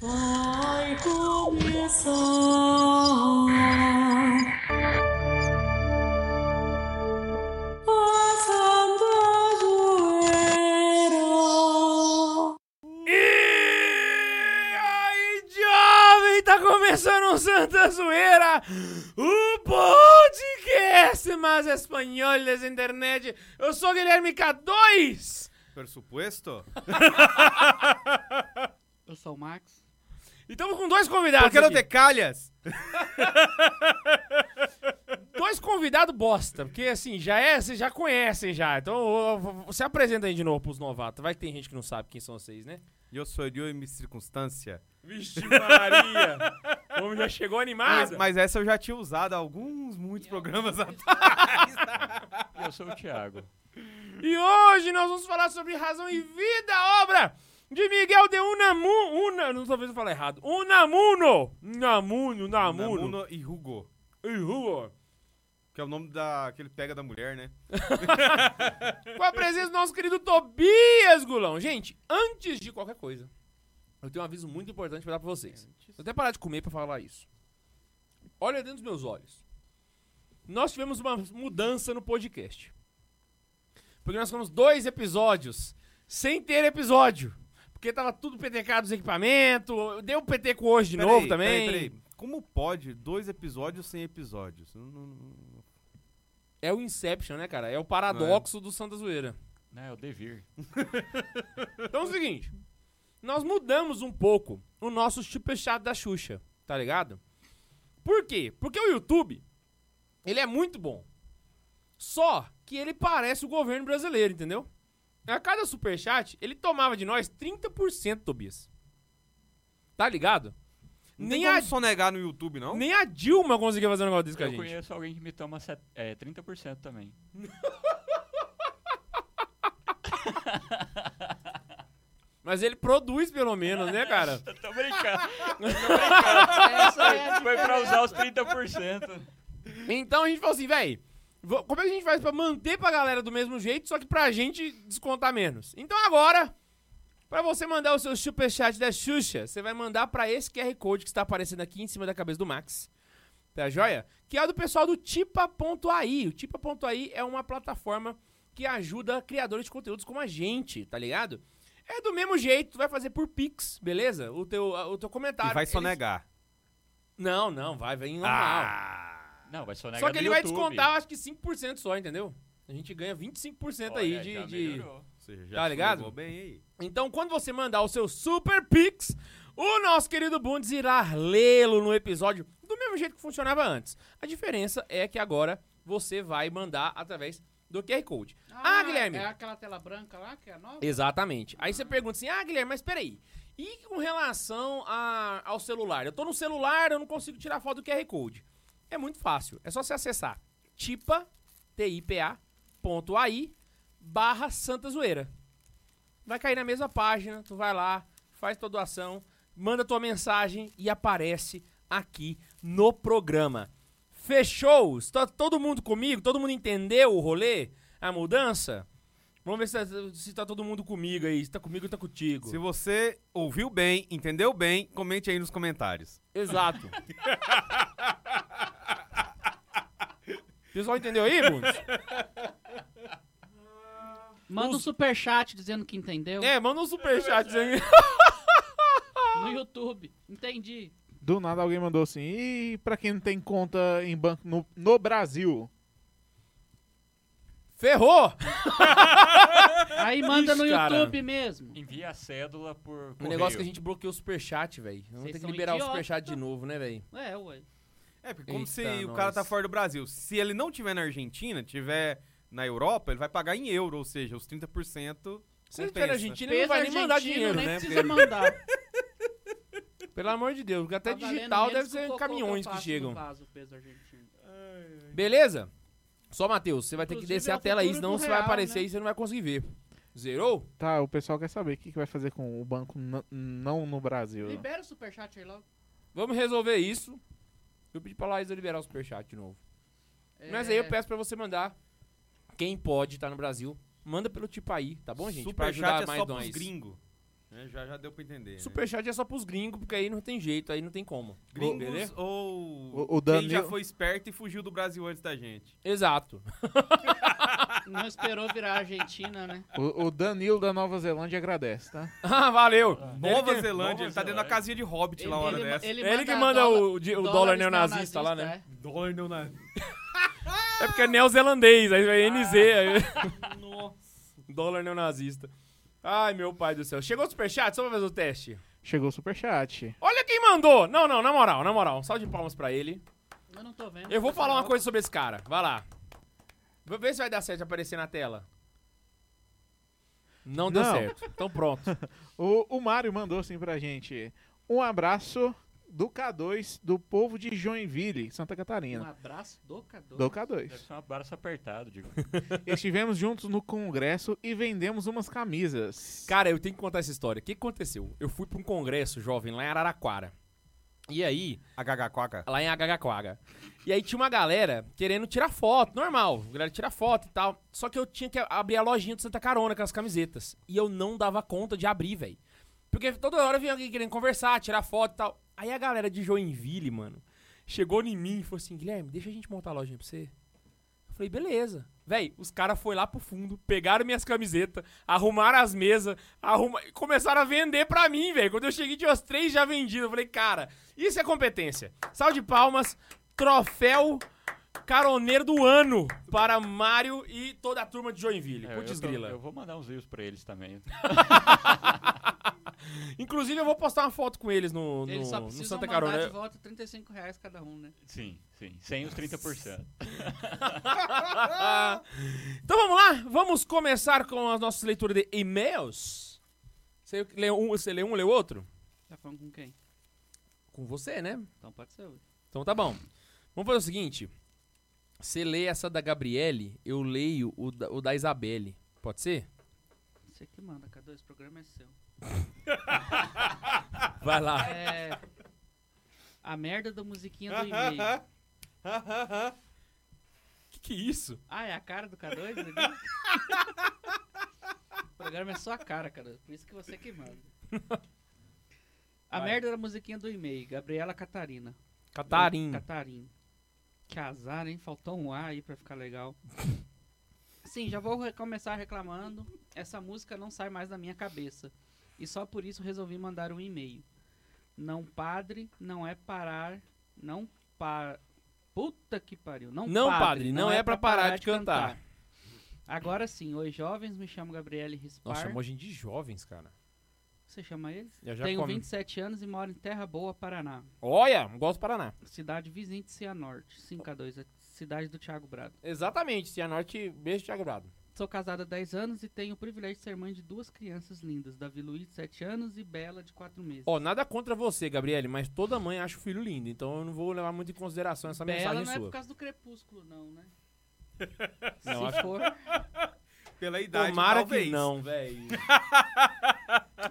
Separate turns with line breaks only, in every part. Vai começar a Santa Zoeira.
E aí, jovem, tá começando um Santa Zoeira, o podcast mais espanhol dessa internet. Eu sou Guilherme K2
Por supuesto.
Eu sou o Max.
e estamos com dois convidados
Por que não
aqui.
te calhas?
Dois convidados bosta, porque assim, já é, vocês já conhecem já. Então, ô, ô, você apresenta aí de novo pros novatos. Vai que tem gente que não sabe quem são vocês, né?
Eu sou eu e minha circunstância.
Vixe Maria! o homem já chegou
Mas,
animado.
mas essa eu já tinha usado há alguns, muitos programas atrás.
Eu sou o Thiago.
E hoje nós vamos falar sobre Razão e Vida, obra de Miguel de Unamuno. Una, não talvez eu falar errado. Unamuno! Unamuno, Unamuno.
Namuno e Hugo.
E Hugo.
Que é o nome da, que ele pega da mulher, né?
Com a presença do nosso querido Tobias Gulão. Gente, antes de qualquer coisa, eu tenho um aviso muito importante pra dar pra
É,
vocês. Vou até parar de comer pra falar isso. Olha dentro dos meus olhos. Nós tivemos uma mudança no podcast. Porque nós ficamos dois episódios sem ter episódio. Porque tava tudo PTK dos equipamentos, deu PT com hoje de
Peraí,
novo
peraí,
também.
peraí. Como pode dois episódios sem episódios? Não- não- não-
É o Inception, né, cara? É o paradoxo do Santa Zoeira.
Não, é o Devir.
Então é o seguinte: nós mudamos um pouco o nosso super chat da Xuxa, tá ligado? Por quê? Porque o YouTube, ele é muito bom. Só que ele parece o governo brasileiro, entendeu? A cada superchat, ele tomava de nós 30%, Tobias. Tá ligado?
não
Nem
tem como
a,
sonegar no YouTube, não?
nem a Dilma conseguia fazer um negócio desse com a
Eu
gente.
conheço alguém que me toma set- é, 30% também.
Mas ele produz, pelo menos, né, cara?
Eu tô brincando. Eu tô brincando. Foi pra usar os 30%.
Então a gente falou assim, véi, vo- como é que a gente faz pra manter pra galera do mesmo jeito, só que pra gente descontar menos? Então agora, pra você mandar o seu superchat da Xuxa, você vai mandar pra esse QR Code que está aparecendo aqui em cima da cabeça do Max. Tá joia? Que é do pessoal do Tipa.ai. O Tipa.ai é uma plataforma que ajuda criadores de conteúdos como a gente, tá ligado? É do mesmo jeito, tu vai fazer por Pix, beleza? O teu, o teu comentário.
E vai
Eles-
sonegar.
Não, não, vai, vai normal.
Ah!
Não, vai sonegar
Só que
no
ele vai
né? YouTube.
descontar, eu acho que 5% só, entendeu? A gente ganha 25% aí
Olha,
de,
já
de-
melhorou.
Ou seja,
Tá ligado?
sonegou bem aí.
Então, quando você mandar o seu Super Pix, o nosso querido Bundes irá lê-lo no episódio do mesmo jeito que funcionava antes. A diferença é que agora você vai mandar através do QR Code. Ah, Guilherme.
É aquela tela branca lá que é nova?
Exatamente. Aí você pergunta assim: ah, Guilherme, mas peraí. E com relação a- ao celular? Eu tô no celular, eu não consigo tirar foto do QR Code. É muito fácil. É só você acessar tipa, tipa.ai barra Santa Zoeira. Vai cair na mesma página, tu vai lá, faz tua doação, manda tua mensagem e aparece aqui no programa. Fechou? Está todo mundo comigo? Todo mundo entendeu o rolê? A mudança? Vamos ver se tá, se tá todo mundo comigo aí. Se tá comigo, tá contigo.
Se você ouviu bem, entendeu bem, comente aí nos comentários.
Exato. O pessoal entendeu aí, Bundes?
Manda um superchat dizendo que entendeu
É, manda um superchat aí.
no YouTube. Entendi.
Do nada alguém mandou assim, e pra quem não tem conta em banco no, no Brasil?
Ferrou!
Aí manda no
Ixi, cara.
YouTube mesmo.
Envia a cédula por
Um
correio.
negócio que a gente bloqueou o superchat, velho. Vamos ter
Vocês
que
são
liberar o
idiota.
superchat de novo, né, velho?
É, ué.
É, porque como
Eita,
se o cara tá
nós.
fora do Brasil. Se ele não tiver na Argentina, tiver na Europa, ele vai pagar em euro, ou seja, os 30%.
Se ele tiver tá na
Compensa.
Argentina, ele não vai nem mandar
argentino
dinheiro,
nem
né?
precisa mandar.
Pelo amor de Deus, porque até
Tá valendo
digital deve
menos o
ser
cocô
caminhões
eu
que
faço
chegam.
no vaso, peso argentino.
Beleza? Só, Matheus, você vai ter que
Inclusive,
descer
é
a
o
tela aí,
futuro
senão
do
você vai
real,
aparecer
né?
e você não vai conseguir ver. Zerou?
Tá, o pessoal quer saber o que, que vai fazer com o banco n- não no Brasil.
Libera o superchat aí logo.
Vamos resolver isso. Eu pedi pra Laísa liberar o superchat de novo.
É.
Mas aí eu peço pra você mandar. Quem pode estar no Brasil, manda pelo tipo aí, tá bom, gente? pra
Superchat
ajudar
é
mais
só
nós.
pros gringos. É, já, já deu pra entender. né?
Superchat é só pros gringos, porque aí não tem jeito, aí não tem como.
Gringos
Beleza?
ou
O- o
quem
Danilo-
já foi esperto e fugiu do Brasil antes da gente.
Exato.
Não esperou virar Argentina, né?
O, o Danilo da Nova Zelândia agradece, tá?
ah, valeu.
Nova
ele que,
Zelândia,
Nova
ele tá dentro da
Zelândia.
casinha de hobbit lá uma hora dessa.
Ele que manda o di- o dólar neonazista lá, né?
Dólar não na...
É porque é Ah. neozelandês, aí vai NZ. Aí... Dólar neonazista. Ai, meu pai do céu. Chegou o superchat? Só pra fazer o teste.
Chegou o superchat.
Olha quem mandou! Não, não, na moral, na moral. Um salve de palmas pra ele.
É. Eu não tô vendo.
Eu vou falar uma
Não.
coisa sobre esse cara. Vai lá. Vou ver se vai dar certo de aparecer na tela. Não deu
Não.
certo. Então pronto.
O, o Mário mandou assim pra gente. Um abraço do K2 do povo de Joinville, Santa
Um
Catarina.
abraço do Cadu.
Do
Deve
K2.
ser um abraço apertado, digo.
Estivemos juntos no congresso e vendemos umas camisas.
Cara, eu tenho que contar essa história. O que que aconteceu? Eu fui pra um congresso jovem lá em Araraquara. E aí,
HH
lá em Agagaquaga. E aí tinha uma galera querendo tirar foto, normal. A galera tira foto e tal. Só que eu tinha que abrir a lojinha do Santa Carona com as camisetas. E eu não dava conta de abrir, velho. Porque toda hora vinha alguém querendo conversar, tirar foto e tal. Aí a galera de Joinville, mano, chegou em mim e falou assim: Guilherme, deixa a gente montar a lojinha pra você. Eu falei, beleza. Véi, os caras foram lá pro fundo, pegaram minhas camisetas, arrumaram as mesas, arruma... começaram a vender pra mim, velho. Quando eu cheguei, tinha as três já vendidas. Eu falei, cara, isso é competência. Salve de palmas, troféu caroneiro do ano para Mário e toda a turma de Joinville.
É,
Putz
eu, tô-
grila.
eu vou mandar uns rios pra eles também.
Inclusive, eu vou postar uma foto com eles no, no,
Eles só
no
precisam
Santa
mandar
Carona.
de volta 35 reais cada um, né?
Sim, sim. Sem os 30%.
Então vamos lá, vamos começar com as nossas leituras de e-mails. Você leu um, você leu um, leu outro?
Tá falando com quem?
Com você, né?
Então pode ser hoje.
Então tá bom. Vamos fazer o seguinte. Você lê essa da Gabriele, eu leio o da, o da Isabelle. Pode ser?
Você que manda, Cadu. Esse programa é seu.
Vai lá.
É. A merda da musiquinha do e-mail.
Que que é isso?
Ah, é a cara do K2 aqui? o programa é só a cara, cara. Por isso que você que manda. A
Vai.
merda da musiquinha do e-mail. Gabriela Catarina.
Catarim.
Catarina. Que azar, hein? Faltou um A aí pra ficar legal. Sim, já vou re- começar reclamando. Essa música não sai mais da minha cabeça. E só por isso resolvi mandar um e-mail. Não padre, não é parar, não para... Puta que pariu. Não,
Não, padre, não é pra parar de cantar.
Agora sim, oi jovens, me chamo Gabriele Rispar.
Nossa, chamou a gente de jovens, cara.
Você chama ele?
Eu já
Tenho
come.
27 anos e moro em Terra Boa, Paraná.
Olha, gosto do Paraná.
Cidade vizinha de Cianorte, 5x2, é cidade do Thiago Brado.
Exatamente, Cianorte, beijo Thiago Brado.
Sou casada há 10 anos e tenho o privilégio de ser mãe de duas crianças lindas, Davi Luiz, de 7 anos, e Bela, de 4 meses.
Ó, nada contra você, Gabriele, mas toda mãe acha o filho lindo, então eu não vou levar muito em consideração essa
Bela não
mensagem
é por
sua.
causa do crepúsculo, não, né?
Não,
Se for.
Pela idade,
Tomara
talvez.
que não, velho.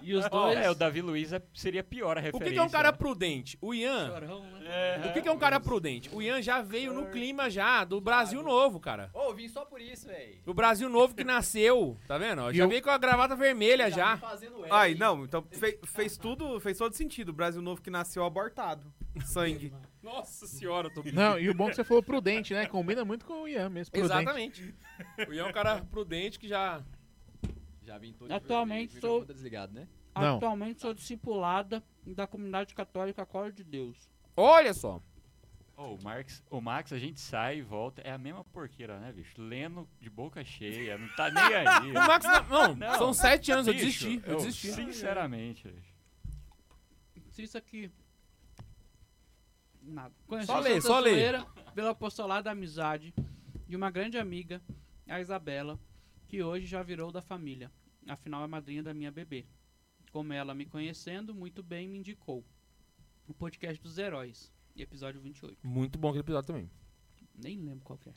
E os
Ó,
dois.
é, o Davi Luiz é- seria pior a
O
referência.
que, que é um cara
né?
prudente? O Ian,
Chorão, né?
O que, que é um cara prudente? O Ian já veio no clima já do Brasil Novo, cara.
Ô, vim só por isso, véi.
Do Brasil Novo que nasceu, tá vendo? ó? Já
E o-
veio com a gravata vermelha já.
Fazendo L.
Ai, não, então fe- fez tudo, fez todo sentido. O Brasil novo que nasceu abortado. Sangue.
Nossa senhora, eu tô...
Não, e o bom é que você falou prudente, né? Combina muito com o Ian mesmo. Prudente.
Exatamente. O Ian é um cara prudente que já...
Já vim todo
Atualmente
vermelho, o microfone
sou-
tá desligado, né?
Não.
Atualmente sou discipulada da comunidade católica Coro de Deus.
Olha só.
Ô, o, Marx, o Max, a gente sai e volta. É a mesma porqueira, né, bicho? Lendo de boca cheia, não tá nem aí.
O Max... Não, não,
Não.
são sete anos, eu
Bicho,
desisti. Eu desisti.
Sinceramente. bicho.
Se isso aqui. Nada. Conheci
Só lê,
Santa
só lê.
Zoeira Pelo apostolado da amizade de uma grande amiga, a Isabela, que hoje já virou da família. Afinal, é madrinha da minha bebê. Como ela me conhecendo, muito bem me indicou. O podcast dos heróis, episódio 28.
Muito bom aquele episódio também.
Nem lembro qual que é.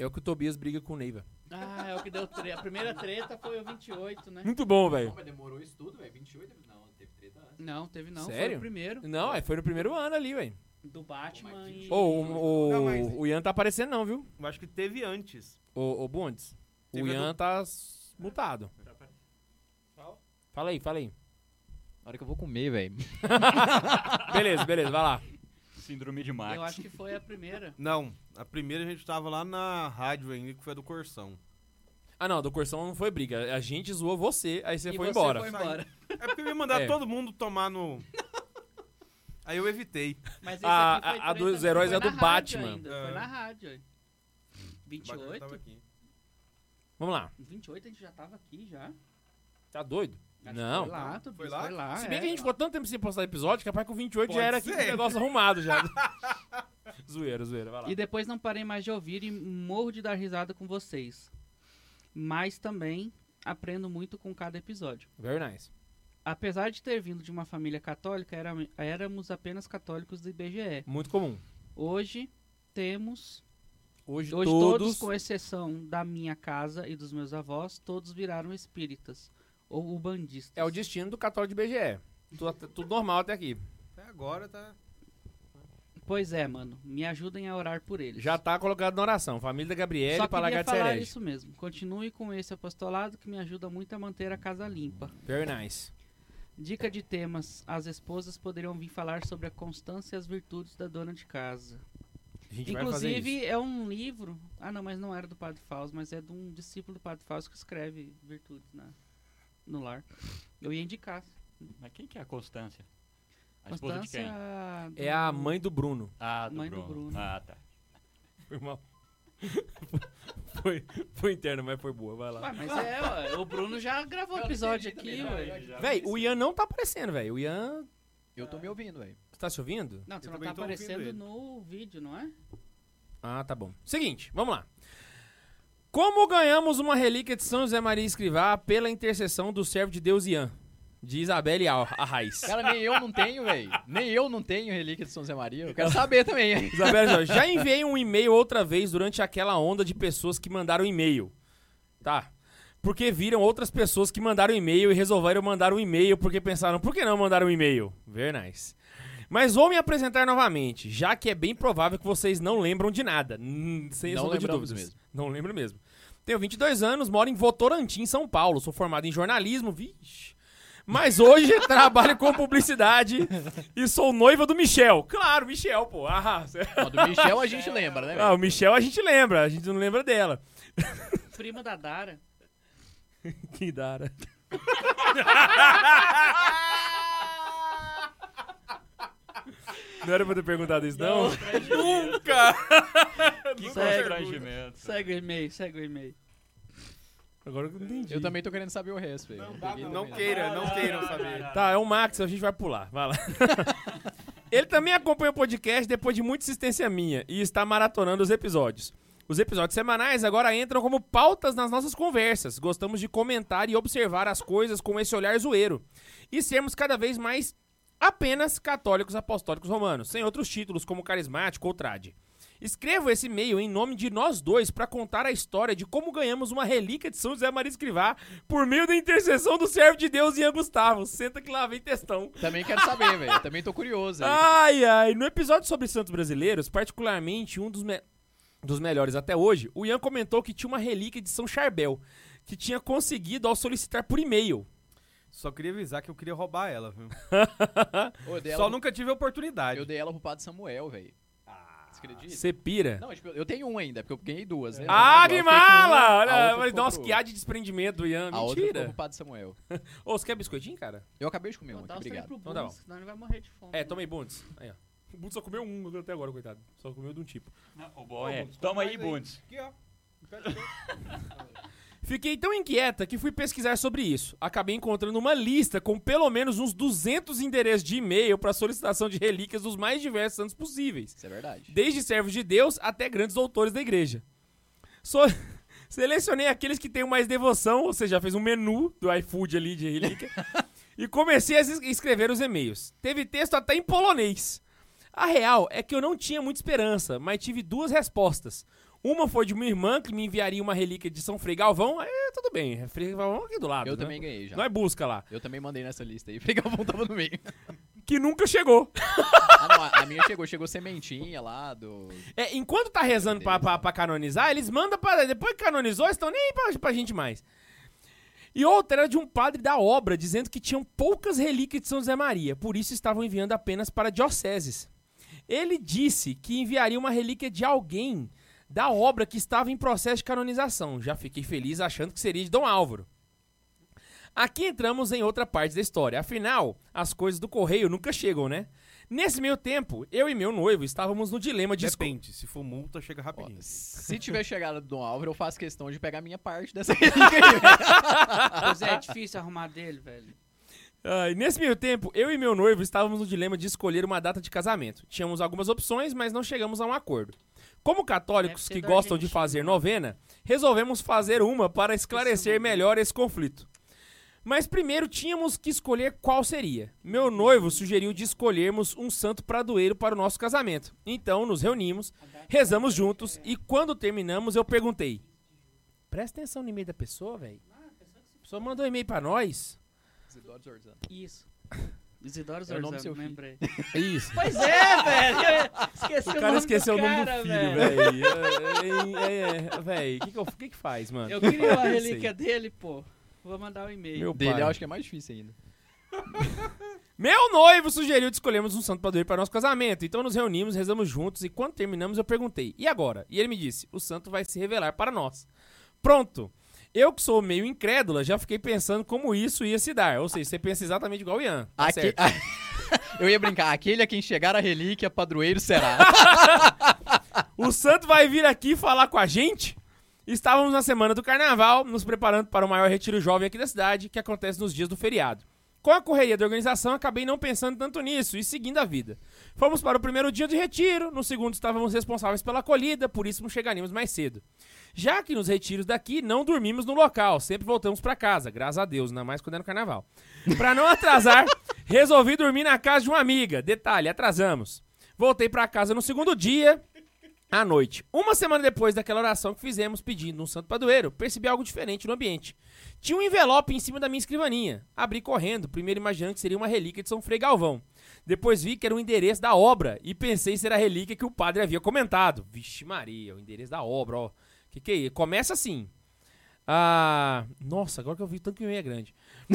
É o que o Tobias briga com o Neiva.
Ah, é o que deu treta. A primeira treta foi o 28, né?
Muito bom,
Pô,
velho.
mas demorou isso tudo, velho. 28? Não, teve treta antes.
Não, teve não. Foi
Sério?
o primeiro.
Não, é, foi no primeiro ano ali, velho.
Do Batman e...
Ô, o, o, o Ian tá aparecendo não, viu?
Eu acho que teve antes.
Ô, ô Bundes, o
Teve a
Ian tá s- mutado. Fala aí, fala aí.
hora que eu vou comer, velho.
Beleza, beleza, vai lá.
Síndrome de Max.
Eu acho que foi a primeira.
Não, a primeira a gente tava lá na rádio ainda, que foi a do Corsão.
Ah, não, do Corsão não foi briga. A gente zoou você, aí você
E
foi embora.
Foi embora.
É porque me mandaram
É.
todo mundo tomar no. Aí eu evitei.
Mas esse
A-
aqui foi
a- a
treta-
dos heróis
foi
é
na
do
rádio
Batman.
ainda, Foi
É.
na rádio. aí.
Batman tava
28?
aqui.
Vamos lá.
28 a gente já tava aqui já.
Tá doido?
Acho que
Não.
Foi lá, tudo
Foi
isso,
lá?
Foi lá
Se bem
é.
que a gente ficou tanto tempo sem postar episódio, capaz que o 28 já
Ah, Pode
era aqui com o
ser.
negócio arrumado já. zoeira, zoeira, vai lá.
E depois não parei mais de ouvir e morro de dar risada com vocês. Mas também aprendo muito com cada episódio.
Very nice.
Apesar de ter vindo de uma família católica, éram- éramos apenas católicos do IBGE.
Muito comum.
Hoje temos.
Hoje,
Hoje
todos...
todos, com exceção da minha casa e dos meus avós, todos viraram espíritas. Ou ubandistas.
É o destino do católico de BGE. Tudo, tudo normal até aqui.
Até agora tá.
Pois é, mano. Me ajudem a orar por eles.
Já tá colocado na oração. Família da Gabriela
Só
e Palagá
queria
de
falar
Serege.
isso mesmo. Continue com esse apostolado que me ajuda muito a manter a casa limpa.
Very nice.
Dica de temas. As esposas poderiam vir falar sobre a constância e as virtudes da dona de casa.
A gente vai fazer isso.
Inclusive, é um livro... Ah, não, mas não era do Padre Fausto, mas é de um discípulo do Padre Fausto que escreve virtudes na... no lar. Eu ia indicar.
Mas quem que é a Constância? A esposa de
Constância...
quem?
do-
É a mãe do Bruno.
Ah, do,
mãe do
Bruno.
Bruno.
Ah, tá.
Foi mal. foi, foi interno, mas foi boa. Vai
Ué,
lá.
mas é, ué, o Bruno já gravou o episódio aqui, ué.
Véi, o Ian não tá aparecendo, velho. O Ian.
Eu tô me ouvindo, velho.
Você tá se ouvindo?
Não, você
Eu
não
também
tá
tô ouvindo
aparecendo
ele.
no vídeo, não é?
Ah, tá bom. Seguinte, vamos lá. Como ganhamos uma relíquia de São José Maria Escrivá pela intercessão do servo de Deus Ian? De Isabelle Al- Arraes.
Cara, nem eu não tenho, velho. Nem eu não tenho relíquia de São Zé Maria. Eu quero saber também, hein?
Isabelle, Jorge, já enviei um e-mail outra vez durante aquela onda de pessoas que mandaram e-mail. Tá. Porque viram outras pessoas que mandaram e-mail e resolveram mandar um e-mail porque pensaram, por que não mandar um e-mail? Very nice. Mas vou me apresentar novamente, já que é bem provável que vocês não lembram de nada. Hum, Sem
Não
sombra de
lembramos
dúvidas.
mesmo.
Não lembro mesmo. Tenho 22 anos, moro em Votorantim, São Paulo. Sou formado em jornalismo, vixe. Mas hoje trabalho com publicidade e sou noiva do Michel. Claro, Michel, pô. Ah, cê-
Ó, do Michel a gente lembra, né,
ah, o
velho?
Michel a gente lembra, a gente não lembra dela.
Prima da Dara.
Que dara. Não era pra ter perguntado isso, não?
Que
Sério.
constrangimento.
Segue o e-mail, segue o e-mail.
Agora eu não entendi.
Eu também tô querendo saber o resto, velho. Não,
Não queira, não queiram saber.
Tá, é o Max, a gente vai pular, vai lá. Ele também acompanha o podcast depois de muita insistência minha e está maratonando os episódios. Os episódios semanais agora entram como pautas nas nossas conversas. Gostamos de comentar e observar as coisas com esse olhar zoeiro. E sermos cada vez mais apenas católicos apostólicos romanos, sem outros títulos como carismático ou trade. Escrevo esse e-mail em nome de nós dois para contar a história de como ganhamos uma relíquia de São José Maria Escrivá por meio da intercessão do servo de Deus Ian Gustavo. Senta que lá vem textão.
Também quero saber, velho. Também tô curioso. aí.
Ai, ai. No episódio sobre santos brasileiros, particularmente um dos, me- dos melhores até hoje, o Ian comentou que tinha uma relíquia de São Charbel, que tinha conseguido ao solicitar por e-mail.
Só queria avisar que eu queria roubar ela, viu?
Ô, eu dei
Só
ela-
nunca tive a oportunidade.
Eu dei ela pro padre Samuel, velho. Você acredita?
Você pira.
Não, tipo, eu tenho um ainda, porque eu ganhei duas, né?
Ah,
Agora eu fiquei com uma,
Grimala!
a
Olha,
outra
mas,
ficou
nossa,
pro-
que há de desprendimento do Ian.
A outra ficou
Mentira.
pro padre Samuel.
Ô, você quer biscoitinho, cara?
Eu acabei de comer
Pô,
um aqui,
dá os trem
obrigado.
pro
Então tá
Bruno,
bom.
senão ele vai morrer de fome.
É, tomei Bundes. Aí, ó. O Bundes só comeu um até agora, coitado. Só comeu de um tipo.
Não, o bom é. Toma aí, Bundes.
Aqui, ó.
Fiquei tão inquieta que fui pesquisar sobre isso. Acabei encontrando uma lista com pelo menos uns 200 endereços de e-mail para solicitação de relíquias dos mais diversos santos possíveis,
Isso é verdade.
desde servos de Deus até grandes doutores da igreja. So- Selecionei aqueles que têm mais devoção, ou seja, fez um menu do iFood ali de relíquia, e comecei a es- escrever os e-mails. Teve texto até em polonês. A real é que eu não tinha muita esperança, mas tive duas respostas. Uma foi de uma irmã que me enviaria uma relíquia de São Frei Galvão. É, tudo bem, é Frei Galvão aqui do lado.
Eu
né?
também ganhei já.
Não é busca lá.
Eu também mandei nessa lista aí, porque eu tava no meio.
Que nunca chegou.
Ah, não, a- a minha chegou, chegou sementinha lá do.
É, enquanto tá rezando pra, pra, pra canonizar, eles mandam pra. Depois que canonizou, eles estão nem pra, pra gente mais. E outra era de um padre da obra, dizendo que tinham poucas relíquias de São José Maria, por isso estavam enviando apenas para dioceses. Ele disse que enviaria uma relíquia de alguém da obra que estava em processo de canonização. Já fiquei feliz achando que seria de Dom Álvaro. Aqui entramos em outra parte da história. Afinal, as coisas do correio nunca chegam, né? Nesse meio tempo, eu e meu noivo estávamos no dilema de esco-
Depende, se for multa, chega
Ó,
rapidinho.
se tiver chegada do Dom Álvaro, eu faço questão de pegar a minha parte dessa relíquia aí, velho.
Pois é, é difícil arrumar dele, velho.
Ai, nesse meio tempo, eu e meu noivo estávamos no dilema de escolher uma data de casamento. Tínhamos algumas opções, mas não chegamos a um acordo. Como
Deve
católicos
ser
que
da
gostam de
Argentina.
fazer novena, resolvemos fazer uma para esclarecer melhor esse conflito. Mas primeiro tínhamos que escolher qual seria. Meu noivo sugeriu de escolhermos um santo pradoeiro para o nosso casamento. Então nos reunimos, rezamos juntos e quando terminamos eu perguntei: Presta atenção no e-mail da pessoa, velho. A pessoa mandou um e-mail para nós.
Isidoro Zorzano.
Isso. Isidoro
É o nome do seu
Zorzano,
filho.
lembrei.
É isso.
Pois é, velho. Esqueci é o,
O cara
nome
esqueceu
do
o nome
cara,
do filho, velho. É, é, é, Velho, o que, que, eu- que que faz, mano?
Eu queria uma
Não sei.
relíquia dele, pô. Vou mandar um e-mail.
Meu
Dele
pai.
eu acho que é mais difícil ainda.
Meu noivo sugeriu de escolhermos um santo padroeiro para nosso casamento. Então nos reunimos, rezamos juntos e quando terminamos eu perguntei: "E agora?" E ele me disse: "O santo vai se revelar para nós." Pronto. Eu que sou meio incrédula, já fiquei pensando como isso ia se dar. Ou seja, você pensa exatamente igual o Ian. Tá
Aque-
certo.
eu ia brincar, aquele a quem chegar a relíquia, padroeiro será.
O santo vai vir aqui falar com a gente? Estávamos na semana do carnaval, nos preparando para o maior retiro jovem aqui da cidade, que acontece nos dias do feriado. Com a correria da organização, acabei não pensando tanto nisso e seguindo a vida. Fomos para o primeiro dia de retiro, no segundo estávamos responsáveis pela acolhida, por isso não chegaríamos mais cedo. Já que nos retiros daqui não dormimos no local, sempre voltamos para casa, graças a Deus, ainda mais quando é no carnaval. Para não atrasar, resolvi dormir na casa de uma amiga. Detalhe, atrasamos. Voltei para casa no segundo dia, à noite. Uma semana depois daquela oração que fizemos pedindo um santo padroeiro, percebi algo diferente no ambiente. Tinha um envelope em cima da minha escrivaninha. Abri correndo, primeiro imaginando que seria uma relíquia de São Frei Galvão. Depois vi que era o endereço da obra e pensei ser a relíquia que o padre havia comentado. Vixe Maria, o endereço da obra, ó. Que que é? isso? Começa assim. Ah, nossa, agora que eu vi tanto que o e-mail é grande.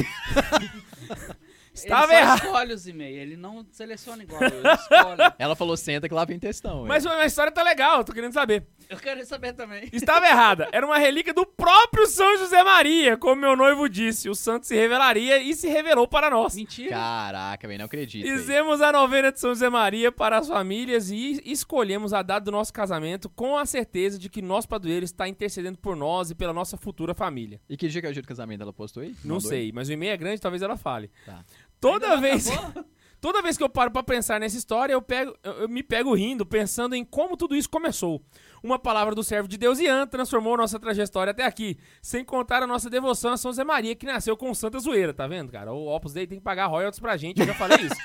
Estava
ele só
errado.
escolhe os e-mails, ele não seleciona igual eu, ele escolhe.
Ela falou, senta que lá vem textão.
Mas
velho.
a história tá legal, eu tô querendo saber.
Eu quero saber também.
Estava errada. Era uma relíquia do próprio São José Maria, como meu noivo disse. O santo se revelaria e se revelou para nós.
Mentira.
Caraca, velho, não acredito. velho.
Fizemos a novena de São José Maria para as famílias e escolhemos a data do nosso casamento com a certeza de que nosso padroeiro está intercedendo por nós e pela nossa futura família.
E que dia que é o dia do casamento ela postou aí?
Não
Mandou aí?
sei, mas o e-mail é grande, talvez ela fale.
Tá.
Toda
Ainda não
vez.
acabou?
Toda vez que eu paro pra pensar nessa história, eu, pego, eu- eu me pego rindo, pensando em como tudo isso começou. Uma palavra do servo de Deus Ian transformou nossa trajetória até aqui, sem contar a nossa devoção a São Zé Maria, que nasceu com Santa Zoeira, tá vendo, cara? O Opus Dei tem que pagar royalties pra gente, eu já falei isso.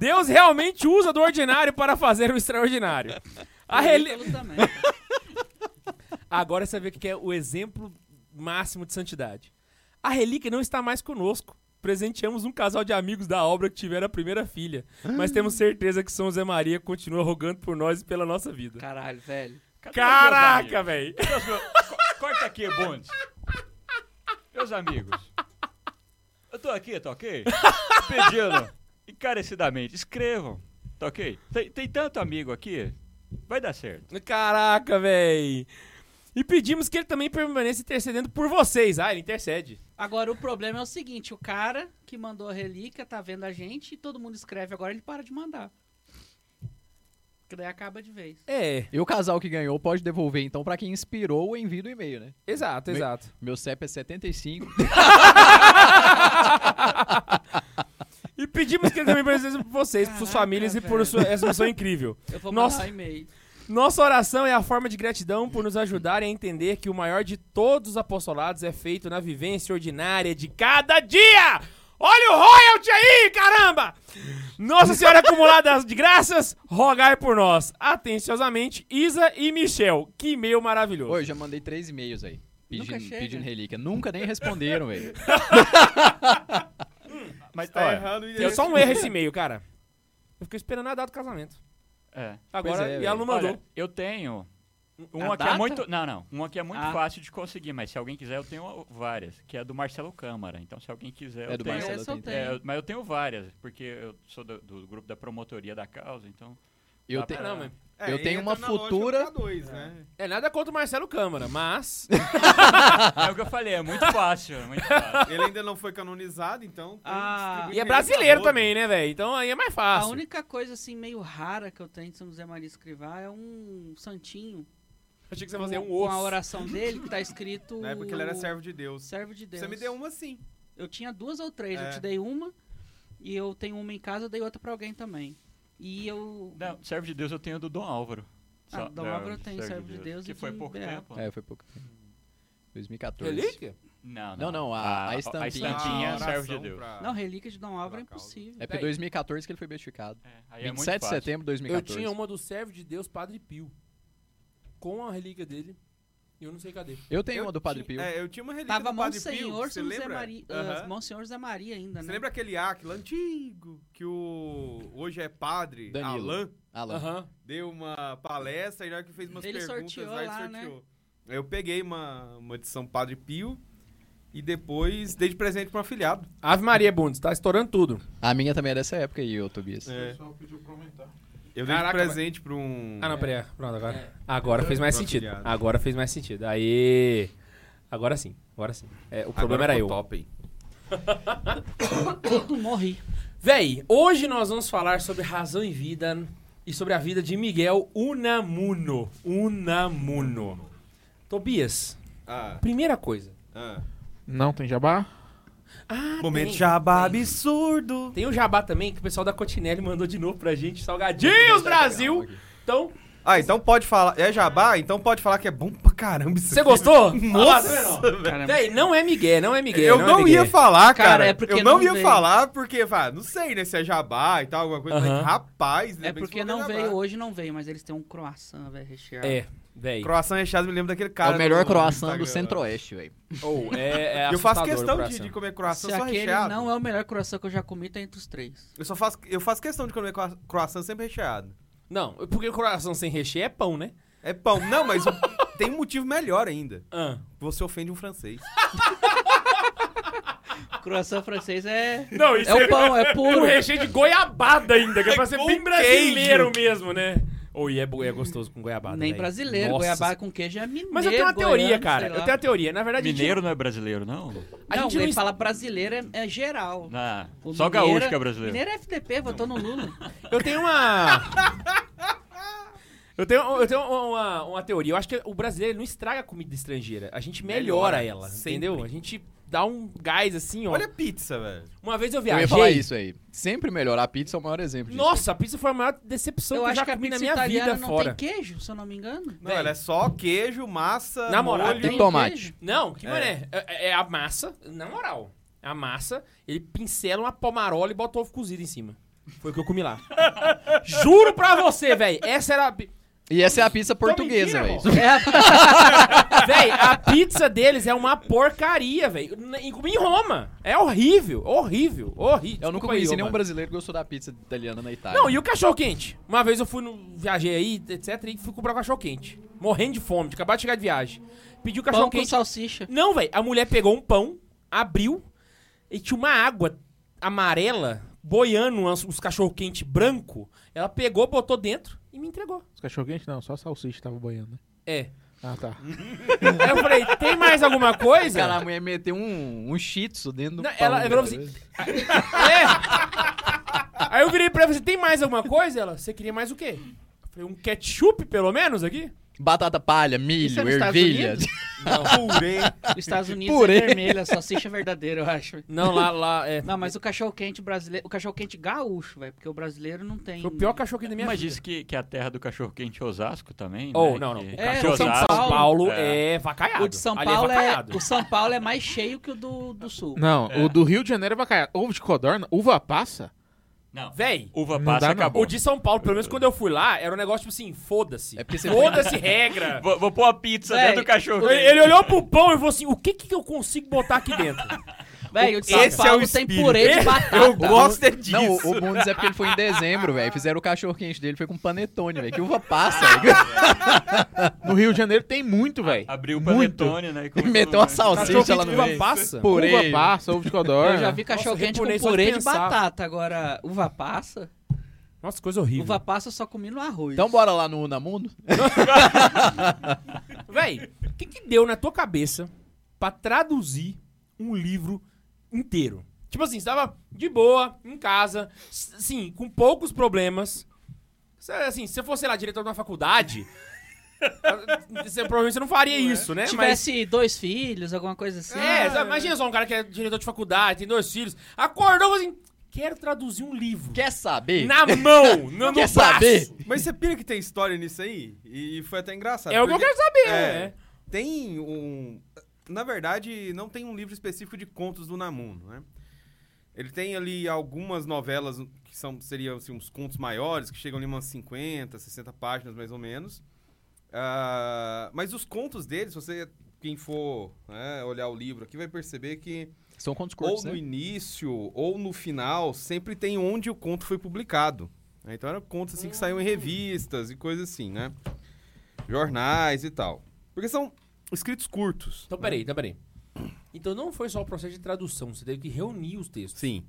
Deus realmente usa do ordinário para fazer o extraordinário. A
Eu
reli...
falo também.
Agora você vê o que é o exemplo máximo de santidade. A relíquia não está mais conosco. Presenteamos um casal de amigos da obra que tiveram a primeira filha. Mas temos certeza que São José Maria continua rogando por nós e pela nossa vida.
Caralho, velho.
Cadê os meus
Caraca,
amigos?
velho!
Cadê os meus- Co- Corta aqui, bonde. Meus amigos, eu tô aqui, tá ok? Pedindo encarecidamente, escrevam, tá ok? Tem, tem tanto amigo aqui, vai dar certo.
Caraca, velho! E pedimos que ele também permaneça intercedendo por vocês. Ah, ele intercede.
Agora, o problema é o seguinte, o cara que mandou a relíquia tá vendo a gente e todo mundo escreve agora, ele para de mandar. Que daí acaba de vez.
É,
E o casal que ganhou pode devolver, então, pra quem inspirou o envio do e-mail, né?
exato,
Me-
exato.
Meu CEP é 75.
E pedimos que ele também permaneça por vocês, por suas
Caraca,
famílias e por
velho.
sua, essa missão incrível.
Eu vou
Nossa.
mandar um e-mail.
Nossa oração é a forma de gratidão por nos ajudarem a entender que o maior de todos os apostolados é feito na vivência ordinária de cada dia! Olha o royalty aí, caramba! Nossa Senhora acumulada de graças, rogai por nós. Atenciosamente, Isa e Michel. Que e-mail maravilhoso.
Oi, eu já mandei três e-mails aí. Pedindo,
Nunca chega.
pedindo relíquia. Nunca nem responderam, velho.
Mas
Tá
olha,
errado o
Deu
endereço.
só um erro esse e-mail, cara. Eu fiquei esperando a data do casamento.
É.
Agora,
é,
e ela não mandou.
Olha, eu tenho Uma
A
que é
data?
muito. Não, não. Uma que é muito
Ah.
fácil de conseguir, mas se alguém quiser, eu tenho várias. Que é do Marcelo Câmara. Então, se alguém quiser,
É
eu
do
tenho.
Marcelo.
Essa eu
tem.
tenho.
É, mas eu tenho várias, porque eu sou do, do grupo da promotoria da causa, então.
Eu
dá
tenho.
pra-
Não, mas-
É,
Eu tenho
entra
uma
na lógica
futura-
do K2, né?
É nada contra o Marcelo Câmara, mas.
É o que eu falei, é muito fácil. É muito fácil.
Ele ainda não foi canonizado, então. tem
Ah.
distribuir
e é
pra ele
brasileiro
a rodo.
também, né, velho? Então aí é mais
A
fácil.
única coisa assim meio rara que eu tenho de São José Maria Escrivá é um santinho
Achei que você
com,
ia fazer um
com a
osso.
oração dele que tá escrito
Né? Porque ele
Uh.
era servo de Deus.
servo de Deus.
Você me deu uma sim.
Eu tinha duas ou três,
É.
eu te dei uma e eu tenho uma em casa, eu dei outra pra alguém também. E eu
Não, servo de Deus, eu tenho do Dom Álvaro.
Ah,
Só-
Dom
não,
Álvaro eu tenho Servo de Deus
Que
e
foi
de
pouco
BA.
tempo.
É, foi pouco tempo. 2014.
Relíquia?
Não,
Não, não, a- a
A
estampinha.
estampinha
Ah, oração
serve de Deus.
pra-
Não, relíquia de Dom Álvaro é
Pra causa.
impossível.
É porque 2014 que ele foi beatificado.
É, aí é muito
27 de
fácil.
setembro de
Eu
2014.
tinha uma do servo de Deus, Padre Pio. Com a relíquia dele. E um- eu não sei cadê.
Eu tenho
Eu
uma do Padre
ti-
Pio.
É, eu tinha uma relíquia
Tava
do Padre
Monsenhor
Pio, você
São José
lembra?
Maria,
Aham.
ah, Monsenhor José Maria ainda,
Você
né?
lembra aquele Aquila antigo que o hoje é padre
Danilo.
Alain
Alan.
Aham.
deu uma palestra e na hora que fez umas
Ele
perguntas
sorteou
lá, ele
lá, né?
sorteou. Aí Eu peguei uma, uma edição Padre Pio e depois dei de presente para um afilhado.
Ave Maria Bundes, tá estourando tudo.
A minha também é dessa época aí, ô Tobias.
É,
pessoal pediu pra aumentar.
eu dei
Caraca,
de presente para um
Ah, não, peraí. Pronto, agora. Agora fez mais
Pronto,
sentido.
viado.
Agora fez mais sentido. Aí. Agora sim, agora sim. É, o problema
Agora
era eu.
ficou Top, hein?
Morri.
Véi, hoje nós vamos falar sobre razão e vida e sobre a vida de Miguel Unamuno. Unamuno. Tobias,
Ah,
primeira coisa.
ah.
Não tem jabá?
Ah,
Momento
tem,
jabá
tem.
absurdo.
Tem o jabá também que o pessoal da Cotinelli mandou de novo pra gente. Salgadinhos Brasil! Então,
Ah, então pode falar, é jabá, então pode falar que é bom pra caramba isso.
você
aqui. Ah, tá
gostou?
Nossa,
Nossa!
velho.
Véi, não é Miguel, não é Miguel.
eu não,
é
ia
migué.
falar, cara.
Cara, é porque
eu não,
não
ia
veio.
falar porque, vá, não sei, né, se é jabá e tal, alguma coisa.
Aham.
Mas, rapaz, né,
né?
É porque não veio, hoje não veio, mas eles têm um croissant, velho, recheado.
É, véi.
Croação recheado me lembra daquele
É
cara.
o
no-
melhor
tá
no
croissant do
Instagram.
Centro-Oeste, velho.
Ou, é, é
Eu faço
assustador o
questão de,
coração.
de comer croissant
Se
só
aquele
recheado.
não é o melhor croissant que eu já comi, tá entre os três.
Eu só faço, eu faço questão de comer croa- croissant sempre recheado.
Não, porque o coração sem recheio é pão, né?
É pão. Não, mas o- tem um motivo melhor ainda.
Ah.
Você ofende um francês.
Croissant francês é.
Não, isso
É o pão, é
Um
puro.
recheio de goiabada ainda, que é pra ser
Com
bem brasileiro mesmo, né? Ou e é, bo- é gostoso com goiabada.
Nem
velho.
brasileiro,
Nossa.
goiabá com queijo é mineiro.
Mas eu tenho uma teoria,
goiano,
cara.
sei lá.
Eu tenho uma teoria. Na verdade, tipo,
Mineiro não é brasileiro, não?
a
não,
gente
ele
não-
fala brasileiro é, é geral.
Ah,
O
só
mineiro
gaúcho que é brasileiro.
Mineiro é FDP, votou no Lula.
a gente- eu tenho uma. Eu tenho, eu tenho uma, uma teoria. Eu acho que o brasileiro não estraga a comida estrangeira. A gente melhora,
Melhora,
ela,
sempre.
entendeu? A gente dá um gás assim, ó.
Olha a pizza, velho.
uma vez eu
Eu
viajei.
ia falar isso aí. Sempre melhorar a pizza é o maior exemplo disso.
Nossa, a pizza foi a maior decepção
eu
que eu
acho
já
que a
comi na
pizza
minha
italiana
vida
não
fora.
tem queijo, se eu não me engano.
Não,
Véi.
ela é só queijo, massa,
Na moral,
molho.
tem-
Tem
tomate.
queijo?
Não, que
É.
mané. É, é a massa, na moral. A massa, ele pincela uma pomarola e bota ovo cozido em cima. Foi o que eu comi lá. Juro pra você, velho. Essa era. a pi-
E essa é a pizza portuguesa,
mentira,
velho.
tá irmão. Véi, a pizza deles é uma porcaria, velho. Na- Em em Roma. É horrível, horrível, horrível.
Eu nunca
Desculpa aí,
conheci
Roma.
nenhum brasileiro que gostou da pizza italiana na Itália.
Não, e o cachorro quente? Uma vez eu fui no. Viajei aí, etc. E fui comprar cachorro quente. Morrendo de fome, de acabar de chegar de viagem. Pedi o cachorro
Pão com
quente.
salsicha.
Não, velho. A mulher pegou um pão, abriu e tinha uma água amarela boiando um uns, uns cachorro-quente branco. Ela pegou, botou dentro e me entregou.
Os cachorro quente não, só a salsicha tava boiando, né?
É.
Ah, tá.
Aí eu falei, tem mais alguma coisa?
Cara, a mulher meteu um, um shih tzu dentro do
Não,
pão,
ela- ela falou
velho.
É. Aí eu virei pra ela e falei, tem mais alguma coisa? Ela, você queria mais o quê? Eu falei, um ketchup pelo menos aqui?
Batata palha,
Isso é
milho,
nos Estados
ervilha.
Unidos?
Purê.
Os Estados Unidos
Purê.
é vermelho, a salsicha é verdadeira, eu acho.
Não, lá, lá, é.
Não, mas o cachorro quente brasileiro. O cachorro quente gaúcho, velho. Porque o brasileiro não tem.
Foi o pior cachorro quente da minha
Mas
vida.
disse que, que a terra do cachorro quente é Osasco também,
Ou,
né?
não, não.
Que-
O
É,
que
o São
São Paulo,
Paulo-
é, vacaiado.
O de São
Ali
Paulo é,
vacaiado.
o São Paulo é mais cheio que o do, do sul.
Não, o do Rio de Janeiro é bacalhau. Ovo de codorna, uva passa.
Não.
Véi,
Uva
Não
passa
dá, não.
acabou.
O de São Paulo, pelo menos quando eu fui lá, era um negócio tipo assim, foda-se.
É porque você
Foda-se regra.
Vou, vou pôr a pizza
Véi,
dentro do cachorro
Ele, ele olhou pro pão e falou assim, o que que eu consigo botar aqui dentro?
Velho, o de São
Esse é o
Paulo tem
espírito.
purê de
Eu
batata.
gosto é disso.
Não, o, o Bundes é porque ele foi em dezembro, velho. Fizeram o cachorro quente dele, foi com panetone, velho. Que uva passa.
No Rio de Janeiro tem muito, velho.
Abriu o
Muito.
panetone, né? e
E
colocou
meteu uma
no-
Cachorro
salsicha lá
quente
no
uva
meio.
passa?
Purê.
Uva passa, ovo de codorna.
Eu já vi cachorro quente
repunei
com
só de
purê de
pensar.
batata. Agora, uva passa?
Nossa, coisa horrível.
Uva passa eu só comi no arroz.
Então bora lá no Unamundo?
Véi, o que que deu na tua cabeça pra traduzir um livro inteiro? Tipo assim, você tava de boa, em casa, s- assim, com poucos problemas. Cê, assim, se você fosse, sei lá, diretor de uma faculdade, você, provavelmente você não faria isso, né? Mas-
tivesse dois filhos, alguma coisa assim.
É, sabe, imagina só um cara que é diretor de faculdade, tem dois filhos, acordou e falou assim, quero traduzir um livro.
Quer saber?
Na mão, no, no
Quer
braço.
saber?
Mas você pira que tem história nisso aí? E, e foi até engraçado.
É o que eu
porque
quero saber,
É.
né?
Tem um. Na verdade, não tem um livro específico de contos do Namuno, né? Ele tem ali algumas novelas que são, seriam assim, uns contos maiores, que chegam ali umas 50, 60 páginas mais ou menos. Ah, mas os contos dele, se você, quem for né, olhar o livro aqui, vai perceber que
São contos
ou
curtos,
no
né?
início ou no final, sempre tem onde o conto foi publicado. né? Então eram contos assim que saíam em revistas e coisas assim, né? Jornais e tal. Porque são escritos curtos.
Então, peraí, então, peraí. Então não foi só o processo de tradução, você teve que reunir os textos.
Sim.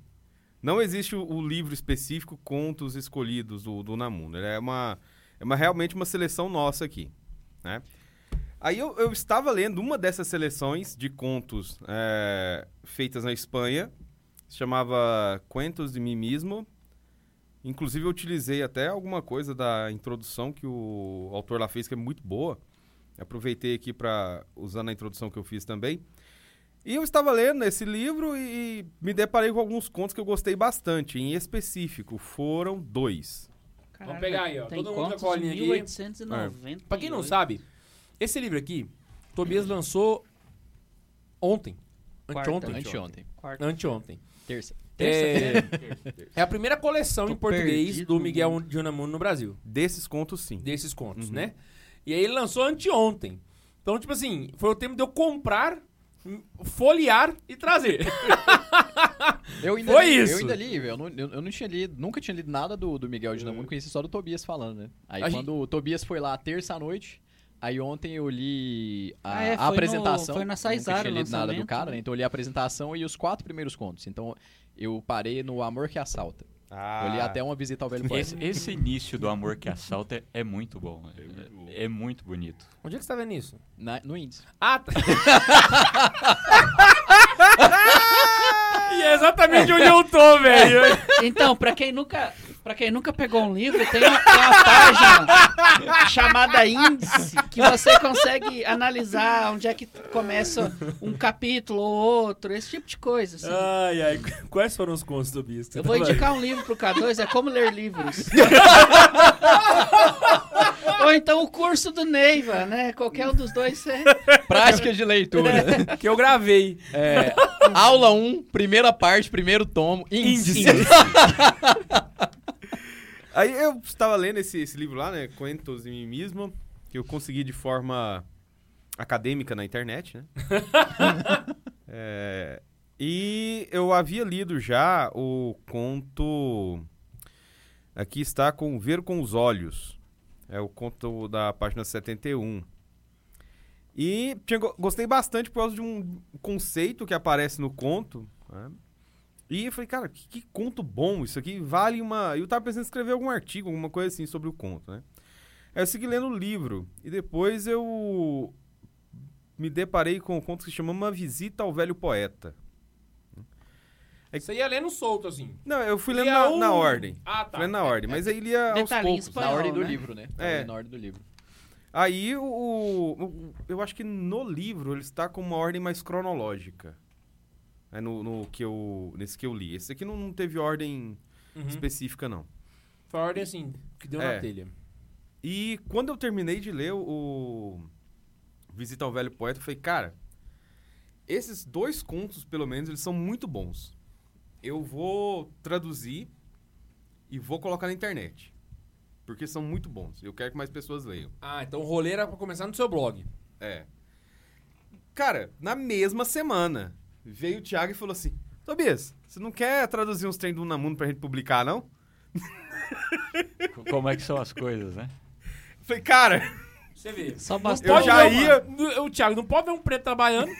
Não existe o, o livro específico Contos Escolhidos do, do Namundo. Ele é uma, é uma realmente uma seleção nossa aqui, né? Aí eu, eu estava lendo uma dessas seleções de contos é, feitas na Espanha. Se chamava Cuentos de Mimismo. Inclusive eu utilizei até alguma coisa da introdução que o autor lá fez, que é muito boa. Aproveitei aqui para usar na introdução que eu fiz também. E eu estava lendo esse livro e me deparei com alguns contos que eu gostei bastante. Em específico, foram dois.
Caralho,
Vamos pegar aí, ó.
Tem
Todo mundo com a
contos de
colinha aqui.
1890.
Pra quem não sabe, esse livro aqui, Tobias lançou ontem.
Quarta.
Anteontem.
Anteontem.
Quarto.
Anteontem.
Terça.
É, é a primeira coleção
Tô
em português
perdido
do
no
Miguel de Unamuno no Brasil,
Desses contos, sim.
desses contos, né? E aí ele lançou anteontem. Então, tipo assim, foi o tempo de eu comprar, m- folhear e trazer.
Eu ainda
Foi
li,
isso.
Eu ainda li, velho. Eu não, eu, eu não tinha lido, nunca tinha lido nada do, do Miguel
É.
de Namuno, conheci só do Tobias falando, né? Aí
A
quando o Tobias foi lá terça-noite, aí ontem eu li a,
Ah, é,
a
foi no-
apresentação.
foi na Saizaro
nunca tinha
o
lido nada do
lançamento,
cara,
né?
né? Então eu li a apresentação e os quatro primeiros contos. Então eu parei no Amor que Assalta.
Ah,
Eu li até uma visita ao velho poeta.
Esse, esse início do amor que assalta é- é muito bom. É, é muito bonito.
Onde é que você tá vendo isso?
Na- no índice.
Ah, tá. e é exatamente onde eu tô, velho.
Então, pra quem nunca, pra quem nunca pegou um livro, tem uma, tem uma página chamada índice que você consegue analisar onde é que começa um capítulo ou outro, esse tipo de coisa. assim.
Ai, ai, quais foram os contos do Bisco?
Eu vou indicar um livro pro K2, é como ler livros. Ou então o curso do Neiva, né? Qualquer um dos dois é.
Práticas de leitura.
que eu gravei.
É, aula 1, primeira parte, primeiro tomo, índice.
Aí eu estava lendo esse, esse livro lá, né? Contos de mim mesmo, que eu consegui de forma acadêmica na internet, né? É, e eu havia lido já o conto. Aqui está com Ver com os Olhos. É o conto da página 71. E tinha go- gostei bastante por causa de um conceito que aparece no conto. né? E eu falei, cara, que, que conto bom isso aqui. Vale uma. Eu tava pensando em escrever algum artigo, alguma coisa assim sobre o conto, né? Aí eu segui lendo o livro. E depois eu me deparei com um conto que se chama Uma Visita ao Velho Poeta.
Você ia lendo solto, assim.
Não, eu fui lendo
Lia
na,
um-
na ordem.
Ah, tá.
Fui lendo na ordem, mas aí lia aos
Detalhe, em
poucos.
espanhol.
Na ordem do
né?
livro, né?
É.
Na ordem do livro.
Aí o, o- Eu acho que no livro ele está com uma ordem mais cronológica. É no, no que eu. Nesse que eu li. Esse aqui não, não teve ordem
Uhum.
específica, não.
Foi a ordem, assim, que deu na
É.
telha.
E quando eu terminei de ler o Visita ao Velho Poeta, eu falei, cara, esses dois contos, pelo menos, eles são muito bons. Eu vou traduzir e vou colocar na internet. Porque são muito bons. Eu quero que mais pessoas leiam.
Ah, então o rolê era pra começar no seu blog.
É. Cara, na mesma semana, Veio o Thiago e falou assim: Tobias, você não quer traduzir uns trem do Unamuno pra gente publicar, não?
Co- Como é que são as coisas, né?
Eu falei, cara,
Você vê.
Só
eu
bastou.
Pode
já
ver um-
ia.
O Thiago, não pode ver um preto trabalhando.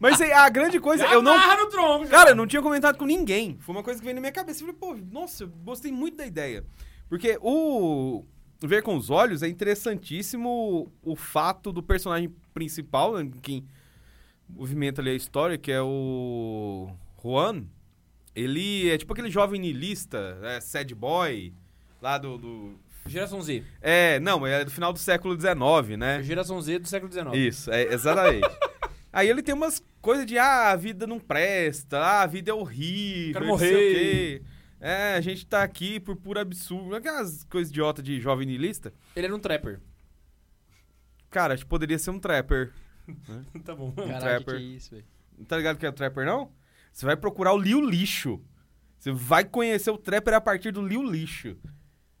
Mas aí, a grande coisa,
Já
eu não.
narra no tronco. já.
Cara, eu não tinha comentado com ninguém. Foi uma coisa que veio na minha cabeça. Eu falei, pô, nossa, eu gostei muito da ideia. Porque o. Ver com os olhos é interessantíssimo o fato do personagem principal, né, quem movimenta ali a história, que é o. Juan. Ele é tipo aquele jovem niilista, né, sad boy, lá do. do-
Geração Z.
É, não, é do final do século XIX, né?
É, Geração Z do século XIX.
Isso, é, exatamente. Aí ele tem umas coisas de, ah, a vida não presta, ah, a vida é horrível,
Quero
não sei o
morrer.
quê. É, a gente tá aqui por puro absurdo. Aquelas coisas idiota de jovem niilista.
Ele era um trapper.
Cara, acho que poderia ser um trapper.
tá bom.
Caralho, que,
Um trapper.
que é isso, velho?
Não tá ligado que é trapper, não? Você vai procurar o Liu Lixo. Você vai conhecer o trapper a partir do Liu Lixo.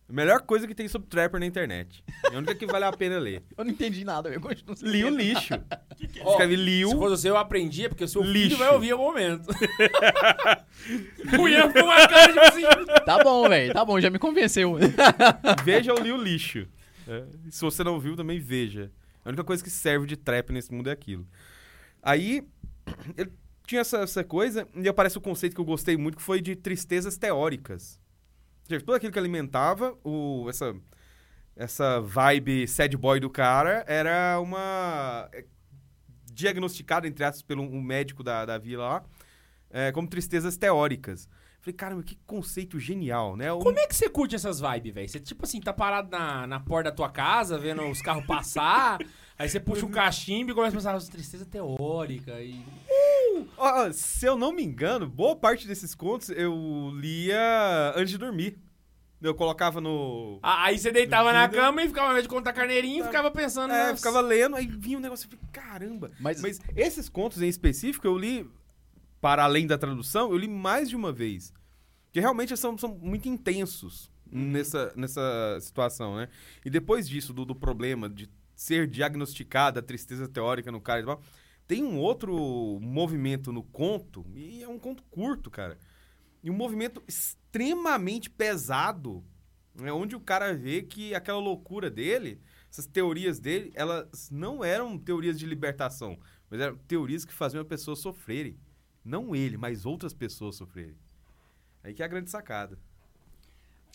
A melhor coisa que tem sobre trapper na internet. É a única que vale a pena ler.
Eu não entendi nada, eu continuo sem
Liu
entender.
Lixo. Escreve Liu
Se fosse você, eu aprendia, porque o seu
Lixo.
filho vai ouvir em algum momento. o Ian ficou com uma cara tipo assim.
Tá bom, velho, tá bom, já me convenceu.
Veja o Liu Lixo. É, Se você não viu, também veja. A única coisa que serve de trap nesse mundo é aquilo. Aí, ele tinha essa, essa coisa, e aparece o conceito que eu gostei muito, que foi de tristezas teóricas. Ou seja, tudo aquilo que alimentava o, essa, essa vibe sad boy do cara era uma... é, diagnosticada, entre aspas, pelo um médico da, da vila lá, é, como tristezas teóricas. Falei, caramba, que conceito genial, né? O-
Como é que você curte essas vibes, velho? Você, tipo assim, tá parado na, na porta da tua casa, vendo os carros passar, aí você puxa o cachimbo e começa a pensar, "Nossa, tristeza teórica e...
Ó, ó, se eu não me engano, boa parte desses contos eu lia antes de dormir. Eu colocava no.
Ah, Aí você deitava na
Entendeu?
cama e ficava, ao invés de contar carneirinho, ficava pensando...
É,
nas-
ficava lendo, aí vinha um negócio e falei, caramba.
Mas,
Mas esses contos em específico eu li, para além da tradução, eu li mais de uma vez. Porque realmente são, são muito intensos nessa, nessa situação, né? E depois disso, do, do problema de ser diagnosticada a tristeza teórica no cara e tal, tem um outro movimento no conto, e é um conto curto, cara. E um movimento extremamente pesado, né? onde o cara vê que aquela loucura dele, essas teorias dele, elas não eram teorias de libertação, mas eram teorias que faziam a pessoa sofrerem. Não ele, mas outras pessoas sofrerem. Aí que é a grande sacada.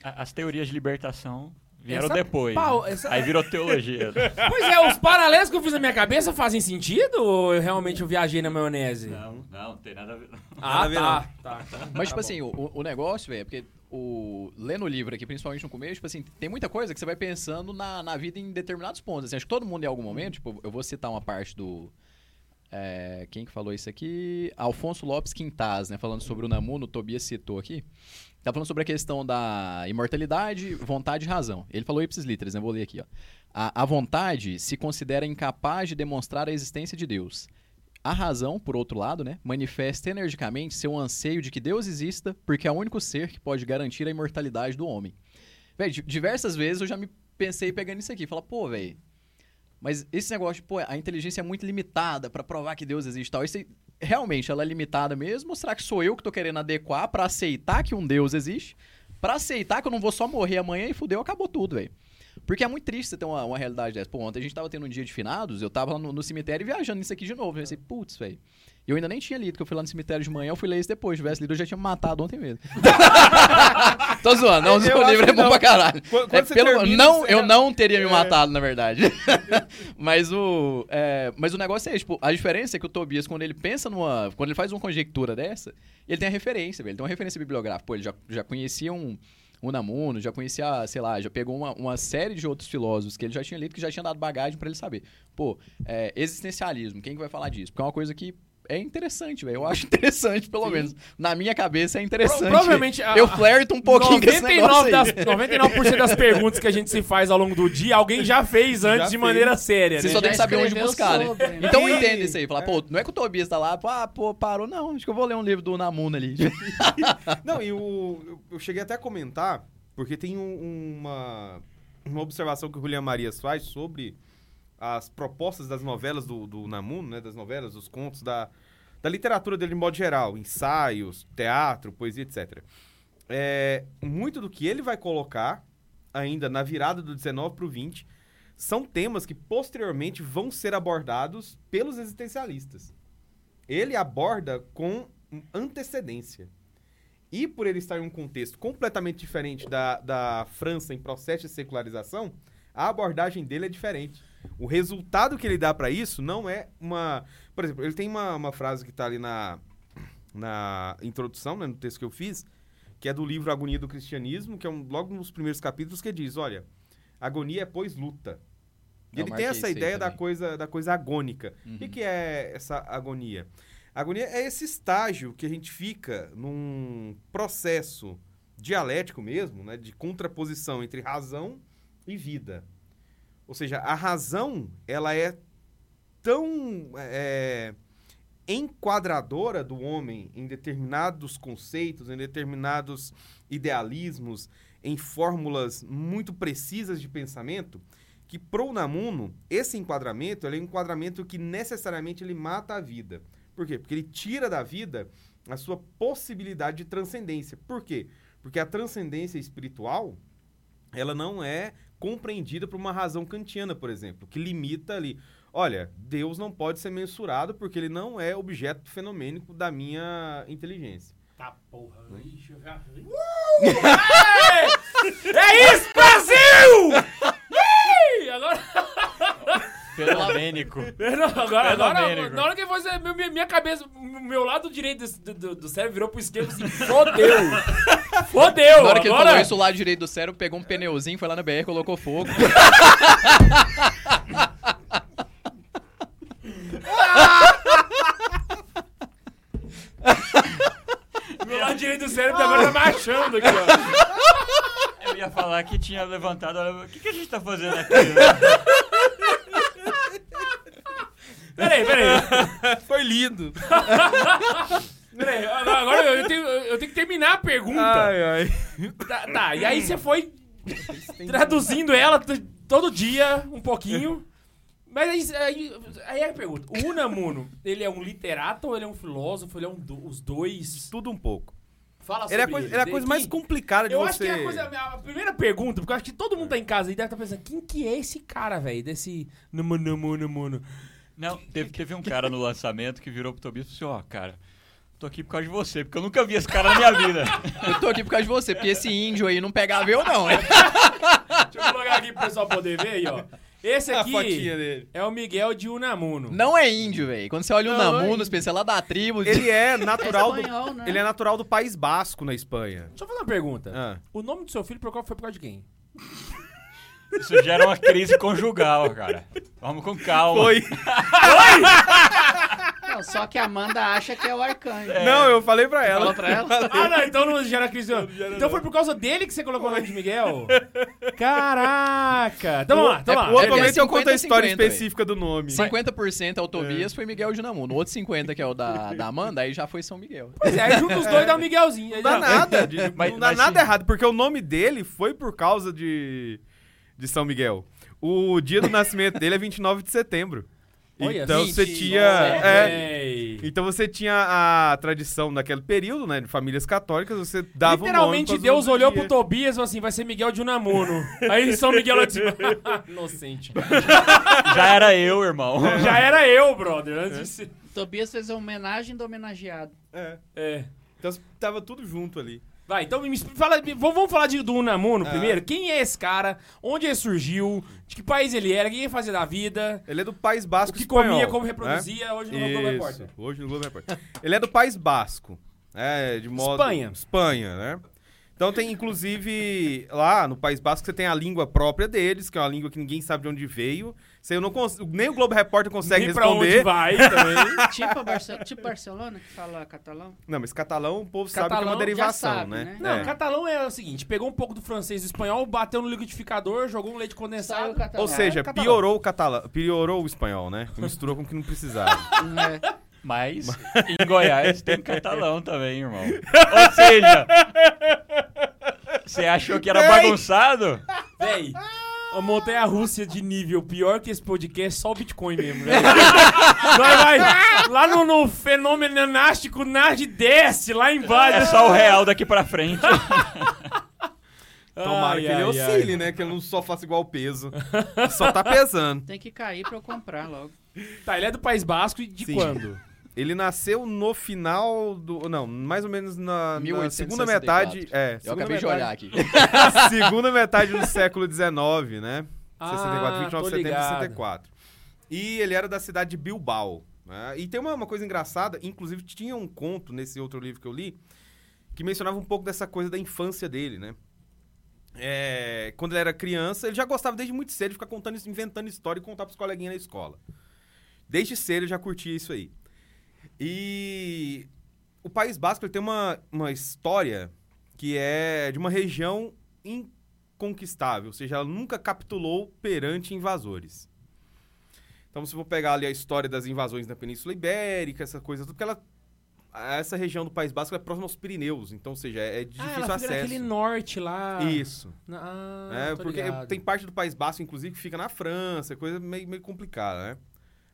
A- As teorias de libertação vieram
Essa
depois.
pau-
né?
essa-
Aí virou teologia. né?
Pois é, os paralelos que eu fiz na minha cabeça fazem sentido ou eu realmente eu viajei na maionese?
não, não, tem nada a ver.
Ah,
Nada a ver,
tá, tá, tá.
mas, tipo assim, o, o negócio, velho, é porque o, lendo o livro aqui, principalmente no começo, tipo assim, tem muita coisa que você vai pensando na, na vida em determinados pontos. Assim, acho que todo mundo em algum momento, tipo, eu vou citar uma parte do. é, quem que falou isso aqui? Alfonso Lopes Quintaz, né? Falando sobre o Namuno, o Tobias citou aqui. Tá falando sobre a questão da imortalidade, vontade e razão. Ele falou ipsis literis, né? Vou ler aqui, ó. A, a vontade se considera incapaz de demonstrar a existência de Deus. A razão, por outro lado, né, manifesta energicamente seu anseio de que Deus exista, porque é o único ser que pode garantir a imortalidade do homem. Véi, di- diversas vezes eu já me pensei pegando isso aqui. Falar, pô, velho, mas esse negócio, pô, a inteligência é muito limitada pra provar que Deus existe e tal. Isso aí, realmente ela é limitada mesmo? Ou será que sou eu que tô querendo adequar pra aceitar que um Deus existe? Pra aceitar que eu não vou só morrer amanhã e fudeu, acabou tudo, velho. Porque é muito triste você ter uma, uma realidade dessa. Pô, ontem a gente tava tendo um dia de finados, eu tava lá no, no cemitério e viajando nisso aqui de novo. Eu pensei, putz, velho. Eu ainda nem tinha lido, que eu fui lá no cemitério de manhã, eu fui ler isso depois. Se tivesse lido, eu já tinha me matado ontem mesmo. Tô zoando, não,
Eu
o
acho
livro é
que
bom
não.
pra caralho.
Quando- quando
É
você
pelo-
termina,
não,
você- É.
eu não teria me matado, na verdade. mas o. é, mas o negócio é, tipo, a diferença é que o Tobias, quando ele pensa numa. Quando ele faz uma conjectura dessa, ele tem a referência, velho. Ele tem uma referência bibliográfica. Pô, ele já, já conhecia um. um Namuno, já conhecia, sei lá, já pegou uma, uma série de outros filósofos que ele já tinha lido, que já tinha dado bagagem pra ele saber. Pô, é, existencialismo, quem que vai falar disso? Porque é uma coisa que é interessante, velho. Eu acho interessante, pelo menos. Na minha cabeça é interessante.
provavelmente a-
eu flerto um pouquinho com esse negócio aí.
das, 99% das perguntas que a gente se faz ao longo do dia, alguém já fez antes de
fez.
maneira séria,
Você
né?
só tem que saber onde
escreveu
buscar, né?
sobre, né?
Então
E-
entende isso aí. Falar,
é.
pô, não é que o Tobias tá lá, pô, ah, pô, parou. Não, acho que eu vou ler um livro do Namuno ali.
Não, e o, eu- eu cheguei até a comentar, porque tem um- uma, uma observação que o Julian Marias faz sobre as propostas das novelas do, do Namuno, né? Das novelas, dos contos, da, da literatura dele de modo geral, ensaios, teatro, poesia, etc. É, muito do que ele vai colocar ainda na virada do 19 para o 20 são temas que posteriormente vão ser abordados pelos existencialistas. Ele aborda com antecedência. E por ele estar em um contexto completamente diferente da, da França em processo de secularização, a abordagem dele é diferente. O resultado que ele dá para isso não é uma. Por exemplo, ele tem uma, uma frase que tá ali na, na introdução, né, no texto que eu fiz, que é do livro Agonia do Cristianismo, que é um, logo nos primeiros capítulos que diz: olha, agonia é pois luta. E ele
Eu
tem
marquei
essa
é isso aí
ideia da
também.
coisa, da coisa agônica. O
Uhum.
que, que é essa agonia? Agonia é esse estágio que a gente fica num processo dialético mesmo, né, de contraposição entre razão e vida. Ou seja, a razão ela é tão é, enquadradora do homem em determinados conceitos, em determinados idealismos, em fórmulas muito precisas de pensamento, que pro Namuno, esse enquadramento ele é um enquadramento que necessariamente ele mata a vida. Por quê? Porque ele tira da vida a sua possibilidade de transcendência. Por quê? Porque a transcendência espiritual, ela não é compreendida por uma razão kantiana, por exemplo, que limita ali. Olha, Deus não pode ser mensurado porque ele não é objeto fenomênico da minha inteligência.
Tá porra, lixo, já vi.
É isso, Brasil! Ih, agora,
Fenomênico.
não, agora, agora,
Fenomênico.
na hora que foi, você- meu- minha, minha cabeça, meu lado direito desse- do, do- do cérebro virou pro esquerdo assim, fodeu! Fodeu!
Na hora que ele
agora,
falou isso, o lado direito do cérebro pegou um pneuzinho, foi lá na BR, colocou fogo.
meu lado direito do cérebro agora tá marchando aqui, ó.
Eu ia falar que tinha levantado. olha, O que, que a gente tá fazendo aqui? né?
Peraí, peraí.
Foi lindo.
Peraí, agora eu tenho, eu tenho que terminar a pergunta.
Ai, ai.
Tá, tá, e aí você foi traduzindo ela t- todo dia, um pouquinho. Mas aí, aí, aí a pergunta: o Unamuno, ele é um literato ou ele é um filósofo? Ele é um do- os dois?
Tudo um pouco.
Fala sobre
Ele é a coisa, ele é a coisa mais
complicada.
complicada de
Eu
você.
acho que é a, coisa, a primeira pergunta, porque eu acho que todo mundo tá em casa e deve estar pensando: quem que é esse cara, velho? Desse. Unamuno, Unamuno.
Não, teve, teve um cara no lançamento que virou pro Tobias e disse: Ó, cara, tô aqui por causa de você, porque eu nunca vi esse cara na minha vida.
Eu tô aqui por causa de você, porque esse índio aí não pegava eu, não. né?
Deixa eu colocar aqui pro pessoal poder ver aí, ó. Esse
A
aqui
fotinha dele.
é o Miguel de Unamuno.
Não é índio, velho. Quando você olha o
Não,
Namuno, você pensa é lá da tribo.
Ele é natural do,
Espanhol, né? É.
ele é natural do País Basco na Espanha.
Deixa eu fazer uma pergunta.
Ah.
O nome do seu filho por qual foi por causa de quem?
Isso gera uma crise conjugal, cara. Vamos com calma.
Foi.
Não, só que a Amanda acha que é o arcanjo.
Não, eu falei pra ela.
Fala pra ela.
Ah, não, então não gera crise. então foi por causa dele que você colocou o nome de Miguel? Caraca! Então vamos lá, então
É
vamos lá.
O
É
outro
porque é
momento eu conto a
50,
história
50,
específica do nome.
50% é o Tobias, foi Miguel de Namuno. O outro 50% que é o da, da Amanda, aí já foi São Miguel.
Pois é, aí junta os dois dá o Miguelzinho. Aí
Não dá
já-
nada. de-
Mas-
não dá
mas
nada
se-
errado, porque o nome dele foi por causa de, de São Miguel. O dia do nascimento dele é 29 de setembro.
Olha,
então você
29,
tinha. É,
Ei.
então você tinha a tradição naquele período, né? De famílias católicas, você dava
Literalmente
um nome por
Deus
causa do
olhou
dia.
pro Tobias e falou assim: vai ser Miguel de Unamuno. Aí São Miguel lá de cima. Inocente.
Já era eu, irmão.
Já era eu, brother. Antes de ser-
Tobias fez uma homenagem do homenageado.
É.
É.
Então tava tudo junto ali.
Vai, então me expl- fala, me- vamos vamos falar de, do Unamuno primeiro. Quem é esse cara? Onde ele surgiu? De que país ele era? O que ele fazia da vida?
Ele é do País
O
Basco
que
espanhol,
comia, como
né?
reproduzia? Hoje no Globo
Isso,
Repórter.
hoje no Globo Repórter. Ele é do País Basco, é, de modo...
Espanha.
Espanha, né? Então tem, inclusive, lá no País Basco você tem a língua própria deles, que é uma língua que ninguém sabe de onde veio. Isso aí eu não cons- Nem o Globo Repórter consegue
E pra onde
responder. É.
vai também.
Tipo, a Barce- tipo Barcelona, que fala catalão.
Não, mas catalão o povo sabe que é
Catalão
uma
já
derivação,
sabe,
né?
né?
Não,
É.
catalão é o seguinte: pegou um pouco do francês e do espanhol, bateu no liquidificador, jogou um leite
Saiu
É
condensado.
catalão.
Ou seja,
é catalão.
piorou o catalão, piorou o espanhol, né? Misturou com o que não precisava.
É.
Mas em Goiás tem catalão também, irmão. Ou seja, você achou que era
Ei!
bagunçado?
Véi, A montanha russa de nível pior que esse podcast, só o Bitcoin mesmo, velho. vai, vai. Lá no, no fenômeno anástico, Nard desce lá
É
embaixo.
só o real daqui pra frente.
Tomara
Ai,
que ele
ai, ai.
oscile, né? Que ele não só faça igual o peso. só tá pesando.
Tem que cair pra eu comprar logo.
Tá, ele é do País Basco e de
Sim.
quando?
Ele nasceu no final do. Não, mais ou menos na, na segunda
1864.
metade. É,
Eu
segunda
acabei de
metade,
olhar aqui.
Segunda metade do século XIX, né? 64,
Ah, tô
29 de setembro de
ligado.
64. E ele era da cidade de Bilbao. né? E tem uma, uma coisa engraçada, inclusive tinha um conto nesse outro livro que eu li que mencionava um pouco dessa coisa da infância dele, né? É, quando ele era criança, ele já gostava desde muito cedo de ficar contando, isso, inventando história e contar pros coleguinhas na escola. Desde cedo ele já curtia isso aí. E o País Basco ele tem uma, uma história que é de uma região inconquistável, ou seja, ela nunca capitulou perante invasores. Então, se eu for pegar ali a história das invasões na Península Ibérica, essa coisa, tudo que ela. Essa região do País Basco é próxima aos Pirineus, então, ou seja, é de
ah,
difícil
ela fica naquele
acesso.
norte lá.
Isso.
Na- Ah,
É,
tô
porque
ligado.
tem parte do País Basco, inclusive, que fica na França, coisa meio, meio complicada, né?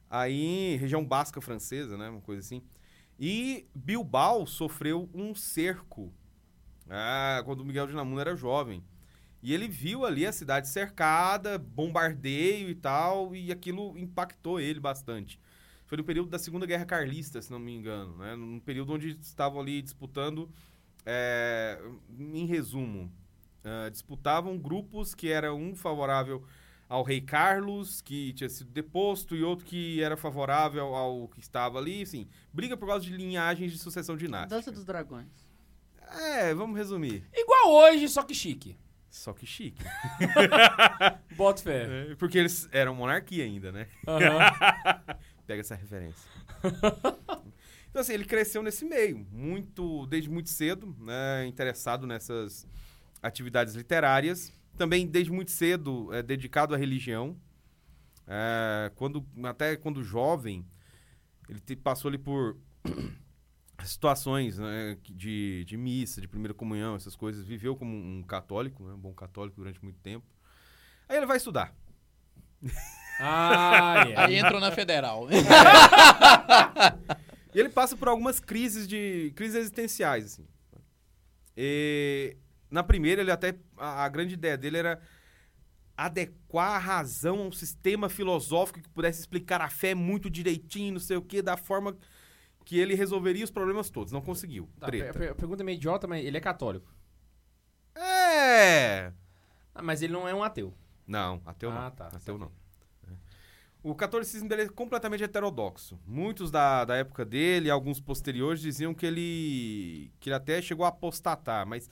Aí, região basca francesa, né? Uma coisa assim. E Bilbao sofreu um cerco ah, quando o Miguel de Namuno era jovem. E ele viu ali a cidade cercada, bombardeio e tal, e aquilo impactou ele bastante. Foi no período da Segunda Guerra Carlista, se não me engano, né? Num período onde estavam ali disputando, eh, em resumo, ah, disputavam grupos que era um favorável ao rei Carlos, que tinha sido deposto, e outro que era favorável ao que estava ali, assim. Briga por causa de linhagens de sucessão
Ah.
dinástica.
Dança dos Dragões.
É, vamos resumir.
Igual hoje, só que chique.
Só que chique.
Bota fé.
É, Porque eles eram monarquia ainda, né?
Aham.
Pega essa referência. então, assim, ele cresceu nesse meio, muito, desde muito cedo, né, interessado nessas atividades literárias. Também, desde muito cedo, é, dedicado à religião. É, quando, até quando jovem, ele te- passou ali por situações né, que- de, de missa, de primeira comunhão, essas coisas. Viveu como um católico, né, um bom católico durante muito tempo. Aí ele vai estudar.
Ah, yeah.
Aí entrou na federal.
E ele passa por algumas crises de crises existenciais, assim. E na primeira, ele até a, a grande ideia dele era adequar a razão a um sistema filosófico que pudesse explicar a fé muito direitinho, não sei o quê, da forma que ele resolveria os problemas todos. Não conseguiu.
Tá, per-
Treta.
per- pergunta meio idiota, mas ele é católico.
É.
Ah, mas ele não é um ateu.
Não, ateu não.
Ah, tá.
Ateu não. O catolicismo dele é completamente heterodoxo. Muitos da, da época dele, alguns posteriores, diziam que ele que ele até chegou a apostatar, mas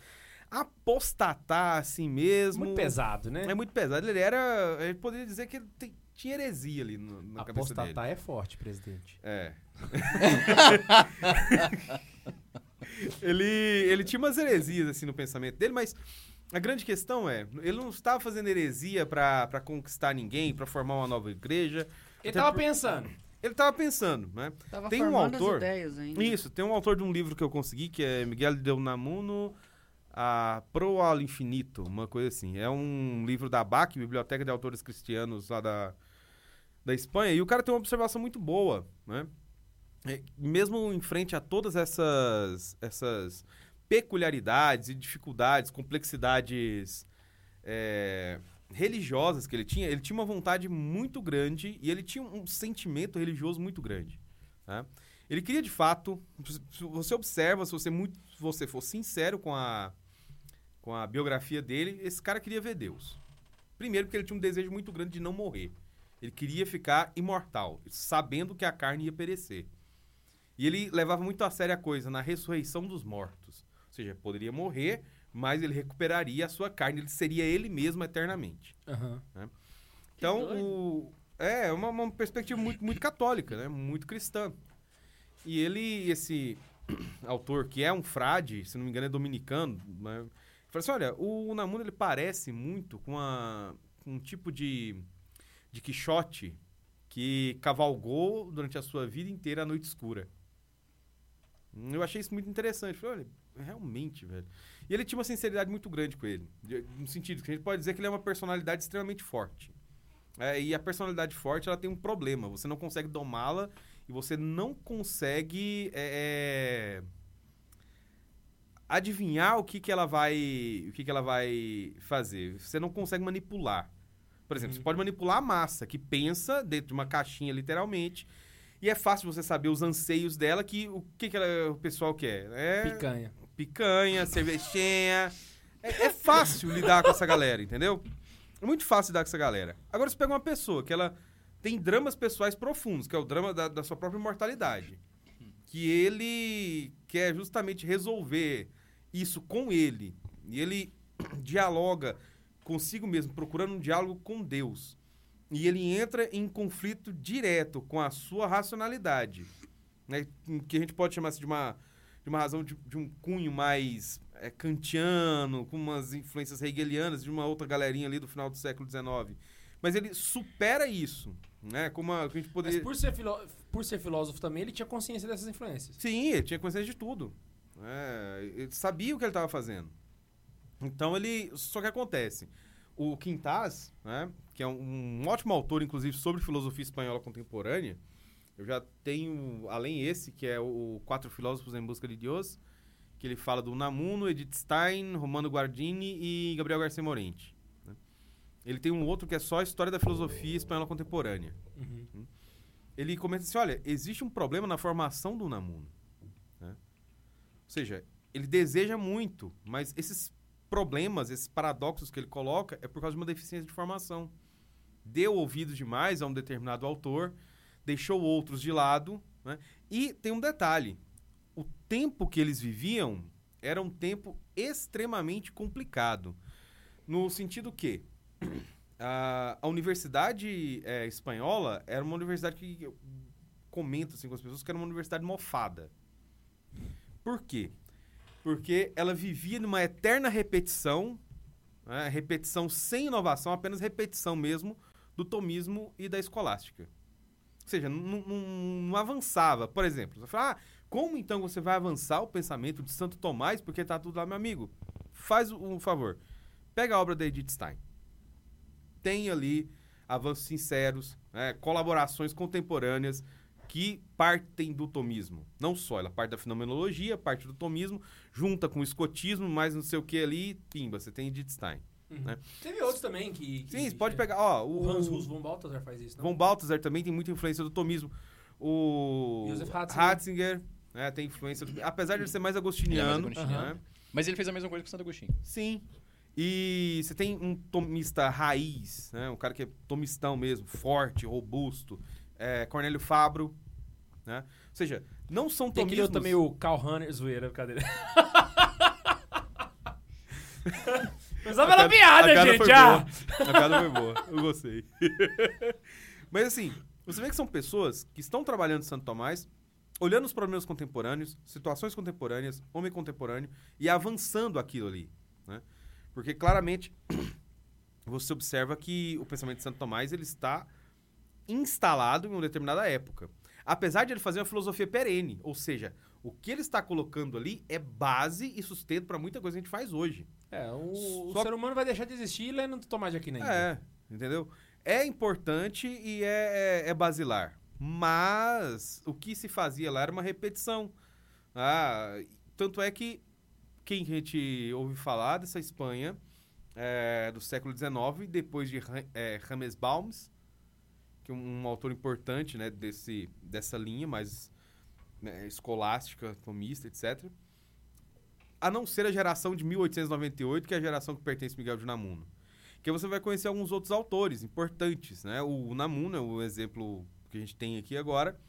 apostatar assim mesmo
Muito pesado, né?
É muito pesado. Ele era, ele poderia dizer que ele tem- tinha heresia ali no- na cabeça dele.
Apostatar é forte, presidente.
É. ele, ele tinha umas heresias assim no pensamento dele, mas a grande questão é, ele não estava fazendo heresia pra pra conquistar ninguém, pra formar uma nova igreja.
Ele
Até
tava
por-
pensando.
Ele estava pensando, né?
Tava
Tem um
formando
autor?
as ideias ainda.
Isso, tem um autor de um livro que eu consegui, que é Miguel de Unamuno, a Pro ao Infinito, uma coisa assim. É um livro da BAC, Biblioteca de Autores Cristianos, lá da, da Espanha, e o cara tem uma observação muito boa, né? É, mesmo em frente a todas essas, essas peculiaridades e dificuldades, complexidades é, religiosas que ele tinha, ele tinha uma vontade muito grande e ele tinha um sentimento religioso muito grande. né? Ele queria de fato, se você observa, se você, muito, se você for sincero com a, com a biografia dele, esse cara queria ver Deus. Primeiro, porque ele tinha um desejo muito grande de não morrer. Ele queria ficar imortal, sabendo que a carne ia perecer. E ele levava muito a sério a coisa na ressurreição dos mortos. Ou seja, poderia morrer, mas ele recuperaria a sua carne, ele seria ele mesmo eternamente. Né?
Aham.
Então, o- é uma, uma perspectiva muito, muito católica, né? muito cristã. E ele, esse autor, que é um frade, se não me engano é dominicano, né? ele falou assim, olha, o Unamuno ele parece muito com, a, com um tipo de, de Quixote que cavalgou durante a sua vida inteira a noite escura. Eu achei isso muito interessante. Falei, olha, realmente, velho. E ele tinha uma sinceridade muito grande com ele. de- No sentido que a gente pode dizer que ele é uma personalidade extremamente forte. É, e a personalidade forte, ela tem um problema. Você não consegue domá-la e você não consegue é, é, adivinhar o que, que ela vai o que, que ela vai fazer. Você não consegue manipular. Por exemplo, você pode manipular a massa que pensa dentro de uma caixinha, literalmente. E é fácil você saber os anseios dela, que o que, que ela- o pessoal quer? É
Picanha.
picanha, cervejinha. É, é fácil lidar com essa galera, entendeu? É muito fácil lidar com essa galera. Agora você pega uma pessoa que ela tem dramas pessoais profundos, que é o drama da, da sua própria mortalidade. Que ele quer justamente resolver isso com ele. E ele dialoga consigo mesmo, procurando um diálogo com Deus. E ele entra em conflito direto com a sua racionalidade. Né? Que a gente pode chamar assim, de uma de uma razão de, de um cunho mais é, kantiano, com umas influências hegelianas de uma outra galerinha ali do final do século XIX. Mas ele supera isso, né? Como a, que a gente
Mas
poderia...
por ser, filó- por ser filósofo também, ele tinha consciência dessas influências.
Sim, ele tinha consciência de tudo. né? ele sabia o que ele estava fazendo. Então ele. Só que acontece. O Quintás, né, que é um, um ótimo autor, inclusive, sobre filosofia espanhola contemporânea, eu já tenho, além esse, que é o Quatro Filósofos em Busca de Deus, que ele fala do Namuno, Edith Stein, Romano Guardini e Gabriel Garcia Morente. né? Ele tem um outro que é só a história da filosofia espanhola contemporânea ele comenta assim: olha, existe um problema na formação do Namuno. né? Ou seja, ele deseja muito, mas esses problemas, esses paradoxos que ele coloca é por causa de uma deficiência de formação. Deu ouvidos demais a um determinado autor, deixou outros de lado. né? E tem um detalhe: o tempo que eles viviam era um tempo extremamente complicado. No sentido que a, a universidade eh, espanhola era uma universidade que eu comento assim, com as pessoas que era uma universidade mofada. Por quê? Porque ela vivia numa eterna repetição, né, repetição sem inovação, apenas repetição mesmo, do tomismo e da escolástica. Ou seja, não, não- não avançava. Por exemplo, você fala, ah, como então você vai avançar o pensamento de Santo Tomás porque tá tudo lá, meu amigo? Faz um favor. Pega a obra da Edith Stein tem ali avanços sinceros, né, colaborações contemporâneas que partem do tomismo. Não só, ela parte da fenomenologia, parte do tomismo, junta com o escotismo, mais não sei o que ali, pimba, você tem Edith Stein.
Teve outros também que. que-
Sim, você pode pegar, ó, o,
é. O Hans Hus von Balthasar faz isso, não?
Von Balthasar também tem muita influência do tomismo. O
Joseph Ratzinger.
Ratzinger, né, tem influência, do, apesar de ele ser mais agostiniano,
Ele é mais agostiniano.
né?
Mas ele fez a mesma coisa com o Santo Agostinho.
Sim. E você tem um tomista raiz, né? Um cara que é tomistão mesmo, forte, robusto. É, Cornélio Fabro, né? Ou seja, não são
Tem aquele
tomismos...
outro também, o Carl Hanner, zoeira, brincadeira. Mas só pela
A
piada,
piada- a piada
gente,
foi
ah!
boa. A piada foi boa, eu gostei. Mas assim, você vê que são pessoas que estão trabalhando em Santo Tomás, olhando os problemas contemporâneos, situações contemporâneas, homem contemporâneo, e avançando aquilo ali. né? Porque claramente você observa que o pensamento de Santo Tomás ele está instalado em uma determinada época. Apesar de ele fazer uma filosofia perene, ou seja, o que ele está colocando ali é base e sustento para muita coisa que a gente faz hoje.
É, o, o
Só-
ser humano vai deixar de existir lendo Tomás de Aquino ainda.
É, entendeu? É importante e é, é- é basilar. Mas o que se fazia lá era uma repetição. Ah, tanto é que quem a gente ouve falar dessa Espanha é, do século XIX, depois de Ra- é, Rames Balmes, que é um autor importante né, desse, dessa linha mais né, escolástica, tomista, etc. A não ser a geração de 1898, que é a geração que pertence a Miguel de Namuno que você vai conhecer alguns outros autores importantes, né? O Namuno é o exemplo que a gente tem aqui agora,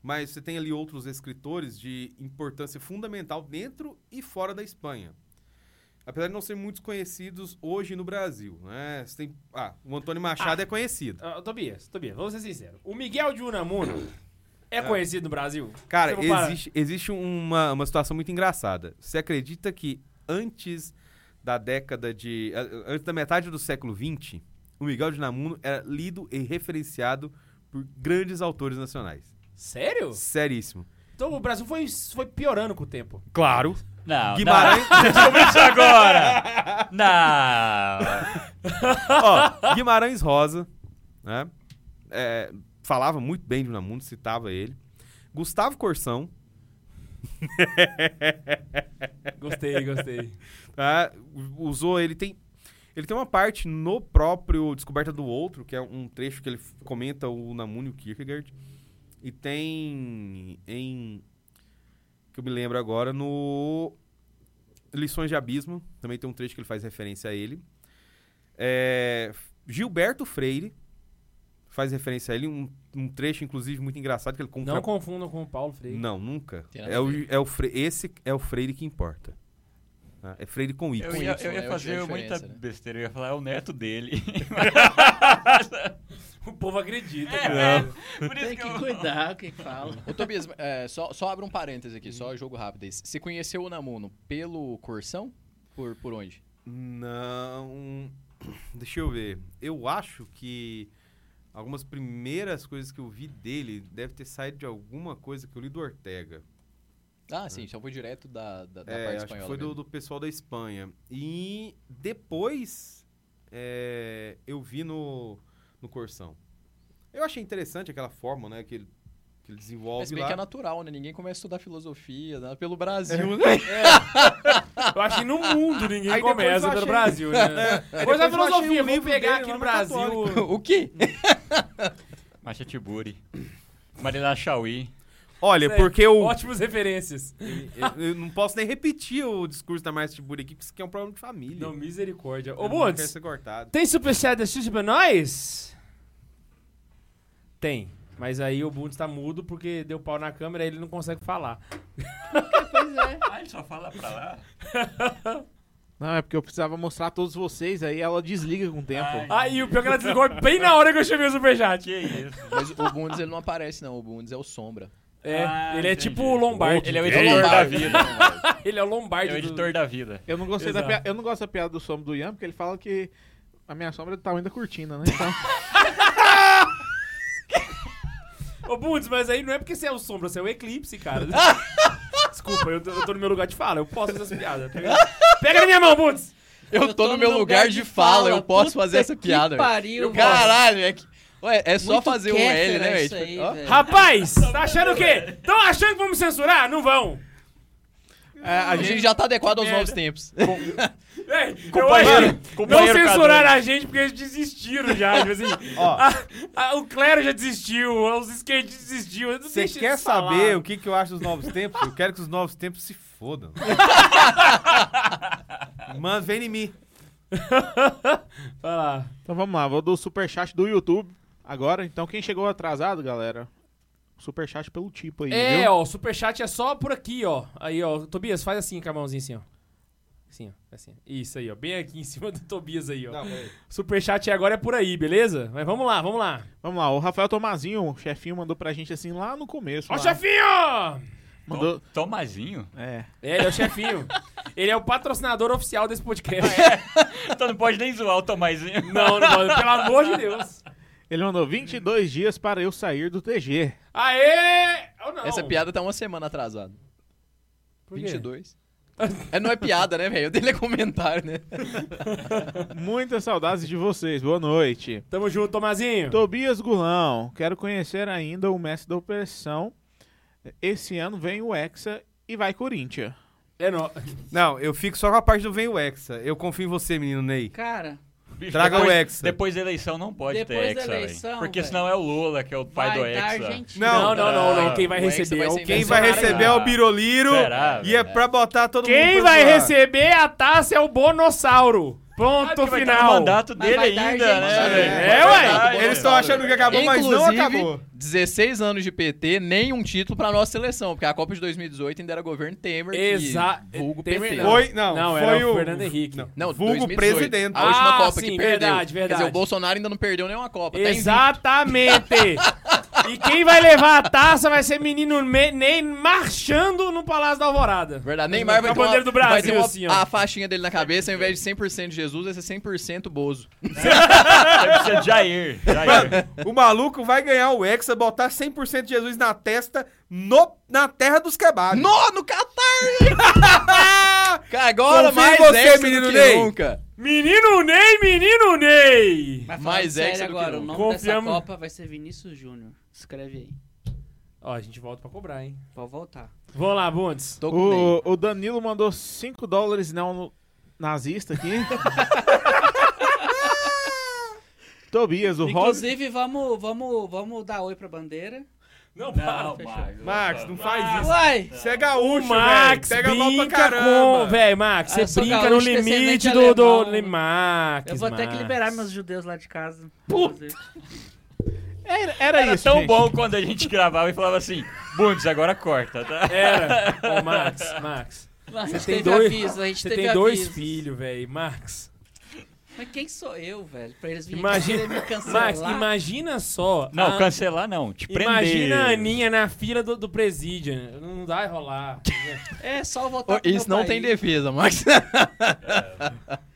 mas você tem ali outros escritores de importância fundamental dentro e fora da Espanha. Apesar de não serem muitos conhecidos hoje no Brasil, né? Você tem, ah, o Antônio Machado é conhecido.
Ah, Tobias, Tobias, vamos ser sinceros. O Miguel de Unamuno é, conhecido no Brasil?
Cara,
Você não para.
existe, existe uma, uma situação muito engraçada. Você acredita que antes da década de... a- Antes da metade do século XX, o Miguel de Namuno era lido e referenciado por grandes autores nacionais.
Sério?
Seríssimo.
Então o Brasil foi, foi piorando com o tempo.
Claro.
Não,
Guimarães.
não. Isso agora! Não!
Ó, Guimarães Rosa, né? É, falava muito bem de Unamuno, citava ele. Gustavo Corsão,
Gostei, gostei.
tá? usou ele tem ele tem uma parte no próprio Descoberta do Outro, que é um trecho que ele f- comenta o Unamuno e o Kierkegaard, e tem em que eu me lembro agora no Lições de Abismo, também tem um trecho que ele faz referência a ele. É, Gilberto Freire faz referência a ele, um, um trecho inclusive muito engraçado que ele contra...
Não confundam com o Paulo Freire.
Não, nunca.
Tem nada
É
a
o,
ver.
é o Fre- esse é o Freire que importa. tá? É Freire com Y.
Eu
Com
ia,
Y,
eu ia
né? Eu achei
fazer
a
muita
diferença, né?
besteira, eu ia falar, é o neto dele.
O povo acredita.
É,
cara.
é, por isso
Tem
que eu...
que cuidar o que fala.
Ô, Tobias, é, só, só abre um parêntese aqui, só jogo rápido. aí. Você conheceu o Namuno pelo Corsão? Por, por onde?
Não. Deixa eu ver. Eu acho que algumas primeiras coisas que eu vi dele deve ter saído de alguma coisa que eu li do Ortega.
Ah, sim, só foi direto da, da, da
É,
parte
acho que
espanhola.
foi do,
mesmo.
do pessoal da Espanha. E depois é, eu vi no, no Corsão. Eu achei interessante aquela forma, né, que ele, que ele desenvolve
Mas se bem
lá.
que é natural, né? Ninguém começa a estudar filosofia né? pelo Brasil, né?
Eu acho que no mundo ninguém
Aí depois
começa
eu
pelo
achei-
Brasil, né? Depois
eu
a
achei um
filosofia, vamos
livro
pegar
dele
aqui no
lá na
Brasil.
o quê?
Macha Tiburi. Marina Chauí.
Olha,
Sério,
porque o,
Ótimas referências.
Eu, eu não posso nem repetir o discurso da Márcia Tiburi aqui, porque isso aqui é um problema de família.
Não, misericórdia.
Eu
Ô,
não quero
Bundes,
ser cortado.
tem superchat da Xuxa pra nós? Tem. Mas aí o Bundes tá mudo porque deu pau na câmera e ele não consegue falar.
Ah, ele só fala pra lá.
Não, é porque eu precisava mostrar a todos vocês, aí ela desliga com o tempo.
Ai.
Aí o pior que ela desligou bem na hora que eu chamei o superchat.
Que isso?
Mas o Bundes ele não aparece, não. O Bundes é o Sombra.
É,
Ah,
ele é
entendi.
tipo o Lombardi.
Ele é o
É o
editor da
Lombardi.
vida.
Ele é o Lombardi
É o
do-
editor da vida.
Eu não gostei da
Exato.
piada, eu não gosto da piada do sombra do Ian, porque ele fala que a minha sombra é do tamanho da cortina, né? Então,
Ô, Bundes, mas aí não é porque você é o Sombra, você é o Eclipse, cara. Desculpa, eu tô, eu tô no meu lugar de fala, eu posso fazer essa piada. Pega, pega na minha mão, Bundes!
Eu, tô, no meu lugar de fala, eu posso
Puta
fazer essa
que
piada. velho.
Pariu, velho.
Caralho, é que. Ué, é só
Muito
fazer um
Kéfera
L, né,
isso aí,
velho? Ó.
velho.
Rapaz, tá achando o quê? Tão achando que vão me censurar? Não vão.
é, a
A
gente
gente já tá adequado aos novos tempos.
Ei,
Companheiro-
eu acho que não
companheiro
censuraram a gente porque eles desistiram já. Tipo assim,
Ó.
a- a- o Clero já desistiu, os skates desistiu. não
Você
deixa
quer
eles falar.
saber o que, que eu acho dos novos tempos? Eu quero que os novos tempos se fodam. Mano, vem em mim.
Vai lá.
Então vamos lá, vou do superchat do YouTube agora. Então quem chegou atrasado, galera, superchat pelo tipo aí,
É,
viu?
ó, o superchat é só por aqui, ó. Aí, ó, Tobias, faz assim com a mãozinha assim, ó. Assim, ó. Assim. Isso aí, ó. Bem aqui em cima do Tobias aí, ó. Superchat agora é por aí, beleza? Mas vamos lá, vamos lá.
Vamos lá, o Rafael Tomazinho, o chefinho, mandou pra gente assim lá no começo.
Ó,
lá.
chefinho!
Mandou...
Tom- Tomazinho?
É.
É, ele é o chefinho. ele é o patrocinador oficial desse podcast.
Então não pode nem zoar o Tomazinho.
Não, não, pode, pelo amor de Deus.
Ele mandou 22 dias para eu sair do TG.
Aê! Ou não?
Essa piada tá uma semana atrasada.
Por quê?
22. É, não é piada, né, velho? Eu dele é comentário, né?
Muitas saudades de vocês, boa noite.
Tamo junto, Tomazinho.
Tobias Gulão, quero conhecer ainda o mestre da opressão. Esse ano vem o Hexa e vai Corinthians.
É, não.
Não, eu fico só com a parte do Vem o Hexa. Eu confio em você, menino Ney.
Cara,
Bicho,
Traga
depois-
o Hexa.
Depois da eleição não pode
Depois
ter
da
Hexa, velho.
eleição,
Porque
velho.
senão é o Lula que é o pai
vai
do
dar
Hexa.
Argentina.
Não,
Não,
não, não, não.
Ah,
Quem vai
o Hexa
receber
vai
é o
ser
Quem
Quem
vai
vai
Bolsonaro,
receber é
cara.
o Biroliro.
Será,
E é
velho?
pra botar todo mundo
Quem
pra
vai
zoar.
receber a taça é o Bonossauro. Ponto
Vai estar no
final.
mandato
Mas
dele
vai dar
ainda,
Argentina.
né,
É,
velho?
é, ué.
Vai dar Argentina.
Eles estão achando que acabou, mas não
Inclusive,
acabou.
16 anos de PT, nenhum título pra nossa seleção, porque a Copa de 2018 ainda era governo Temer. que
Exa- é,
Vulgo
Temer
PT.
não.
Foi, não,
Não,
foi
era o
o
Fernando Henrique.
Não,
Não,
vulgo
2018,
presidente.
A última
Ah,
Copa
sim,
que perdeu.
verdade, verdade.
Quer dizer, o Bolsonaro ainda não perdeu nenhuma Copa. tá invicto.
Exatamente. E quem vai levar a taça vai ser menino Me- Ney marchando no Palácio da Alvorada.
Verdade, Neymar vai
Com a
ter, uma,
bandeira do Brasil,
vai ter uma-
assim, ó.
a faixinha dele na cabeça, ao invés de 100% Jesus, vai ser 100% Bozo.
Deve ser Ah, é Jair. Jair.
O maluco vai ganhar o Hexa, botar 100% de Jesus na testa, no, na terra dos quebados.
No, no Catar! gente! Agora
Confia em
mais
você,
extra do
menino
que
Ney.
nunca.
Menino Ney, menino Ney!
Mas
Mais
mais
extra
sério
do que
agora, o
nunca.
nome
Confiamos-
dessa Copa vai ser Vinícius Júnior. Escreve aí.
Ó, a gente volta pra cobrar, hein?
Pode voltar.
Vamos lá, Bundes.
Tô com o Ney.
O, o Danilo mandou 5 dólares não no- nazista aqui. Tobias, o Rob.
Inclusive, vamos, vamos, vamos dar oi pra bandeira.
Não,
Não, fechou.
Max, não faz isso.
Uai!
Você é
O
gaúcho, velho.
Max
Pega mal pra
brinca
caramba.
com. Véi, Max,
Ah,
você
eu sou
brinca no
gaúcho,
limite
descendente
do. do...
alemão.
Max.
Eu vou até que
Max.
liberar meus judeus lá de casa. inclusive.
Era, era
Era
isso.
É tão
gente.
bom quando a gente gravava e falava assim, Bundes, agora corta, tá?
Era. Ô, Max, Max.
A gente
tem
teve
dois-
aviso, a gente
Você
teve
tem dois
aviso.
filhos, velho. Max.
Mas quem sou eu, velho? Pra eles virem
Imagina-
querer me cancelar.
Max, imagina só.
Não,
a-
cancelar não, te prender.
Ah. Imagina a Aninha na fila do, do presídio. né? Não vai rolar.
É só eu voltar
Ô,
pro
Isso
meu
não tem
país.
defesa, Max.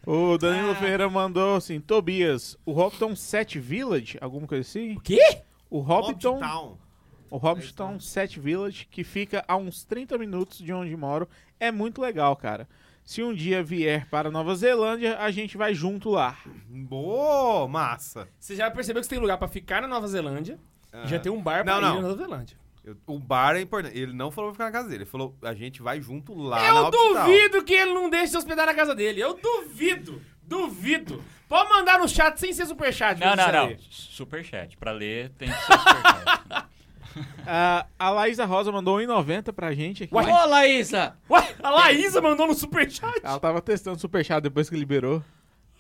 O Danilo
Ah.
Ferreira mandou assim: Tobias, o Hobbiton 7 Village, alguma coisa assim?
O quê?
O
Hobbiton.
Hobbiton, o Hobbiton 7 Village, que fica a uns 30 minutos de onde moro, é muito legal, cara. Se um dia vier para Nova Zelândia, a gente vai junto lá.
Boa, massa.
Você já percebeu que você tem lugar pra ficar na Nova Zelândia e já tem um bar pra
Ah. Não,
ir
não.
na Nova Zelândia.
Eu- O bar é importante. Ele não falou pra ficar na casa dele. Ele falou, a gente vai junto lá Tá na
eu
Hobbital.
duvido que ele não deixe se hospedar na casa dele. Eu duvido. Duvido. Pode mandar no chat sem ser superchat.
Não,
viu,
não,
isso
não.
aí.
Superchat. Pra ler tem que ser superchat.
Ah, a Laísa Rosa mandou 1,90 pra gente aqui.
Ô, Laísa!
Ué, a Laísa mandou no superchat.
Ela tava testando o Superchat depois que liberou.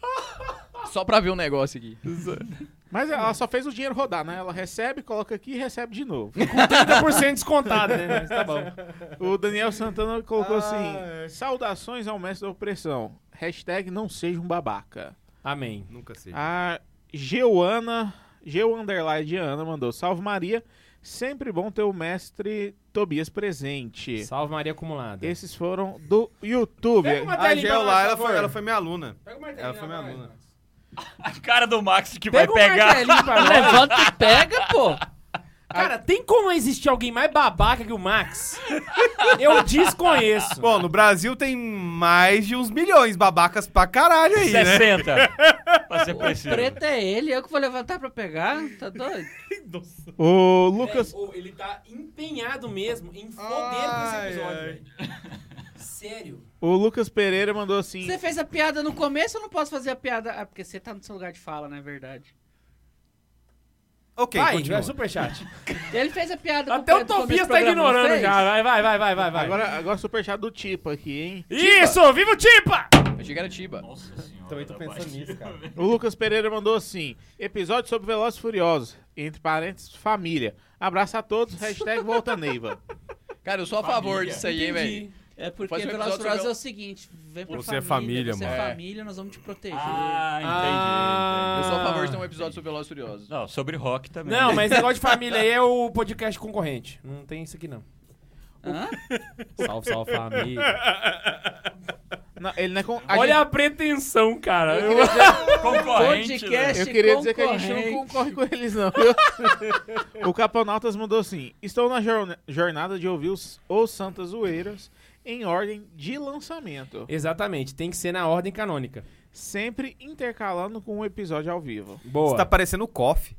Só pra ver um negócio aqui.
Mas ela só fez o dinheiro rodar, né? Ela recebe, coloca aqui e recebe de novo.
30% descontado, né? Mas tá bom.
O Daniel Santana colocou
é.
assim: Saudações ao mestre da opressão. Hashtag não seja um babaca.
Amém.
Nunca sei.
A Geuana, Geu Underline de Ana mandou: Salve Maria, sempre bom ter o mestre Tobias presente.
Salve Maria acumulada.
Esses foram do YouTube.
Pega uma-
a
Martelinho,
Ah, Geo
vai lá,
lá,
por
ela foi,
favor.
ela foi minha aluna.
Pega o
Ela foi minha aluna.
A cara do Max que
Pega o
vai pegar.
martelinho pra nós.
Levanta e pega, pô!
Cara, tem como existir alguém mais babaca que o Max? Eu desconheço.
Bom, no Brasil tem mais de uns milhões babacas pra caralho aí, né?
60. Pra ser
O
preciso.
preto é ele, eu que vou levantar pra pegar? Tá doido?
O Lucas.
Ô, Ele tá empenhado mesmo em foder
Ai,
com esse episódio,
ai.
velho. Sério.
O Lucas Pereira mandou assim.
Você fez a piada no começo, eu não posso fazer a piada. Ah, porque você tá no seu lugar de fala, não é verdade?
Ok,
vai,
continua.
vai, superchat.
Ele fez a piada com
Até o
preto no começo
Tobias
do
tá
programa, não
ignorando
fez?
já. Vai, vai, vai, vai, vai. vai.
Agora, agora superchat do Tipa aqui, hein?
Isso, viva o Tipa!
Achei que era Tiba.
Nossa senhora.
Também tô pensando nisso, cara.
O Lucas Pereira mandou assim: episódio sobre Velozes e Furiosos, entre parênteses, família. Abraço a todos, hashtag volta Neiva.
Cara, eu sou a favor disso aí, hein, velho.
É porque
Faz um episódio
Velociraptor
sobre-
é o seguinte: vem pra
Você é
família,
família,
você
mano.
é
É.
família, nós vamos te proteger.
Ah, entendi.
Ah.
Eu
entendi.
sou a favor de ter
Ah.
um episódio sobre Velozes e Furiosos.
Não, sobre rock também.
Não, mas negócio de família aí é o podcast concorrente. Não tem isso aqui, não.
Hã?
Salve, salve, família.
Não, ele não é con- a
Olha a pretensão, cara. Eu-
Concorrente.
Podcast.
né?
Eu queria dizer que a gente não
Concorrente.
concorre com eles, não. viu? o Caponautas mandou assim: Estou na jorna- jornada de ouvir os, os Santas Zoeiras em ordem de lançamento,
Exatamente, tem que ser na ordem canônica.
sempre intercalando com um episódio ao vivo.
Boa.
Você tá parecendo o Coffee.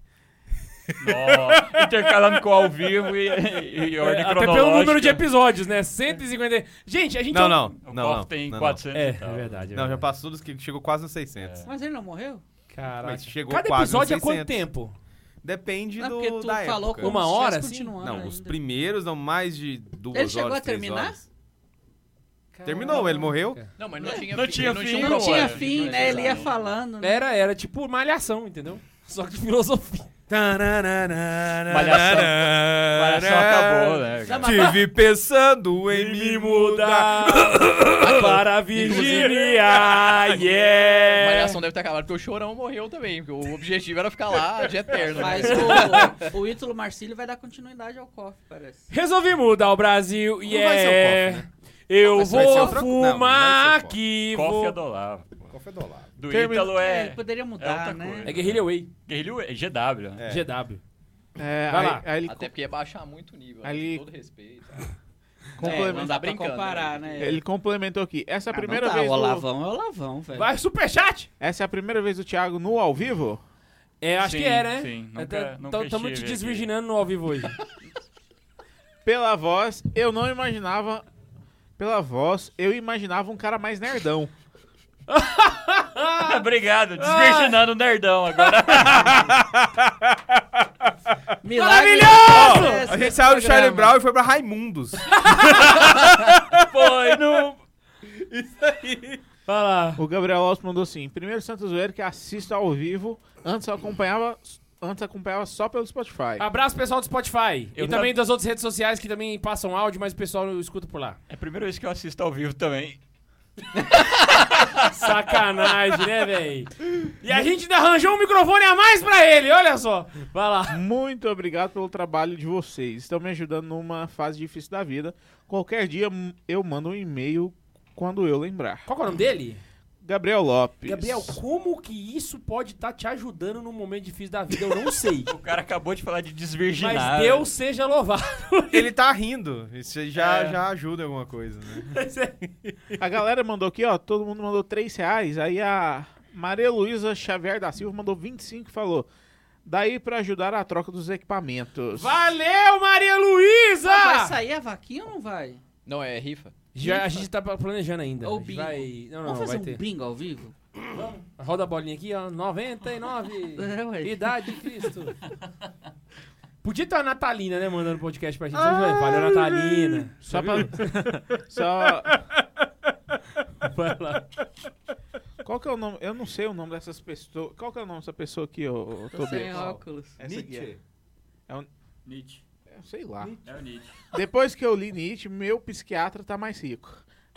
Ó, intercalando com ao vivo e, e, e ordem
É, até
cronológica.
pelo número de episódios, né? 150. Gente, a gente. é
Não,
um-
não,
O
não,
Coff
não.
tem
não, não.
400
É, é
e tal.
verdade. é
Não, já
verdade.
passou dos que chegou quase nos 600.
Mas ele não morreu?
É. Caraca.
Mas chegou
Cada
quase
episódio
nos
é quanto
600.
tempo?
Depende
Não, é
do,
porque tu
da
falou
época.
como
Uma
se
hora,
tivesse
assim?
continuando
Não, os
né, ainda.
primeiros dão mais de duas
Ele chegou
horas,
a
três
terminar?
horas. Terminou, ele morreu.
Não, mas não tinha
Não
fim.
tinha fim,
Não
Uma
tinha
hora.
fim, né? Ele ia falando. né?
Era, era tipo malhação, entendeu? Só que filosofia.
Malhação. Malhação acabou, né? cara?
Tive pensando em me mudar.
para a Virgínia.
É.
A
Yeah!
Malhação deve ter acabado, porque o Chorão morreu também. Porque o objetivo era ficar lá de eterno. né?
Mas o, o Ítalo Marcílio vai dar continuidade ao COF, parece.
Resolvi mudar o né? Brasil.
Não vai ser o
Yeah!
cofre,
Eu
Mas vai ser
vou
outra- não, não
fumar
vai ser o
aqui.
Coffee é
Vou...
dólar.
Cofre do lado.
Do
Termina-
Ítalo
É,
é...
ele poderia
outra
mudar, né?
coisa.
É Guerrilha Way.
Guerrilho é GW, né?
É.
GW.
É,
Vai
aí-
lá.
aí ele
Até porque ia baixar muito o nível, né?
Ali-
com todo respeito.
É,
complementa-
não
Complemento.
dá
Tá
pra
brincando,
comparar, né?
Ele complementou aqui. Essa é
Ah,
a
não
primeira
dá,
vez.
O
do-
Olavão é o Olavão, velho.
Vai, superchat!
Essa é a primeira vez do Thiago no ao vivo?
É, acho
Sim,
que é, né?
sim.
É,
Nunca-
tá-
nunca
tá- Tamo te
estive aqui.
desvirginando no ao vivo hoje.
Pela voz, eu não imaginava. Pela voz, eu imaginava um cara mais nerdão.
Ah,
Ah.
Obrigado, desvirginando o nerdão agora.
Milagre- é
Maravilhoso!
Esse
A gente saiu do Charlie
programa.
Brown e foi pra Raimundos.
Foi no...
Vai lá.
O Gabriel Alves mandou assim: primeiro Santos Zoeiro que assisto ao vivo, antes eu acompanhava, antes eu acompanhava só pelo Spotify.
Abraço pessoal do Spotify.
Eu
e
tá-
também das outras redes sociais que também passam áudio, mas o pessoal não escuta por lá.
É a primeira vez que eu assisto ao vivo também.
Sacanagem, né, véi? E a gente ainda arranjou um microfone a mais pra ele, olha só. Vai lá.
Muito obrigado pelo trabalho de vocês. Estão me ajudando numa fase difícil da vida. Qualquer dia hum, eu mando um e-mail quando eu lembrar.
Qual que é o nome dele?
Gabriel Lopes.
Gabriel, como que isso pode estar te ajudando num momento difícil da vida? Eu não sei.
O cara acabou de falar de desvirginar. É
Mas Deus seja louvado.
Ele tá rindo. Isso já,
É.
já ajuda em alguma coisa, né?
A galera mandou aqui, ó. Todo mundo mandou 3 reais. Aí a Maria Luísa Xavier da Silva mandou 25 e falou. Daí pra ajudar a troca dos equipamentos.
Valeu, Maria
Vai
Luísa!
sair a vaquinha ou não vai?
Não, é rifa.
Já- a gente tá planejando ainda.
Ou
A gente
bingo.
vai... Não, não,
Vamos fazer
vai
um
ter.
bingo ao vivo?
Roda a bolinha aqui, ó. 99.
É, ué.
Idade de Cristo. Podia ter a Natalina, né, mandando podcast pra gente. Valeu, Natalina.
Só pra. Só.
Vai lá.
Qual que é o nome? Eu não sei o nome dessas pessoas. Qual que é o nome dessa pessoa aqui, ô, ô
Tô sem
Tobias?
óculos.
Essa aqui é.
Nietzsche.
é, Sei lá.
É o Nietzsche.
Depois que eu li Nietzsche, meu psiquiatra tá mais rico.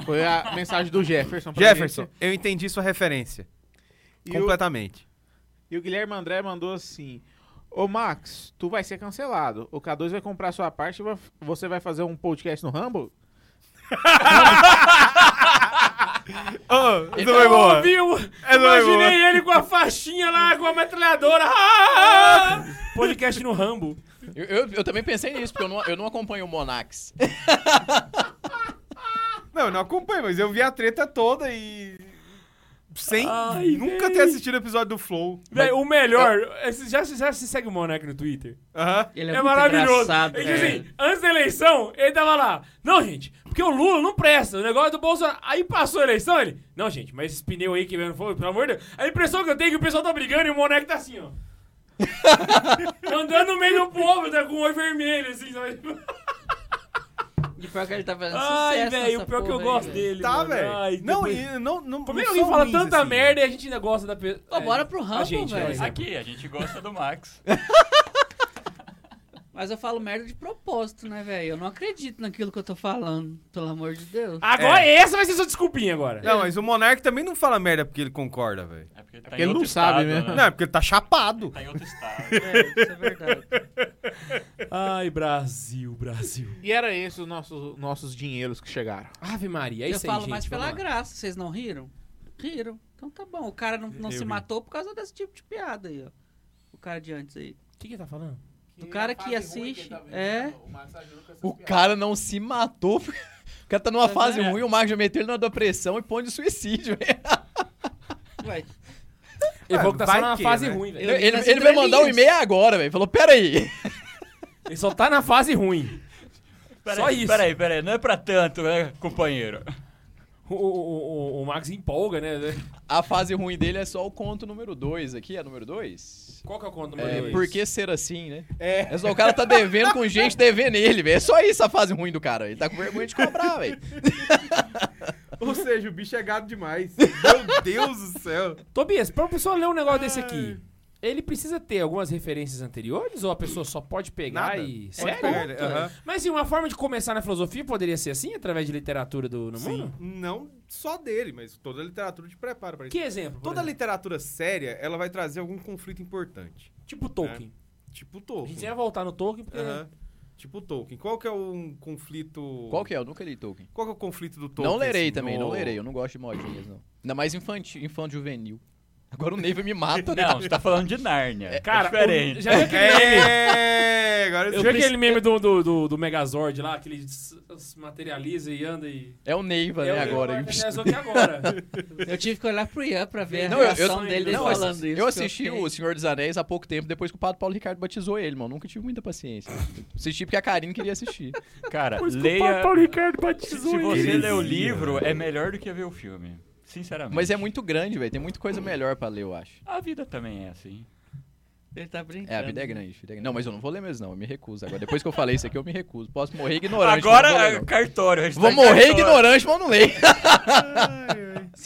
Foi a mensagem do Jefferson. pra
Jefferson,
gente.
eu entendi sua referência.
E o,
completamente.
e o Guilherme André mandou assim: Ô Max, tu vai ser cancelado. O K2 vai comprar sua parte e vai- você vai fazer um podcast no Rumble?
não foi boa.
Viu?
É, não foi boa.
Imaginei ele com a faixinha lá, com a metralhadora. Ah! Podcast no Rambo.
Eu, eu- eu também pensei nisso, porque eu não, eu não acompanho o Monax.
Não, eu não acompanho, mas eu vi a treta toda e. Sem
Ai,
nunca
véi.
ter assistido o episódio do Flow.
Véi, o melhor. esse- Já, já se segue o Monark no Twitter?
Aham.
Ele
É,
é, muito
maravilhoso.
engraçado, né?
ele
velho.
diz assim, antes da eleição, ele tava lá. Não, gente, porque o Lula não presta. O negócio é do Bolsonaro. Aí passou a eleição, ele. Não, gente, mas esses pneus aí que vieram fogo, pelo amor de Deus. A impressão que eu tenho é que o pessoal tá brigando e o Monark tá assim, ó. Tá Andando no meio do povo, tá com o olho vermelho, assim, sabe?
E pior que ele tá fazendo
Ai,
sucesso
velho,
nessa
o pior que eu
porra aí, né?
gosto
velho.
dele.
Tá,
mano.
velho.
Ai,
Não,
depois-
e não, não.
Como é
não
que alguém
são
fala
ruins
tanta
assim,
merda e a gente ainda gosta da pessoa?
É,
É.
Pô, bora pro Rambo,
gente,
velho.
mas-
Aqui, a gente gosta do Max. É
Mas eu falo merda de propósito, né, velho? Eu não acredito naquilo que eu tô falando, pelo amor de Deus.
Agora, essa vai ser sua desculpinha agora.
É. Não, mas o Monark também não fala merda porque ele concorda, velho.
É porque ele, tá
porque
em
ele não
outro
sabe
estado,
mesmo.
Não,
Né?
é porque ele tá chapado.
Tá em outro estado.
É, isso é verdade.
Ai, Brasil, Brasil.
E era esse os nossos, nossos dinheiros que chegaram.
Ave Maria, é
eu
isso aí,
falo
gente.
mais
vamos
pela
lá.
graça. Vocês não riram? Riram. Então tá bom. O cara não, não se matou por causa desse tipo de piada aí, ó. O cara de antes aí.
O que que tá falando?
Do cara que assiste. é.
O cara não se matou. porque O cara tá numa
Tá
fase
é.
vendo?
ruim, o Max já meteu ele na depressão e põe de suicídio. velho.
Ué,
Ele falou
Ah,
que tá
vai
só na
que,
fase
né?
ruim, velho.
Eu vi
Ele,
nas
ele vai mandar um
entrelinhas.
e-mail agora, velho. Falou, peraí.
Ele só tá na fase ruim.
Peraí,
Só isso.
Peraí, peraí. Não é pra tanto, né, companheiro?
O, o, o, o Max empolga, né?
A fase ruim dele é só o conto número 2 aqui, é número 2?
Qual que é o conto número
É,
dois?
por que ser assim, né? É. só o cara tá devendo com gente devendo ele, velho. É só isso a fase ruim do cara. Ele tá com vergonha de cobrar, velho.
Ou seja, o bicho é gado demais. Meu Deus do céu.
Tobias, pra uma pessoa ler um negócio desse aqui, Ele precisa ter algumas referências anteriores ou a pessoa só pode pegar
Nada.
e.
Pode
Sério?
pegar ele,
é
aham.
Mas sim, uma forma de começar na filosofia poderia ser assim, através de literatura do no mundo?
Não só dele, mas toda a literatura te prepara pra isso.
Que exemplo? por
Toda
exemplo?
literatura séria, ela vai trazer algum conflito importante.
Tipo
É,
Tolkien.
Tipo
A gente
Tolkien.
ia voltar no Tolkien porque.
Aham. Tipo Tolkien. Qual que é um conflito...
Qual que é? Eu nunca li Tolkien.
Qual que é o conflito do Tolkien?
não lerei
assim,
também,
no-
não lerei. Eu não gosto de modinhas, não. Ainda mais infantil, infanto juvenil. Agora o Neiva me mata, né?
Não, você tá falando de Nárnia. É,
Cara,
diferente.
o- já viu aquele meme?
É, agora
Já viu aquele meme do, do, do, do Megazord lá, que ele s- se materializa e anda e.
É o Neiva, né,
Eu-
agora.
Eu, é materializou aqui agora.
Eu tive que olhar pro Ian pra ver a
Não, eu- eu-
reação dele dele
não, eu
falando isso.
eu
que
assisti
fiquei-
o Senhor dos Anéis há pouco tempo, depois que o Padre Paulo Ricardo batizou ele, mano. Nunca tive muita paciência. assisti porque a Karine queria assistir.
Cara,
Padre
leia.
Paulo Ricardo
Se
batizou
se
ele.
você ler o
Heresia.
livro, é melhor do que ver o filme. Sinceramente.
Mas é muito grande, velho. Tem muita coisa melhor pra ler, eu acho.
A vida também é assim.
Ele tá brincando.
É, a vida é grande, a vida é grande. Não, mas eu não vou ler mesmo, não. Eu me recuso. Agora, depois que eu falei isso aqui, eu me recuso. Posso morrer ignorante.
Agora, é,
mas não vou, ler, não.
cartório. a gente
Vou
tá em
morrer
cartório.
é, ignorante, mas eu não leio.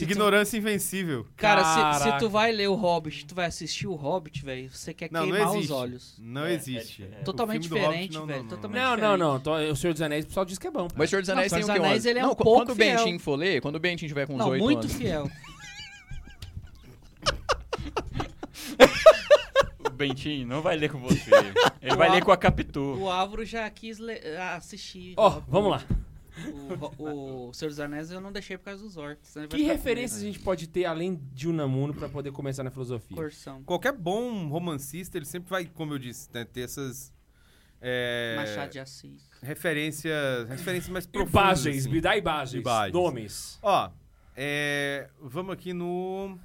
Ignorância invencível.
Cara, se, se
Caraca.
tu vai ler o Hobbit, tu vai assistir o Hobbit, velho, você quer
Não, não
queimar os
existe.
olhos.
Não
É, é
existe.
diferente.
O
Totalmente
filme do Hobbit,
diferente,
não, não,
velho,
não,
totalmente-
Não, não, não. Tô- O Senhor dos Anéis, o pessoal diz que é bom.
Mas Senhor dos Anéis
Não,
tem o
Senhor
quê?
dos Anéis,
onze?
ele é
não,
um
qu-
pouco
quando o
fiel.
Bentinho for ler, quando o Bentinho tiver com uns
Não,
oito
muito
anos.
fiel.
O Bentinho não vai ler com você. Ele vai ler com a Capitu.
O Álvaro já quis le- ah, assistir.
Ó, vamos lá.
O, Ro- o, Senhor dos Anéis eu não deixei por causa dos orcs. senão ele vai
Que
ficar com
referências a
medo.
gente pode ter além de Unamuno pra poder começar na filosofia?
Corção.
Qualquer bom romancista, ele sempre vai, como eu disse, né, ter essas... é,
Machado de Assis.
Referências, referências mais profundas.
Imagens,
assim.
me dá imagens,
Imagens.
nomes.
Ó, é, vamos aqui no,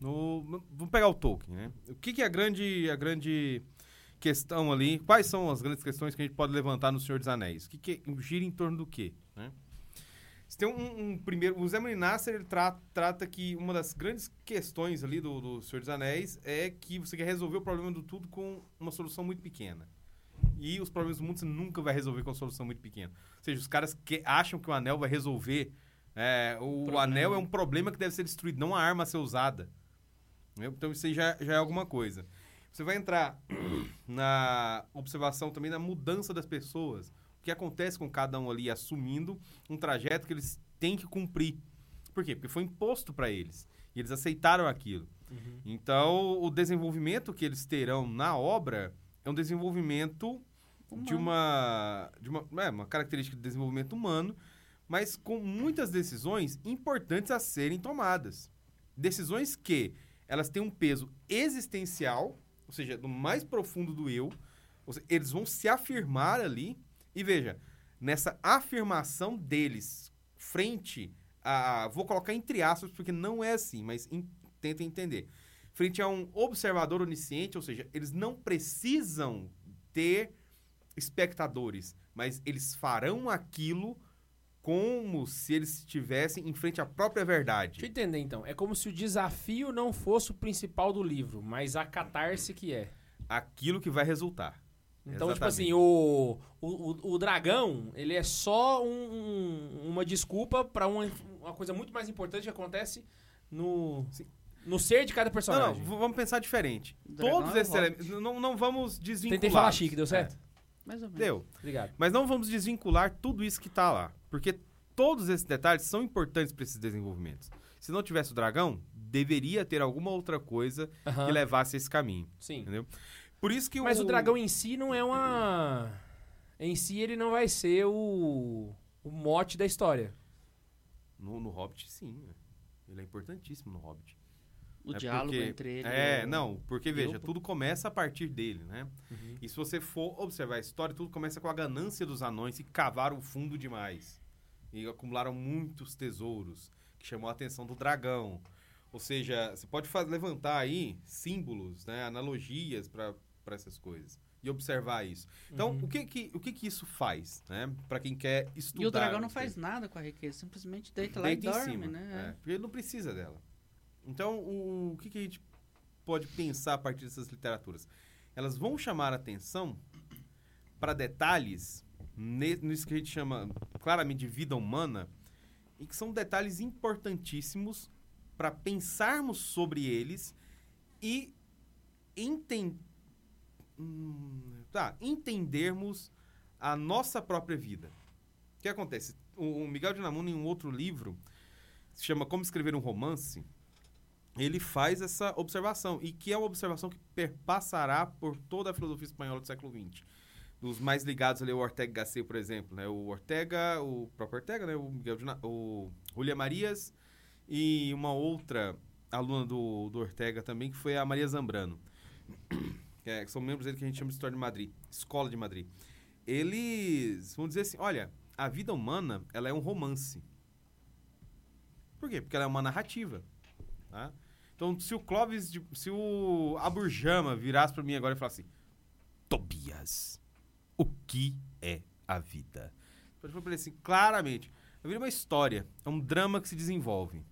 no- Vamos pegar o Tolkien, né? O que, que é a grande, a grande questão ali? Quais são as grandes questões que a gente pode levantar no Senhor dos Anéis? O que, que gira em torno do quê? Né? Você tem um, um primeiro. O Zé Nasser ele tra- trata que uma das grandes questões ali do, do Senhor dos Anéis é que você quer resolver o problema do tudo com uma solução muito pequena. E os problemas do mundo você nunca vai resolver com uma solução muito pequena. Ou seja, os caras que- acham que o anel vai resolver. é, o anel é um problema que deve ser destruído, não a arma a ser usada. Entendeu? Então isso aí já, já é alguma coisa. Você vai entrar na observação também da mudança das pessoas. O que acontece com cada um ali assumindo um trajeto que eles têm que cumprir. Por quê? Porque foi imposto para eles. E eles aceitaram aquilo. Então, o desenvolvimento que eles terão na obra é um desenvolvimento de uma, de uma, é, uma característica de desenvolvimento humano, mas com muitas decisões importantes a serem tomadas. Decisões que elas têm um peso existencial, ou seja, do mais profundo do eu. Ou seja, eles vão se afirmar ali. E veja, nessa afirmação deles frente a. Vou colocar entre aspas, porque não é assim, mas en- tenta entender. Frente a um observador onisciente, ou seja, eles não precisam ter espectadores, mas eles farão aquilo como se eles estivessem em frente à própria
Deixa eu
verdade.
entender então. É como se o desafio não fosse o principal do livro, mas a catarse que é.
Aquilo que vai resultar.
Então, tipo
Exatamente.
assim, o, o, o- o dragão, ele é só um- um- uma desculpa pra uma, uma coisa muito mais importante que acontece no,
Sim.
no ser de cada
Não, não,
personagem.
v- vamos pensar diferente.
Dragão
Todos
é o
esses
Hobbit.
elementos. Não, não vamos desvincular.
um Tentei falar chique, deu certo?
É.
Mais ou menos.
Deu.
Obrigado.
Mas não vamos desvincular tudo isso que tá lá. Porque todos esses detalhes são importantes para esses desenvolvimentos. Se não tivesse o dragão, deveria ter alguma outra coisa
Aham,
que levasse a esse caminho.
Sim.
Por isso que
Mas o dragão em si não é uma. Em si ele não vai ser o, o mote da história.
No, no Hobbit, sim. né? Ele é importantíssimo no Hobbit.
O
É
diálogo
porque-
entre ele. e
É,
o-
não, porque
né? eu- Uhum.
veja, tudo começa a partir dele, né? E se você for observar a história, tudo começa com a ganância dos anões que cavaram fundo demais. E acumularam muitos tesouros, que chamou a atenção do dragão. Ou seja, você pode faz- levantar aí símbolos, né, analogias para essas coisas. E observar isso. Então, o, que, que, o que, que isso faz, né? Para quem quer estudar.
Uhum. E o dragão não
os temas?
faz nada com a riqueza, simplesmente deita lá
Deita
e
em
dorme,
cima.
né?
é, porque ele não precisa dela. Então, o, o que, que a gente pode pensar a partir dessas literaturas? Elas vão chamar a atenção para detalhes ne- nisso que a gente chama claramente de vida humana e que são detalhes importantíssimos para pensarmos sobre eles e enten... hum, tá, entendermos a nossa própria vida. O que acontece? O, o Miguel de Namuno, em um outro livro, se chama Como Escrever um Romance, ele faz essa observação, e que é uma observação que perpassará por toda a filosofia espanhola do século XX. Dos mais ligados ali, o Ortega Gasset, por exemplo, né? O Ortega, o próprio Ortega, né? O, Miguel de Na... o Julia Marias e uma outra aluna do, do Ortega também, que foi a Maria Zambrano. Que é- que são membros dele que a gente chama de História de Madrid, Escola de Madrid. Eles vão dizer assim, olha, a vida humana, ela é um romance. Por quê? Porque ela é uma narrativa, tá? Então, se o Clóvis, de- se o Aburjama virasse pra mim agora e falasse, Tobias, o que é a vida? Eu falei pra ele assim, claramente, a vida é uma história, é um drama que se desenvolve.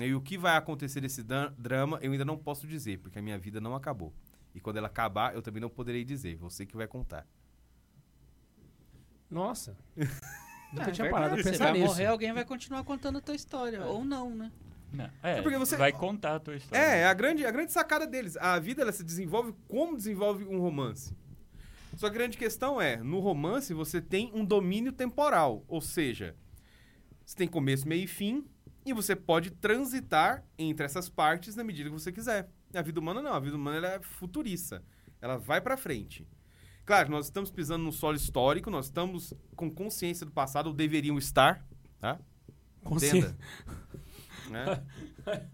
E o que vai acontecer desse dan- drama eu ainda não posso dizer, porque a minha vida não acabou. E quando ela acabar, eu também não poderei dizer. Você que vai contar.
Nossa. Nunca
Ah,
tinha
é
parado
verdade,
pra
Você
pensar
vai
nisso.
morrer, alguém vai continuar contando a tua história. Ou não, né?
Não, é,
É porque você-
vai contar a tua história. né?
É, a grande, a grande sacada deles. A vida ela se desenvolve como desenvolve um romance. Só que a grande questão é, no romance você tem um domínio temporal, ou seja, você tem começo, meio e fim, e você pode transitar entre essas partes na medida que você quiser. A vida humana não, a vida humana ela é futurista. Ela vai pra frente. Claro, nós estamos pisando num solo histórico, nós estamos com consciência do passado, ou deveriam estar, tá? Entenda. Né?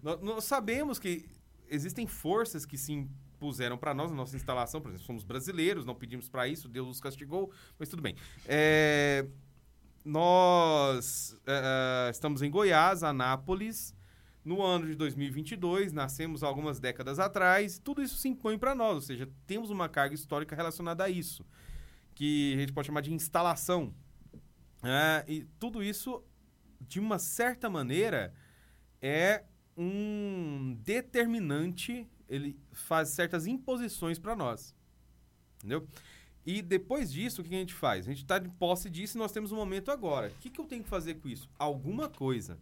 Nó- nós, sabemos que existem forças que se impuseram para nós, na nossa instalação, por exemplo, somos brasileiros, não pedimos para isso, Deus nos castigou, mas tudo bem. É, nós eh, eh, estamos em Goiás, Anápolis, no ano de 2022, nascemos algumas décadas atrás, e tudo isso se impõe para nós, ou seja, temos uma carga histórica relacionada a isso, que a gente pode chamar de instalação. né? e tudo isso, de uma certa maneira, é um determinante, ele faz certas imposições para nós. Entendeu? E depois disso, o que a gente faz? A gente está de posse disso e nós temos um momento agora. O que, que eu tenho que fazer com isso? Alguma coisa.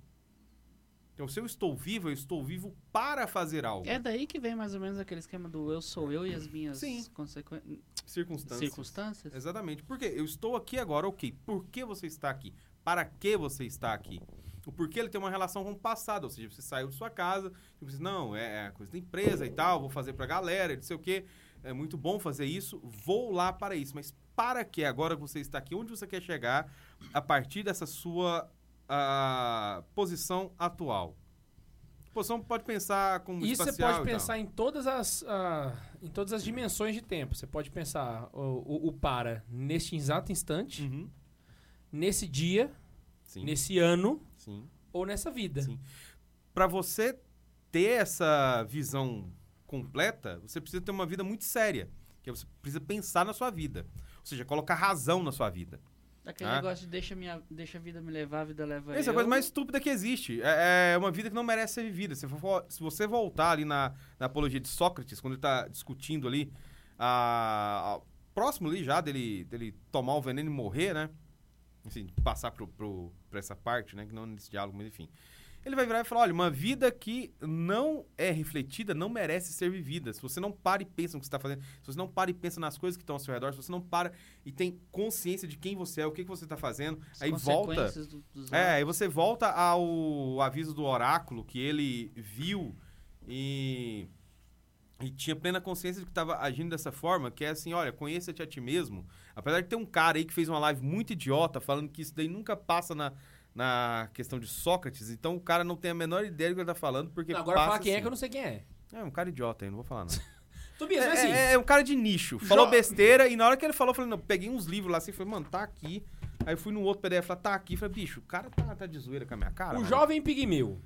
Então, se eu estou vivo, eu estou vivo para fazer algo.
É daí que vem mais ou menos aquele esquema do eu sou eu e as minhas
Sim.
consequen-
Circunstâncias.
circunstâncias.
Exatamente. Por quê? Eu estou aqui agora, ok. Por que você está aqui? Para que você está aqui? O porquê ele tem uma relação com o passado. Ou seja, você saiu de sua casa, tipo assim, não, é é coisa da empresa e tal, vou fazer pra galera, não sei o quê. É muito bom fazer isso, vou lá para isso. Mas para que agora que você está aqui? Onde você quer chegar a partir dessa sua ah, posição atual? Posição pode pensar como
Isso você
espacial
pode
e tal.
pensar em todas as ah, em todas as dimensões de tempo. Você pode pensar o, o- o para neste exato instante,
Uhum.
nesse dia,
Sim,
nesse ano
sim.
ou nessa vida.
Sim. Pra você ter essa visão completa, você precisa ter uma vida muito séria. Que é você precisa pensar na sua vida. Ou seja, colocar razão na sua vida.
Aquele
Ah.
negócio de deixa, minha, deixa a vida me levar, a vida leva
Essa é
eu.
a coisa mais estúpida que existe. É, é uma vida que não merece ser vivida. Se, for- se você voltar ali na, na apologia de Sócrates, quando ele tá discutindo ali, a- a- próximo ali já dele, dele tomar o veneno e morrer, né? Assim, passar pro, pro, pra essa parte, né? Que não nesse diálogo, mas enfim. Ele vai virar e falar: olha, uma vida que não é refletida não merece ser vivida. Se você não para e pensa no que você está fazendo, se você não para e pensa nas coisas que estão ao seu redor, se você não para e tem consciência de quem você é, o que, que você está fazendo,
As
aí volta.
consequências do- dos
É,
né?
aí você volta ao aviso do oráculo que ele viu e, e tinha plena consciência de que estava agindo dessa forma, que é assim, olha, conheça-te a ti mesmo. Apesar de ter um cara aí que fez uma live muito idiota falando que isso daí nunca passa na, na questão de Sócrates, então o cara não tem a menor ideia do que ele tá falando, porque
Agora
passa
falar quem é
assim.
que eu não sei quem é.
É, um cara idiota aí, não vou falar não.
Tobias,
É,
mas assim,
é- é um cara de nicho. Falou besteira e na hora que ele falou, eu falei, não, peguei uns livros lá assim, falei, mano, tá aqui. Aí eu fui no outro PDF, falei, tá aqui. Falei, bicho, o cara tá, tá de zoeira com a minha cara.
o
mano.
jovem pigmeu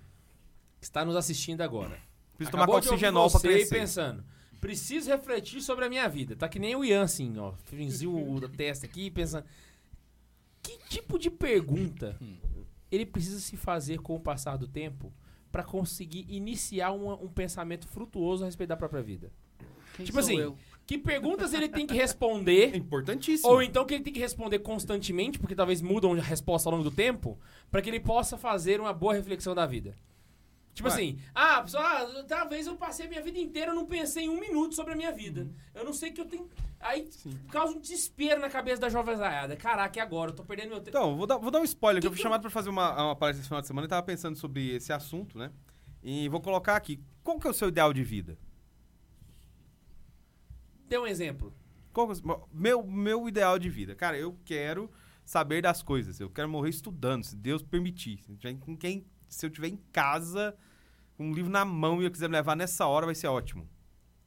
que está nos assistindo agora.
Preciso tomar
Acabou de ouvir
oxigenol pra
você e
crescer.
pensando. Preciso refletir sobre a minha vida. Tá que nem o Ian, assim, ó. Fingiu o testa aqui pensando. Que tipo de pergunta ele precisa se fazer com o passar do tempo pra conseguir iniciar uma- um pensamento frutuoso a respeito da própria vida?
Quem
tipo
sou
assim,
eu?
que perguntas ele tem que
É
responder?
importantíssimo.
Ou então que ele tem que responder constantemente, porque talvez mudam a resposta ao longo do tempo, pra que ele possa fazer uma boa reflexão da vida.
Tipo assim, ah, a pessoa, ah, talvez eu passei a minha vida inteira, eu não pensei em um minuto sobre a minha vida. Eu não sei que eu tenho. Aí causa um desespero na cabeça da jovem zaiada. Caraca, e agora? Eu tô perdendo meu tempo.
Então, vou dar, vou dar um spoiler, que, eu
Que
é?
fui
que-
chamado pra fazer uma, uma palestra esse final de semana e tava pensando sobre esse assunto, né? E vou colocar aqui. Qual que é o seu ideal de vida?
Dê um exemplo.
Qual que é o- meu, meu ideal de vida. Cara, eu quero saber das coisas. Eu quero morrer estudando, se Deus permitir. Se eu tiver em- quem- se eu tiver em casa, com um livro na mão e eu quiser me levar nessa hora, vai ser ótimo.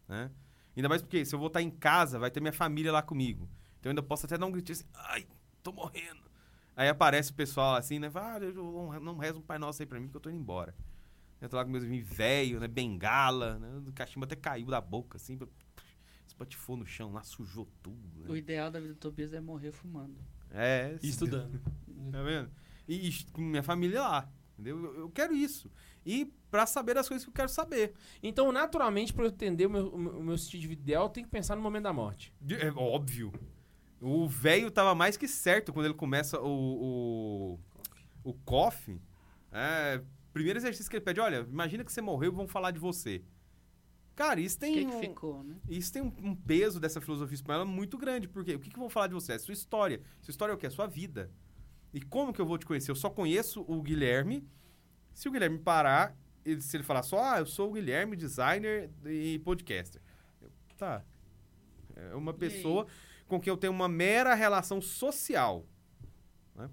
Né? Ainda mais porque se eu voltar em casa, vai ter minha família lá comigo. Então eu ainda posso até dar um gritinho assim, ai, tô morrendo. Aí aparece o pessoal assim, né? Fala, ah, eu não- não reza um Pai Nosso aí pra mim que eu tô indo embora. Eu tô lá com meus vinhos velho, né? Bengala, né? O cachimbo até caiu da boca, assim. Espatifou no chão lá, sujou tudo. né?
O ideal da vida do Tobias é morrer fumando.
É,
E Estudando.
Tá vendo? E, e com minha família lá. Entendeu? Eu, eu quero isso. E pra saber as coisas que eu quero saber.
Então, naturalmente, pra eu entender o meu, o meu- o meu sentido de vida ideal, eu tenho que pensar no momento da morte.
De- É óbvio. O velho tava mais que certo quando ele começa o. O, o coffee. É, primeiro exercício que ele pede: olha, imagina que você morreu e vão falar de você. Cara, isso
O
tem.
que, que
um-
ficou, né?
Isso tem um, um peso dessa filosofia espanhola muito grande, porque o que, que vão falar de você? É sua história. Sua história é o quê? É sua vida. E como que eu vou te conhecer? Eu só conheço o Guilherme. Se o Guilherme parar, ele- se ele falar só, ah, eu sou o Guilherme, designer e podcaster. Eu, tá. É uma pessoa com quem eu tenho uma mera relação social. né?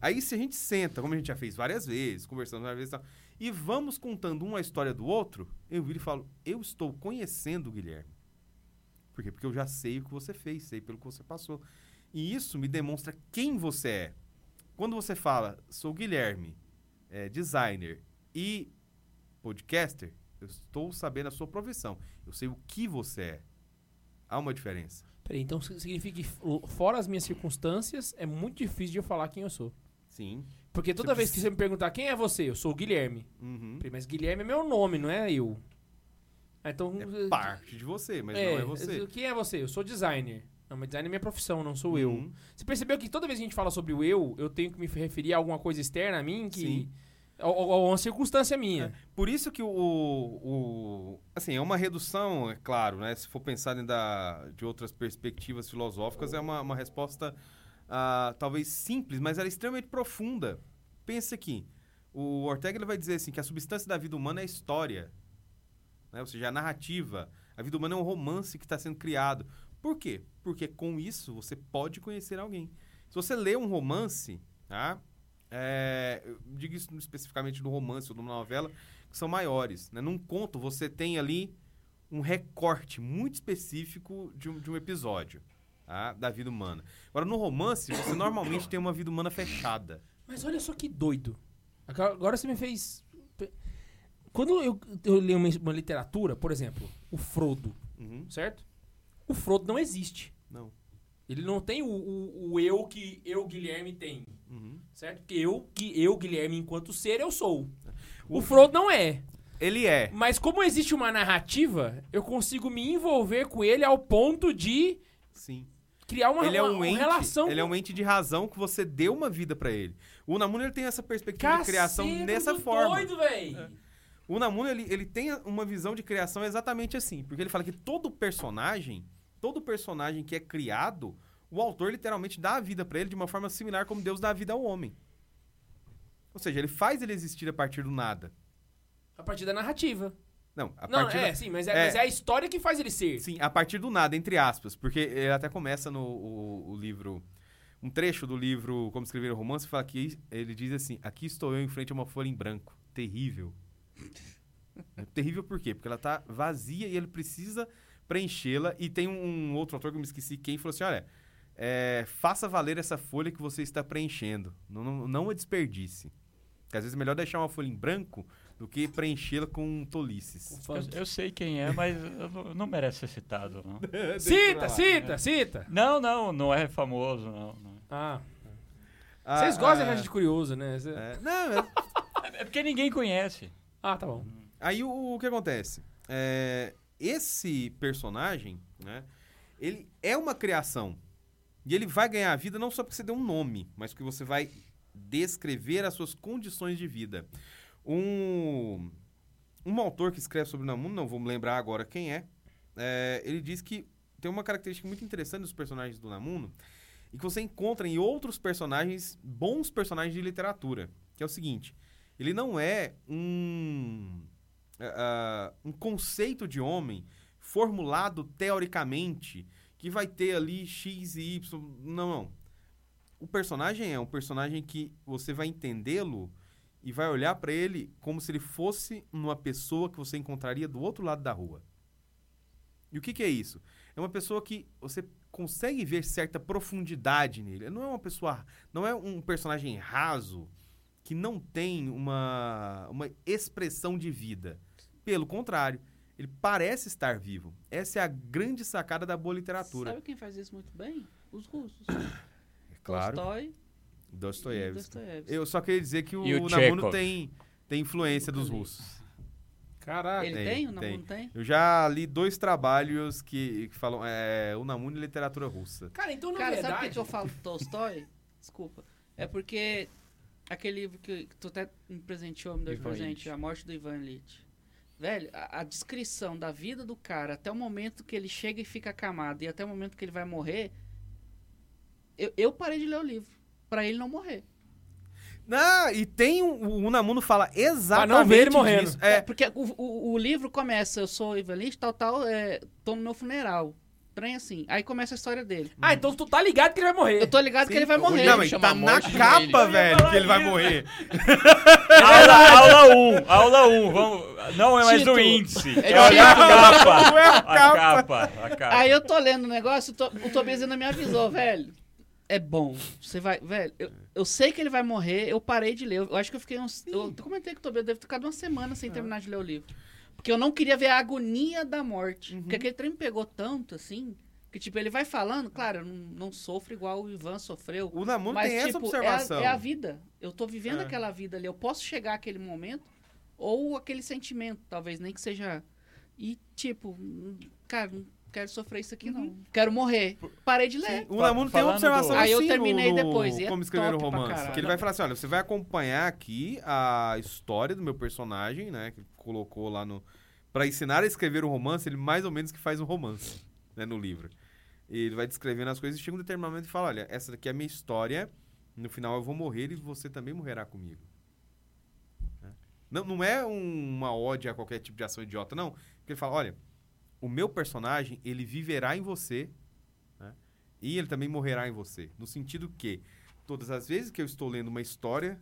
Aí se a gente senta, como a gente já fez várias vezes, conversando várias vezes, e tal, e vamos contando uma história do outro, eu viro e falo, eu estou conhecendo o Guilherme. Por quê? Porque eu já sei o que você fez, sei pelo que você passou. E isso me demonstra quem você é. Quando você fala, sou Guilherme, é, designer e podcaster, eu estou sabendo a sua profissão. Eu sei o que você é. Há uma diferença.
Peraí, então isso significa que, fo- fora as minhas circunstâncias, é muito difícil de eu falar quem eu sou.
Sim.
Porque toda
Você
vez
precisa-
que você me perguntar quem é você, eu sou o Guilherme.
Uhum.
Falei, Mas Guilherme é meu nome, não é eu. Ah, Então.
É parte de você, mas não é você.
Quem é você? Eu sou designer. Não, mas design é minha profissão, não sou eu.
Uhum.
Você percebeu que toda vez que a gente fala sobre o eu, eu tenho que me referir a alguma coisa externa a mim que.
Sim. É.
Ou, ou- ou uma circunstância minha.
Por isso que o, o- Assim, é uma redução, é claro, né? Se for pensar dentro da, de outras perspectivas filosóficas, é uma, uma resposta ah, talvez simples, mas ela é extremamente profunda. Pensa aqui. O Ortega ele vai dizer assim que a substância da vida humana é a história. né? Ou seja, a narrativa. A vida humana é um romance que está sendo criado. Por quê? Porque com isso você pode conhecer alguém. Se você lê um romance, tá? É, eu digo isso especificamente do romance ou de uma novela, que são maiores. Né? Num conto, você tem ali um recorte muito específico de um, de um episódio tá? da vida humana. Agora, no romance, você normalmente tem uma vida humana fechada.
Mas olha só que doido. Agora agora você me fez. Quando eu, eu leio uma, uma literatura, por exemplo, o Frodo,
Uhum.
certo? O Frodo não existe.
Não.
Ele não tem o, o- o eu que eu, Guilherme, tem.
Uhum.
Certo? Porque eu, que eu, Guilherme, enquanto ser, eu sou.
É.
O Frodo não é.
Ele é.
Mas como existe uma narrativa, eu consigo me envolver com ele ao ponto de
Sim.
criar uma,
ele é
uma-
um
uma
ente,
relação.
ele é um ente de razão que você deu uma vida pra ele. O Unamuno ele tem essa perspectiva
Caceta
de criação
do
dessa forma. É.
doido, velho.
O Namuno, ele, ele tem uma visão de criação exatamente assim, porque ele fala que todo personagem, todo personagem que é criado, o autor literalmente dá a vida pra ele de uma forma similar como Deus dá a vida ao homem. Ou seja, ele faz ele existir a partir do nada.
A partir da narrativa.
Não, a
não,
partir
é,
da-
sim, mas é,
é.
mas é a história que faz ele ser.
Sim, a partir do nada, entre aspas, porque eh, ele até começa no o, o livro um trecho do livro Como Escrever o Romance fala que ele diz assim: "Aqui estou eu em frente a uma folha em branco, terrível". É terrível por quê? Porque ela tá vazia e ele precisa preenchê-la e tem um outro autor que eu me esqueci quem falou assim: "Olha, é, faça valer essa folha que você está preenchendo, não, não, não a desperdice". Porque às vezes é melhor deixar uma folha em branco do que preenchê-la com tolices.
Eu, eu sei quem é, mas eu não, não merece ser citado, não.
Cita,
É.
cita, cita.
Não, não, não é famoso, não. não.
Ah,
Ah,
vocês gostam
ah,
da gente curioso, né? Cê-
é, não, é-
É porque ninguém conhece.
Ah, tá bom.
Aí o, o que acontece? É, esse personagem, né? Ele é uma criação. E ele vai ganhar a vida não só porque você deu um nome, mas porque você vai descrever as suas condições de vida. Um, um autor que escreve sobre o Namuno, não vou me lembrar agora quem é, é, ele diz que tem uma característica muito interessante dos personagens do Namuno e que você encontra em outros personagens, bons personagens de literatura, que é o seguinte, ele não é um, é, ah, um conceito de homem formulado teoricamente que vai ter ali X e Y, não, não. O personagem é um personagem que você vai entendê-lo e vai olhar pra ele como se ele fosse uma pessoa que você encontraria do outro lado da rua. E o que, que é isso? É uma pessoa que você consegue ver certa profundidade nele. Não é uma pessoa, não é um personagem raso que não tem uma, uma expressão de vida. Pelo contrário, ele parece estar vivo. Essa é a grande sacada da boa literatura.
Sabe quem faz isso muito bem? Os russos.
É
Tolstói e
Dostoiévski.
Dostoiévski.
Eu só queria dizer que o,
E o
Namuno
Chekhov.
tem, tem influência dos russos.
Caraca.
Ele
Ah, tem,
tem? O Namuno
tem.
tem?
Eu já li dois trabalhos que, que falam é, o Namuno e literatura russa.
Cara, então na
Cara, sabe por que
verdade.
que eu falo Tolstói? Desculpa. É porque aquele livro que que tu até me presenteou, me deu de
Ivan
presente,
Illich.
A Morte do Ivan Illich. Velho, a, a descrição da vida do cara até o momento que ele chega e fica acamado e até o momento que ele vai morrer, eu, eu parei de ler o livro. Pra ele não morrer.
Não, e tem um, o Unamuno fala exatamente
não ver ele morrendo.
disso. É,
Porque o, o, o livro começa, eu sou Ivan Illich, tal, tal, é, tô no meu funeral. Trem assim. Aí começa a história dele.
Ah, então tu tá ligado que ele vai morrer.
Eu tô ligado que ele vai
eu vou
morrer.
não,
Ele
mas
chama
tá
a
na
morte de
capa,
Bailey.
velho, que ele vai morrer.
É
Aula 1, aula 1, vamos. Não é mais o
Título.
índice. É
título.
olhar a
Não é
capa.
a
A
capa.
capa, a capa.
Aí eu tô lendo o negócio, o To- o Tobias ainda me avisou, velho. É bom. Você vai. Velho, eu, eu sei que ele vai morrer, eu parei de ler. Eu, eu acho que eu fiquei uns. Eu eu comentei que o Tobias deve ter ficado uma semana sem terminar de ler o livro. Porque eu não queria ver a agonia da morte. Porque aquele trem me pegou tanto, assim, que, tipo, ele vai falando, claro, eu não, não sofro igual o Ivan sofreu.
O Unamuno
mas,
tem essa
tipo, é a-
observação.
É a, vida. Eu tô vivendo
É.
aquela vida ali. Eu posso chegar àquele momento ou aquele sentimento, talvez, nem que seja. E, tipo, hum, cara, não quero sofrer isso aqui, não. Quero morrer. Parei de ler.
O Unamuno tem
Né? Falando
uma observação
do-
Aí eu
assim no-
terminei
no
depois, e é
Como escrever o
top pra
romance.
caralho.
Que ele vai falar assim, olha, você vai acompanhar aqui a história do meu personagem, né, que ele colocou lá no... Pra ensinar a escrever um romance, ele mais ou menos que faz um romance, né, no livro. E ele vai descrevendo as coisas e chega um determinado momento e fala, olha, essa daqui é a minha história, no final eu vou morrer e você também morrerá comigo. Né? Não, não é um- uma ódio a qualquer tipo de ação idiota, não. Porque ele fala, olha, o meu personagem, ele viverá em você e ele também morrerá em você. No sentido que, todas as vezes que eu estou lendo uma história,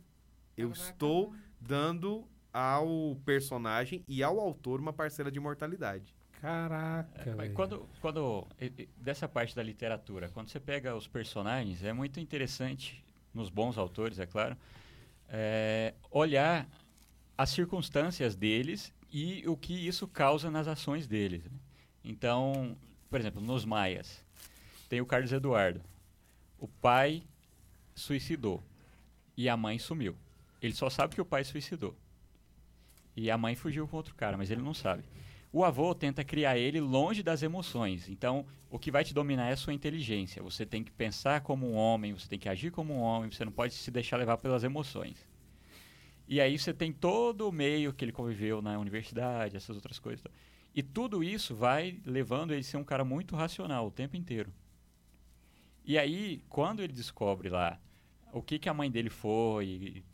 eu
Ela vai
estou dando ao personagem e ao autor uma parcela de imortalidade.
Caraca.
Mas
velho.
quando, quando e- e- dessa parte da literatura, quando você pega os personagens, é muito interessante nos bons autores, é claro, é, olhar as circunstâncias deles e o que isso causa nas ações deles. né? Então, por exemplo, nos maias tem o Carlos Eduardo. O pai suicidou e a mãe sumiu. Ele só sabe que o pai suicidou. E a mãe fugiu com outro cara, mas ele não sabe. O avô tenta criar ele longe das emoções. Então, o que vai te dominar é a sua inteligência. Você tem que pensar como um homem, você tem que agir como um homem, você não pode se deixar levar pelas emoções. E aí você tem todo o meio que ele conviveu na universidade, essas outras coisas. e tal. E tudo isso vai levando ele a ser um cara muito racional o tempo inteiro. E aí, quando ele descobre lá o que, que a mãe dele foi,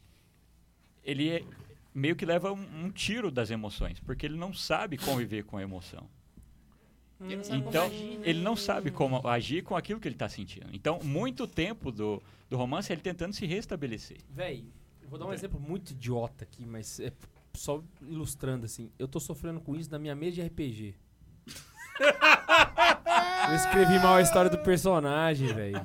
ele é- meio que leva um, um tiro das emoções, porque ele não sabe conviver com a emoção.
Ele não sabe como
Então,
agir, né?
ele não sabe como agir com aquilo que ele está sentindo. Então, muito tempo do, do romance é ele tentando se restabelecer.
Véi, eu vou dar um exemplo muito idiota aqui, mas é só ilustrando assim. Eu tô sofrendo com isso na minha mesa de RPG. eu escrevi mal a história do personagem, velho.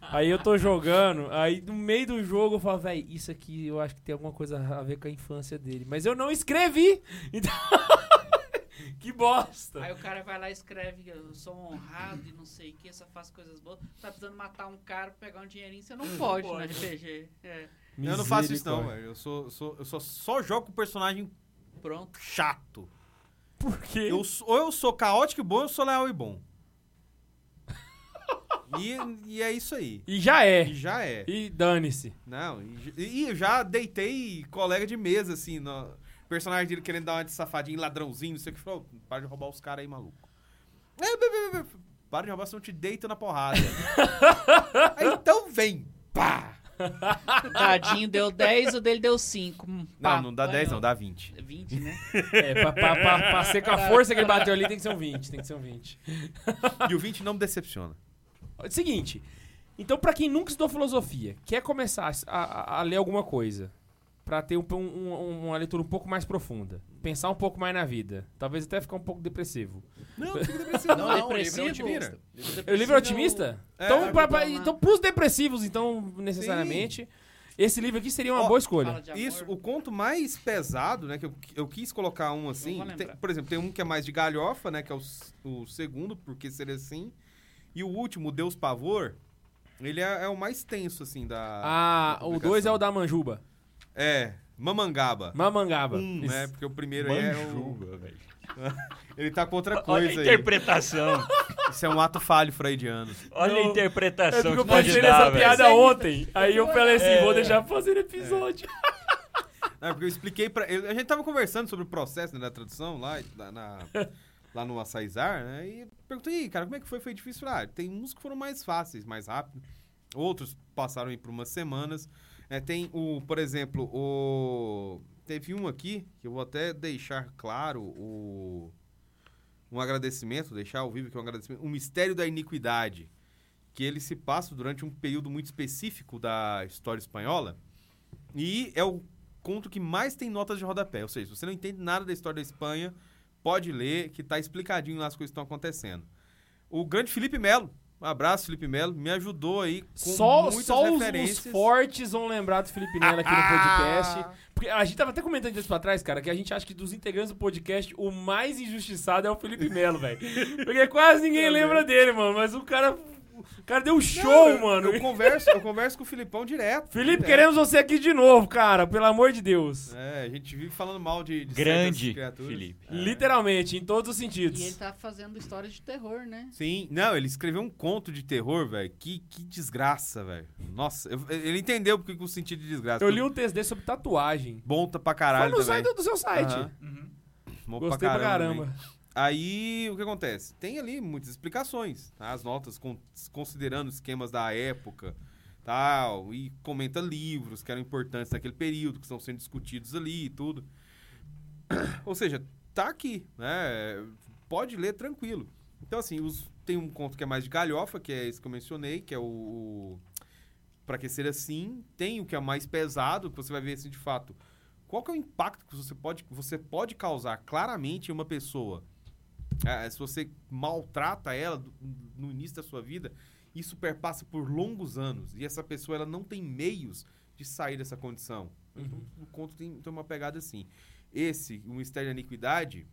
Aí eu tô jogando, aí no meio do jogo eu falo, véi, isso aqui eu acho que tem alguma coisa a ver com a infância dele. Mas eu não escrevi! Então. que bosta!
Aí o cara vai lá e escreve: Eu sou um honrado e não sei o que, só faço coisas boas. Tá precisando matar um cara pra pegar um dinheirinho, você não pode, no RPG. É.
Eu não faço isso não,
Misericórdia.
velho. Eu, sou, sou- eu só, só jogo com personagem
Pronto.
chato.
Por quê?
Eu sou- ou eu sou caótico e bom, ou eu sou leal e bom. E, e é isso aí.
E já
E
é.
já é.
E dane-se.
Não, e, j- e eu já deitei colega de mesa, assim, no- personagem dele querendo dar uma de safadinho, ladrãozinho, não sei o que. Falou, para de roubar os caras aí, maluco. É, bê, bê, bê, bê. Para de roubar, senão eu te deito na porrada. Aí, então vem, pá!
Tadinho deu 10, o dele deu 5. Hum, pá.
Não, não dá 10 não, dá 20.
20, né?
É, pra, pra, pra- pra ser com a força que ele bateu ali, tem que ser um 20. Tem que ser um 20.
E o 20 não me decepciona.
Seguinte. Então, pra quem nunca estudou filosofia, quer começar a, a- a ler alguma coisa, pra ter um- um- uma leitura um pouco mais profunda, pensar um pouco mais na vida, talvez até ficar um pouco depressivo.
Não, não fica depressivo.
Não, não, o livro é
Depressivo?
otimista.
O livro é otimista?
É,
então, pra, pra,
uma-
então, pros depressivos, então, necessariamente, esse livro aqui seria uma
Ó,
boa escolha.
Fala de amor.
Isso, o conto mais pesado, né? Que eu, eu quis colocar um assim.
vou lembrar.
tem- por exemplo, tem um que é mais de galhofa, né? Que é o, s- o segundo, porque seria assim. E o último, o Deus Pavor, ele é, é o mais tenso, assim, da.
Ah, o 2 é o da Manjuba.
É, Mamangaba.
Mamangaba.
Um,
Isso.
né? Porque o primeiro aí é o.
Manjuba, velho.
Ele tá com outra
Olha
coisa
a
aí.
interpretação.
Isso é um ato falho freudiano.
Olha a
Não.
interpretação
É porque
que
eu
pode
postei
dar,
nessa
velho.
piada ontem. Aí eu falei assim, vou deixar pra fazer episódio.
É, porque eu expliquei pra. eu- a gente tava conversando sobre o processo né, da tradução lá, e- lá, na, lá no Açaizar, né? E perguntei, "E aí, cara, como é que foi? Foi difícil? Falei, Ah, tem uns que foram mais fáceis, mais rápido. Outros passaram aí por umas semanas. É, tem o, por exemplo, o. Teve um aqui, que eu vou até deixar claro o. Um agradecimento, deixar ao vivo que é um agradecimento. O Mistério da Iniquidade. Que ele se passa durante um período muito específico da história espanhola. E é o conto que mais tem notas de rodapé. Ou seja, se você não entende nada da história da Espanha, pode ler, que tá explicadinho lá as coisas que estão acontecendo. O grande Felipe Melo, um abraço, Felipe Melo, me ajudou aí com
Só,
muitas
só os, os
referências.
fortes vão lembrar do Felipe Nela aqui no podcast. Porque a gente tava até comentando isso pra trás, cara, que a gente acha que dos integrantes do podcast, o mais injustiçado é o Felipe Melo, velho. Porque quase ninguém lembra dele, mano. Mas o cara. O cara deu um show,
eu-
mano.
Eu converso, eu converso com o Filipão direto.
Felipe,
direto.
queremos você aqui de novo, cara. Pelo amor de Deus.
É, a gente vive falando mal de, de
Grande,
certas criaturas. É.
Felipe.
Literalmente, em todos os
E ele
sentidos.
tá fazendo história de terror, né?
Sim, não, ele escreveu um conto de terror, velho. Que, que desgraça, velho. Nossa, eu- ele entendeu porque o sentido de desgraça.
Eu li um texto dele sobre tatuagem.
Bonta pra
Foi
caralho
no
também.
site do seu site.
Aham. Bom
Gostei pra
também.
caramba.
Aí, o que acontece? Tem ali muitas explicações, tá? As notas con- considerando esquemas da época, tal, e comenta livros que eram importantes naquele período, que estão sendo discutidos ali e tudo. Ou seja, tá aqui, né? Pode ler tranquilo. Então, assim, os- tem um conto que é mais de galhofa, que é esse que eu mencionei, que é o... o Pra que ser assim, tem o que é mais pesado, que você vai ver, assim, de fato, qual que é o impacto que você pode, você pode causar claramente em uma pessoa? Ah, se você maltrata ela do- no início da sua vida, isso perpassa por longos anos. E essa pessoa ela não tem meios de sair dessa condição. Então, o conto tem, tem uma pegada assim. Esse, o Mistério da Iniquidade,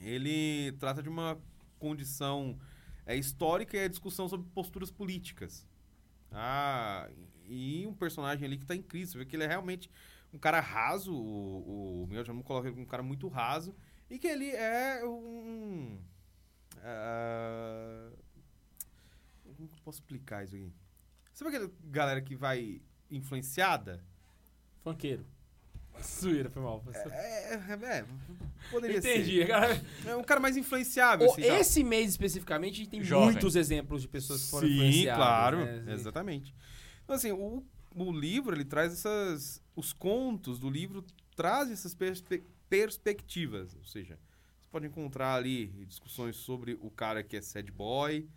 ele trata de uma condição é, histórica e a discussão sobre posturas políticas. Ah, e um personagem ali que está em crise. Você vê que ele é realmente um cara raso, o, o meu já me coloca ele como um cara muito raso, e que ele é um. ah, como que eu posso explicar isso aqui? Sabe aquela galera que vai influenciada?
Funkeiro. Suíra, foi mal.
É, é, poderia
Entendi. cara.
ser. É um cara mais influenciável,
Ô,
assim. tal.
Esse mês especificamente, a gente tem
Jovem.
muitos exemplos de pessoas que foram
Sim,
influenciadas.
claro.
né?
Exatamente. Então, assim, o, o livro, ele traz essas... Os contos do livro trazem essas perspe- perspectivas. Ou seja, você pode encontrar ali discussões sobre o cara que é sad boy,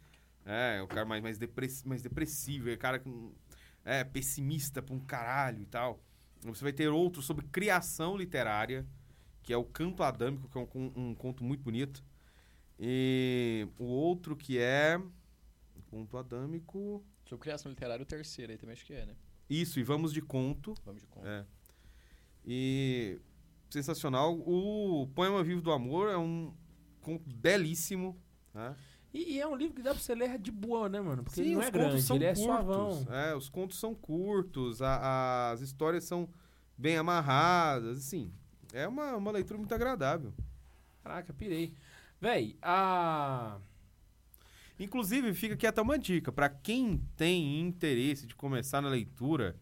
é, o cara mais, mais, depress, mais depressivo, é o cara que é pessimista pra um caralho e tal. Você vai ter outro sobre criação literária, que é o Canto Adâmico, que é um, con- um conto muito bonito. E o outro que é... Conto Adâmico.
Sobre criação literária, o terceiro aí também acho que é, né?
Isso, e vamos de conto.
Vamos de conta.
É. E sensacional. O Poema Vivo do Amor é um conto belíssimo. Né?
E, e é um livro que dá pra você ler de boa, né, mano? Porque
Sim,
ele não
os
é
contos
grande,
são
ele é suavão.
curtos. É, os contos são curtos, a- as histórias são bem amarradas, assim. É uma, uma leitura muito agradável.
Caraca, pirei. Véi, a...
Inclusive, fica aqui até uma dica. Pra quem tem interesse de começar na leitura,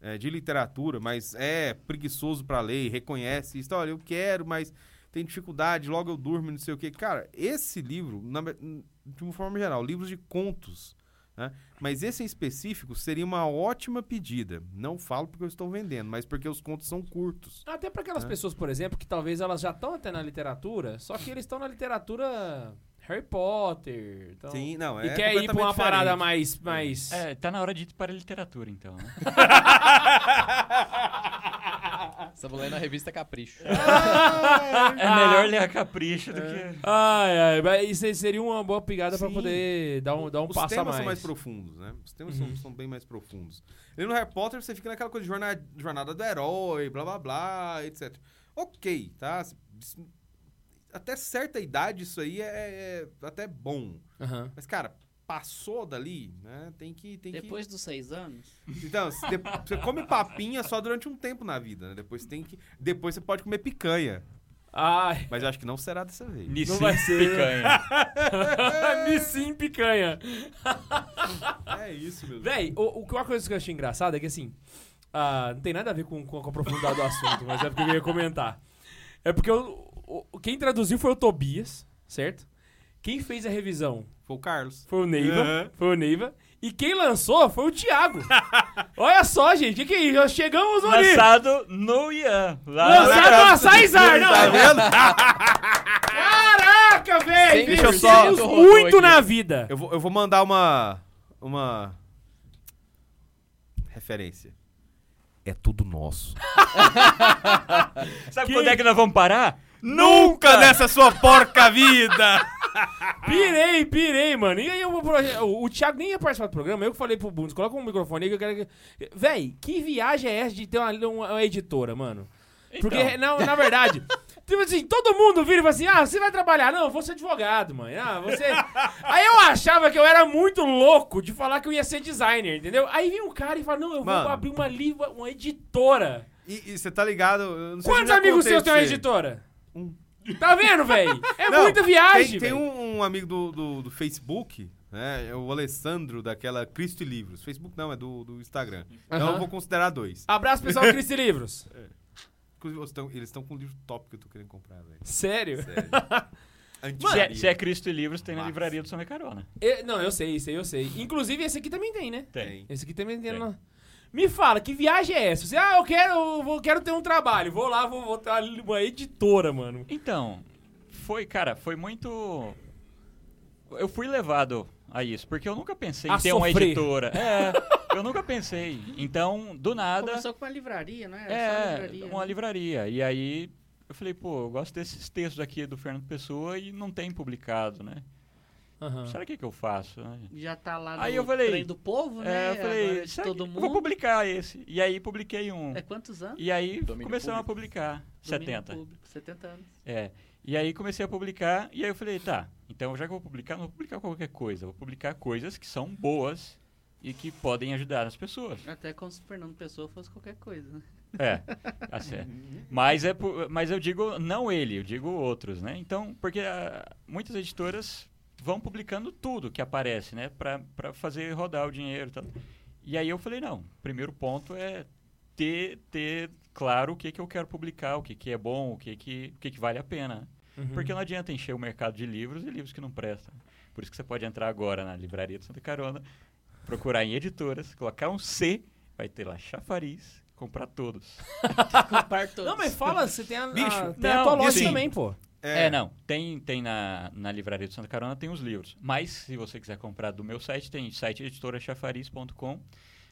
é, de literatura, mas é preguiçoso pra ler, reconhece isso, olha, eu quero, mas tem dificuldade, logo eu durmo, não sei o quê. Cara, esse livro, na ve- de uma forma geral, livros de contos, né? Mas esse em específico seria uma ótima pedida. Não falo porque eu estou vendendo, mas porque os contos são curtos.
Até para aquelas
É.
pessoas, por exemplo, que talvez elas já estão até na literatura, só que eles estão na literatura Harry Potter. Então...
Sim, não, é
E quer ir pra
completamente
uma parada
diferente.
mais. mais...
É, tá na hora de ir para a literatura, então, né?
Estava lendo a tá revista Capricho.
É melhor ler a capricho do
É.
que.
Ai, ai, mas isso aí seria uma boa pegada pra
Sim.
poder dar um, dar um
Os
passo a
temas
mais.
são Então mais profundos, né? Os temas são- são, bem mais profundos. E no Harry Potter você fica naquela coisa de jornada, jornada do herói, blá blá blá, etc. Ok, tá? Isso- Até certa idade isso aí é, é até bom.
Aham.
Mas, cara, passou dali, né? Tem que. Tem
Depois dos seis anos,
que... Então, se de- você come papinha só durante um tempo na vida, né? Depois tem que. Depois você pode comer picanha.
Ai,
Mas eu acho que não será dessa vez.
Nissim
vai ser.
picanha.
Nissim picanha.
É isso, meu Deus.
Véi, o, o, uma coisa que eu achei engraçada é que assim. ah, não tem nada a ver com, com, com a profundidade do assunto, mas é porque eu ia comentar. É porque o- o- quem traduziu foi o Tobias, certo? Quem fez a revisão
Foi o Carlos.
foi o Neiva.
Aham.
Foi o Neiva. E quem lançou foi o Thiago. Olha só, gente. Que que é isso? Já chegamos no nível.
Lançado no Ian. Lá
Lançado na Saizar. Não,
Tá vendo?
Caraca, velho!
Deixa eu
só-
Vencemos
rodou
muito
aqui.
na vida.
Eu vou, eu vou mandar uma. Uma. Referência. É tudo nosso.
Sabe quando é que nós vamos parar?
Nunca nessa sua porca vida!
Pirei, pirei, mano. E aí eu vou pro... o, o Thiago nem ia participar do programa. Eu que falei pro Bundes, coloca um microfone aí que eu quero que... Véi, que viagem é essa de ter uma, uma- uma editora, mano? Porque, não, na verdade... Tipo assim, todo mundo vira e fala assim: ah, você vai trabalhar. Não, eu vou ser advogado, mãe. Ah, você. Aí eu achava que eu era muito louco de falar que eu ia ser designer, entendeu? Aí vem um cara e fala: não, eu
Mano.
vou abrir uma, li- uma editora.
E e você tá ligado? eu não sei se
Quantos
eu já
amigos
contei
seus tem
pra
uma
você. Um.
editora? Tá vendo, velho? É
Não,
muita viagem.
Tem, tem
véi.
um, um amigo do, do, do Facebook, né? É o Alessandro, daquela Cristo e Livros. Facebook não, é do, do Instagram. Então eu
Aham.
vou considerar dois.
Abraço, pessoal do Cristo e Livros.
Inclusive, eles tão- eles estão com um livro top que eu tô querendo comprar, velho.
Sério?
Sério.
Se é,
Antiquaria.
se é Cristo e Livros, tem na
Massa.
livraria do São né? Carona.
Eu- não, eu sei, isso aí eu sei. Inclusive, esse aqui também tem, né?
Tem.
Esse aqui também tem.
Tem.
na- Me fala, que viagem é essa? Você, ah, eu quero, eu vou- quero ter um trabalho. Vou lá, vou, vou ter uma- uma editora, mano.
Então, foi, cara, foi muito. Eu fui levado a isso, porque eu nunca pensei
A
em ter uma
sofrer.
editora. É, eu nunca pensei. Então, do nada.
começou com uma livraria, né? Era só
É,
livraria,
uma
né?
livraria. E aí eu falei, pô, eu gosto desses textos aqui do Fernando Pessoa e não tem publicado, né?
Aham.
Será que, que eu faço? né?
Já tá lá no
Aí eu falei-
trem do povo, né?
É, eu falei,
Agora de
será
todo
que eu
mundo.
vou publicar esse. E aí publiquei um.
É quantos anos?
E aí
Domínio
começamos
público.
a publicar.
Domínio
70.
Público, 70 anos.
É. E aí comecei a publicar, e aí eu falei, tá, então já que eu vou publicar, não vou publicar qualquer coisa, vou publicar coisas que são boas e que podem ajudar as pessoas.
Até como se o Fernando Pessoa fosse qualquer coisa,
É.
né?
assim, é. mas, é por- mas eu digo não ele, eu digo outros, né? Então, porque ah, muitas editoras vão publicando tudo que aparece, né? Pra, pra fazer rodar o dinheiro e tal. E aí eu falei, não, primeiro ponto é ter, ter claro o que, que eu quero publicar, o que, que é bom, o que, que, o que, que vale a pena. né? Porque não adianta encher o mercado de livros e livros que não prestam. Por isso que você pode entrar agora na Livraria do Santa Carona, procurar em editoras, colocar um C, vai ter lá chafariz, comprar todos.
Comprar todos.
Não, mas fala, você tem a, a,
Bicho,
tem a
não,
tua loja
assim-
também, pô.
É, não. Tem, tem na, na Livraria do Santa Carona, tem os livros. Mas, se você quiser comprar do meu site, tem site editorachafariz.com.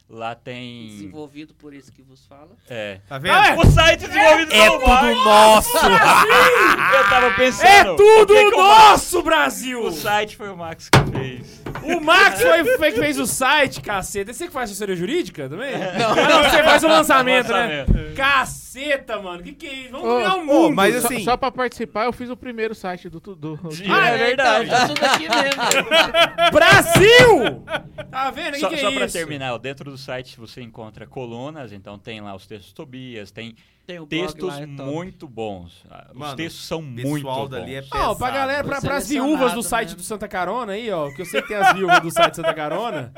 Lá tem...
Desenvolvido por isso que vos fala.
É,
Tá vendo?
o site desenvolvido
É
pelo Mark.
tudo nosso!
Eu tava pensando...
É
o
tudo
que que o Mark-
nosso, Brasil!
O site foi o Max que fez.
O Max foi, foi que fez o site, caceta. É você que faz assessoria jurídica também? Ah, Não. não, você faz o lançamento, né?
É. Lançamento.
Caceta, mano. Que que é isso? Vamos
Ô,
criar um
ô,
mundo.
mas
Só-
assim-
Só, pra participar, eu fiz o primeiro site do... do, do-
Ah, é verdade.
Tá tudo aqui mesmo.
Brasil! Tá vendo? Que
Só,
que é
só pra
isso?
terminar, dentro do site você encontra colunas, então tem lá os textos do Tobias, tem
Tem o blog
Textos
lá, é top.
muito bons. Ah, Os
Mano,
textos são
O pessoal
muito
dali é
bons.
pesado.
Ó, pra galera, pra, pras
Selecionado
viúvas do site
mesmo.
do Santa Carona aí, ó, que eu sei que tem as viúvas do site do Santa Carona,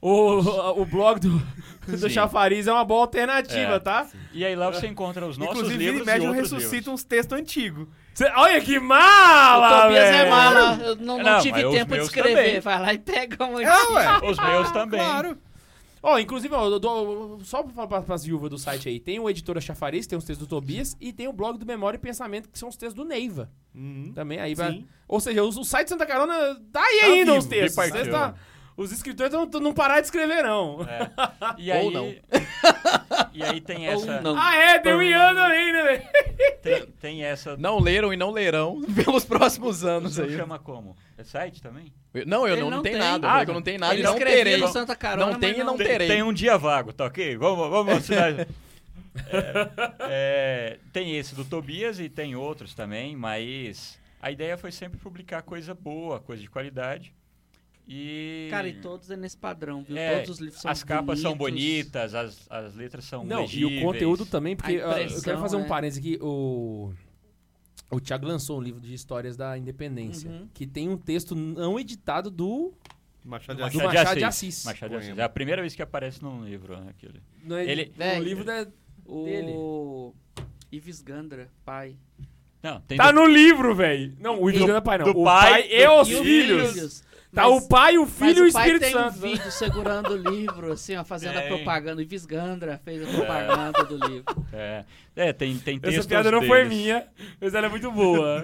o, o blog do, do
Sim.
Chafariz é uma boa alternativa,
É.
tá?
E aí lá você encontra os nossos
Inclusive,
livros
ele mexe
e
um
eu
outros
ressuscita
livros.
uns textos antigos.
Cê- olha que
O
mala,
Tobias é
velho!
mala. Eu não, não
Não,
tive
mas os
tempo de
meus
escrever.
também.
Vai lá e pega um aqui.
ué.
Os meus também.
Claro.
Ó, inclusive, ó, eu dou- só pra falar pra- pras viúvas do site aí, tem o Editora Chafariz, tem os textos do Tobias, e tem o blog do Memória e Pensamento, que são os textos do Neiva.
Uhum.
Também aí vai.
Sim.
Ou seja, o, o site Santa Carona tá aí
Tá
ainda
vivo,
os textos.
repartiu.
Vocês tá- os escritores não, não pararam de escrever, não.
E aí,
Ou não.
E aí tem
Ou
essa,
não.
Ah, é, tem o Ian também, né, velho?
tem, tem essa.
Não leram e não lerão pelos próximos
o
anos
seu
aí.
chama como? É site também?
Eu- Não, eu
Ele
não, não
não
tenho
tem.
nada.
Ah,
eu não tenho nada
Ele
e não
escrevia
terei.
no Santa Carona,
não tem
mas
e não
não-
Tem-
terei.
Tem um dia vago, tá ok? Vamos, vamos assinar. É, é, tem esse do Tobias e tem outros também, mas a ideia foi sempre publicar coisa boa, coisa de qualidade. E.
Cara, e todos é nesse padrão, viu?
É,
todos os livros são
As capas são
bonitos.
bonitas, as, as letras são
Não, e
legíveis.
o conteúdo também, porque
A
ah, eu quero
impressão,
fazer um
é.
parênteses aqui. O, o Thiago lançou um livro de histórias da independência,
Uhum.
que tem um texto não editado do.
Machado de
Do
Assis.
Machado de Assis.
Machado de
Poema.
Assis. É a primeira vez que aparece num livro, né? Aquele.
No,
Ele-
no
É,
livro da.
O Ives Gandra, pai.
Não, tem
Tá
do-
no livro, velho! Não, o Ivan
do-
não é pai, não.
do
o
pai,
pai, e
do-
os
E os
filhos. Tá
Mas-
o pai, o
mas
filho e o
pai
Espírito
tem
Santo.
um vídeo segurando o livro, assim, ó, fazendo a
Tem.
propaganda. O Ives Gandra fez a propaganda do livro.
É, é, tem, tem textos
Essa piada não foi
deles.
minha, mas ela é muito boa.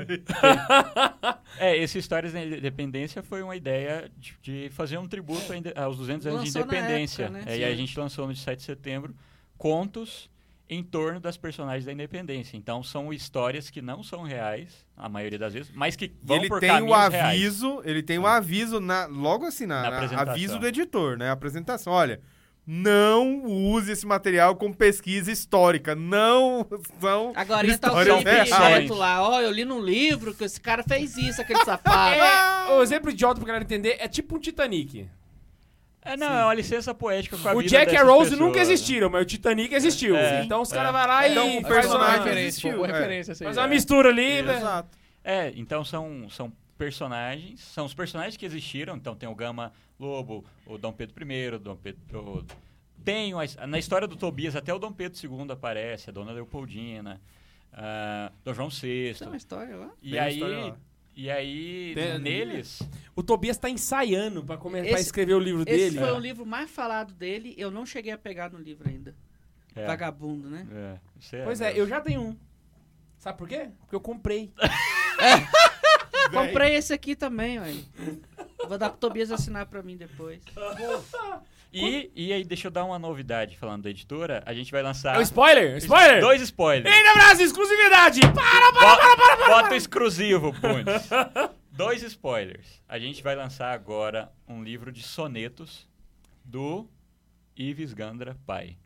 É, esse Histórias da Independência foi uma ideia de, de fazer um tributo ainda aos 200 anos
Lançou
de
na
independência.
época, né?
É, e aí a
Sim.
gente lançou no dia 7 de setembro contos em torno das personagens da independência. Então são histórias que não são reais, a maioria das vezes, mas que
E
vão
ele
por
tem
caminhos
o
reais. Ah.
aviso, ele tem o aviso na, logo assim, na,
Na
na-
apresentação.
aviso do editor, né? A apresentação. Olha, não use esse material como pesquisa histórica. Não são.
Agora tá o
História
é
Felipe
real,
hein?
Neto lá, ó, eu li num livro que esse cara fez isso, aquele safado.
É, o exemplo idiota pra galera entender é tipo um Titanic.
É, não, é uma licença poética com a
O
vida
Jack e a
dessas
Rose
pessoas,
nunca
né?
existiram, mas o Titanic existiu.
É.
então os
É.
caras vão lá e
Então, o
faz um
personagem
uma-
é diferente.
referência, boa
é.
referência essa aí,
Faz
é.
uma mistura ali, né?
né?
velho.
Exato.
É, então são, são personagens, são os personagens que existiram, então tem o Gama Lobo, o Dom Pedro I, o Dom Pedro... Tem, uma his- na história do Tobias, até o Dom Pedro II aparece, a Dona Leopoldina, ah, Dom João VI,
Então,
Tem é uma história lá.
e
Tem a
aí...
história lá.
E aí,
Tem-
neles...
O Tobias tá ensaiando pra, come- pra
Esse-
escrever o livro
Esse
dele. né?
foi um o livro mais falado dele, eu não cheguei a pegar no livro ainda.
É,
Vagabundo, né?
é, isso
tá Pois é, eu já tenho um. Sabe por quê? Porque eu comprei.
Comprei esse aqui também, ué. Vou dar pro Tobias assinar pra mim depois.
E, e aí, deixa eu dar uma novidade falando da editora, a gente vai lançar...
É um spoiler? Spoiler!
Dois spoilers.
Ainda Brasil, exclusividade! Para, para!
Voto exclusivo, Bundes. Dois spoilers. A gente vai lançar agora um livro de sonetos do Ives Gandra Pai.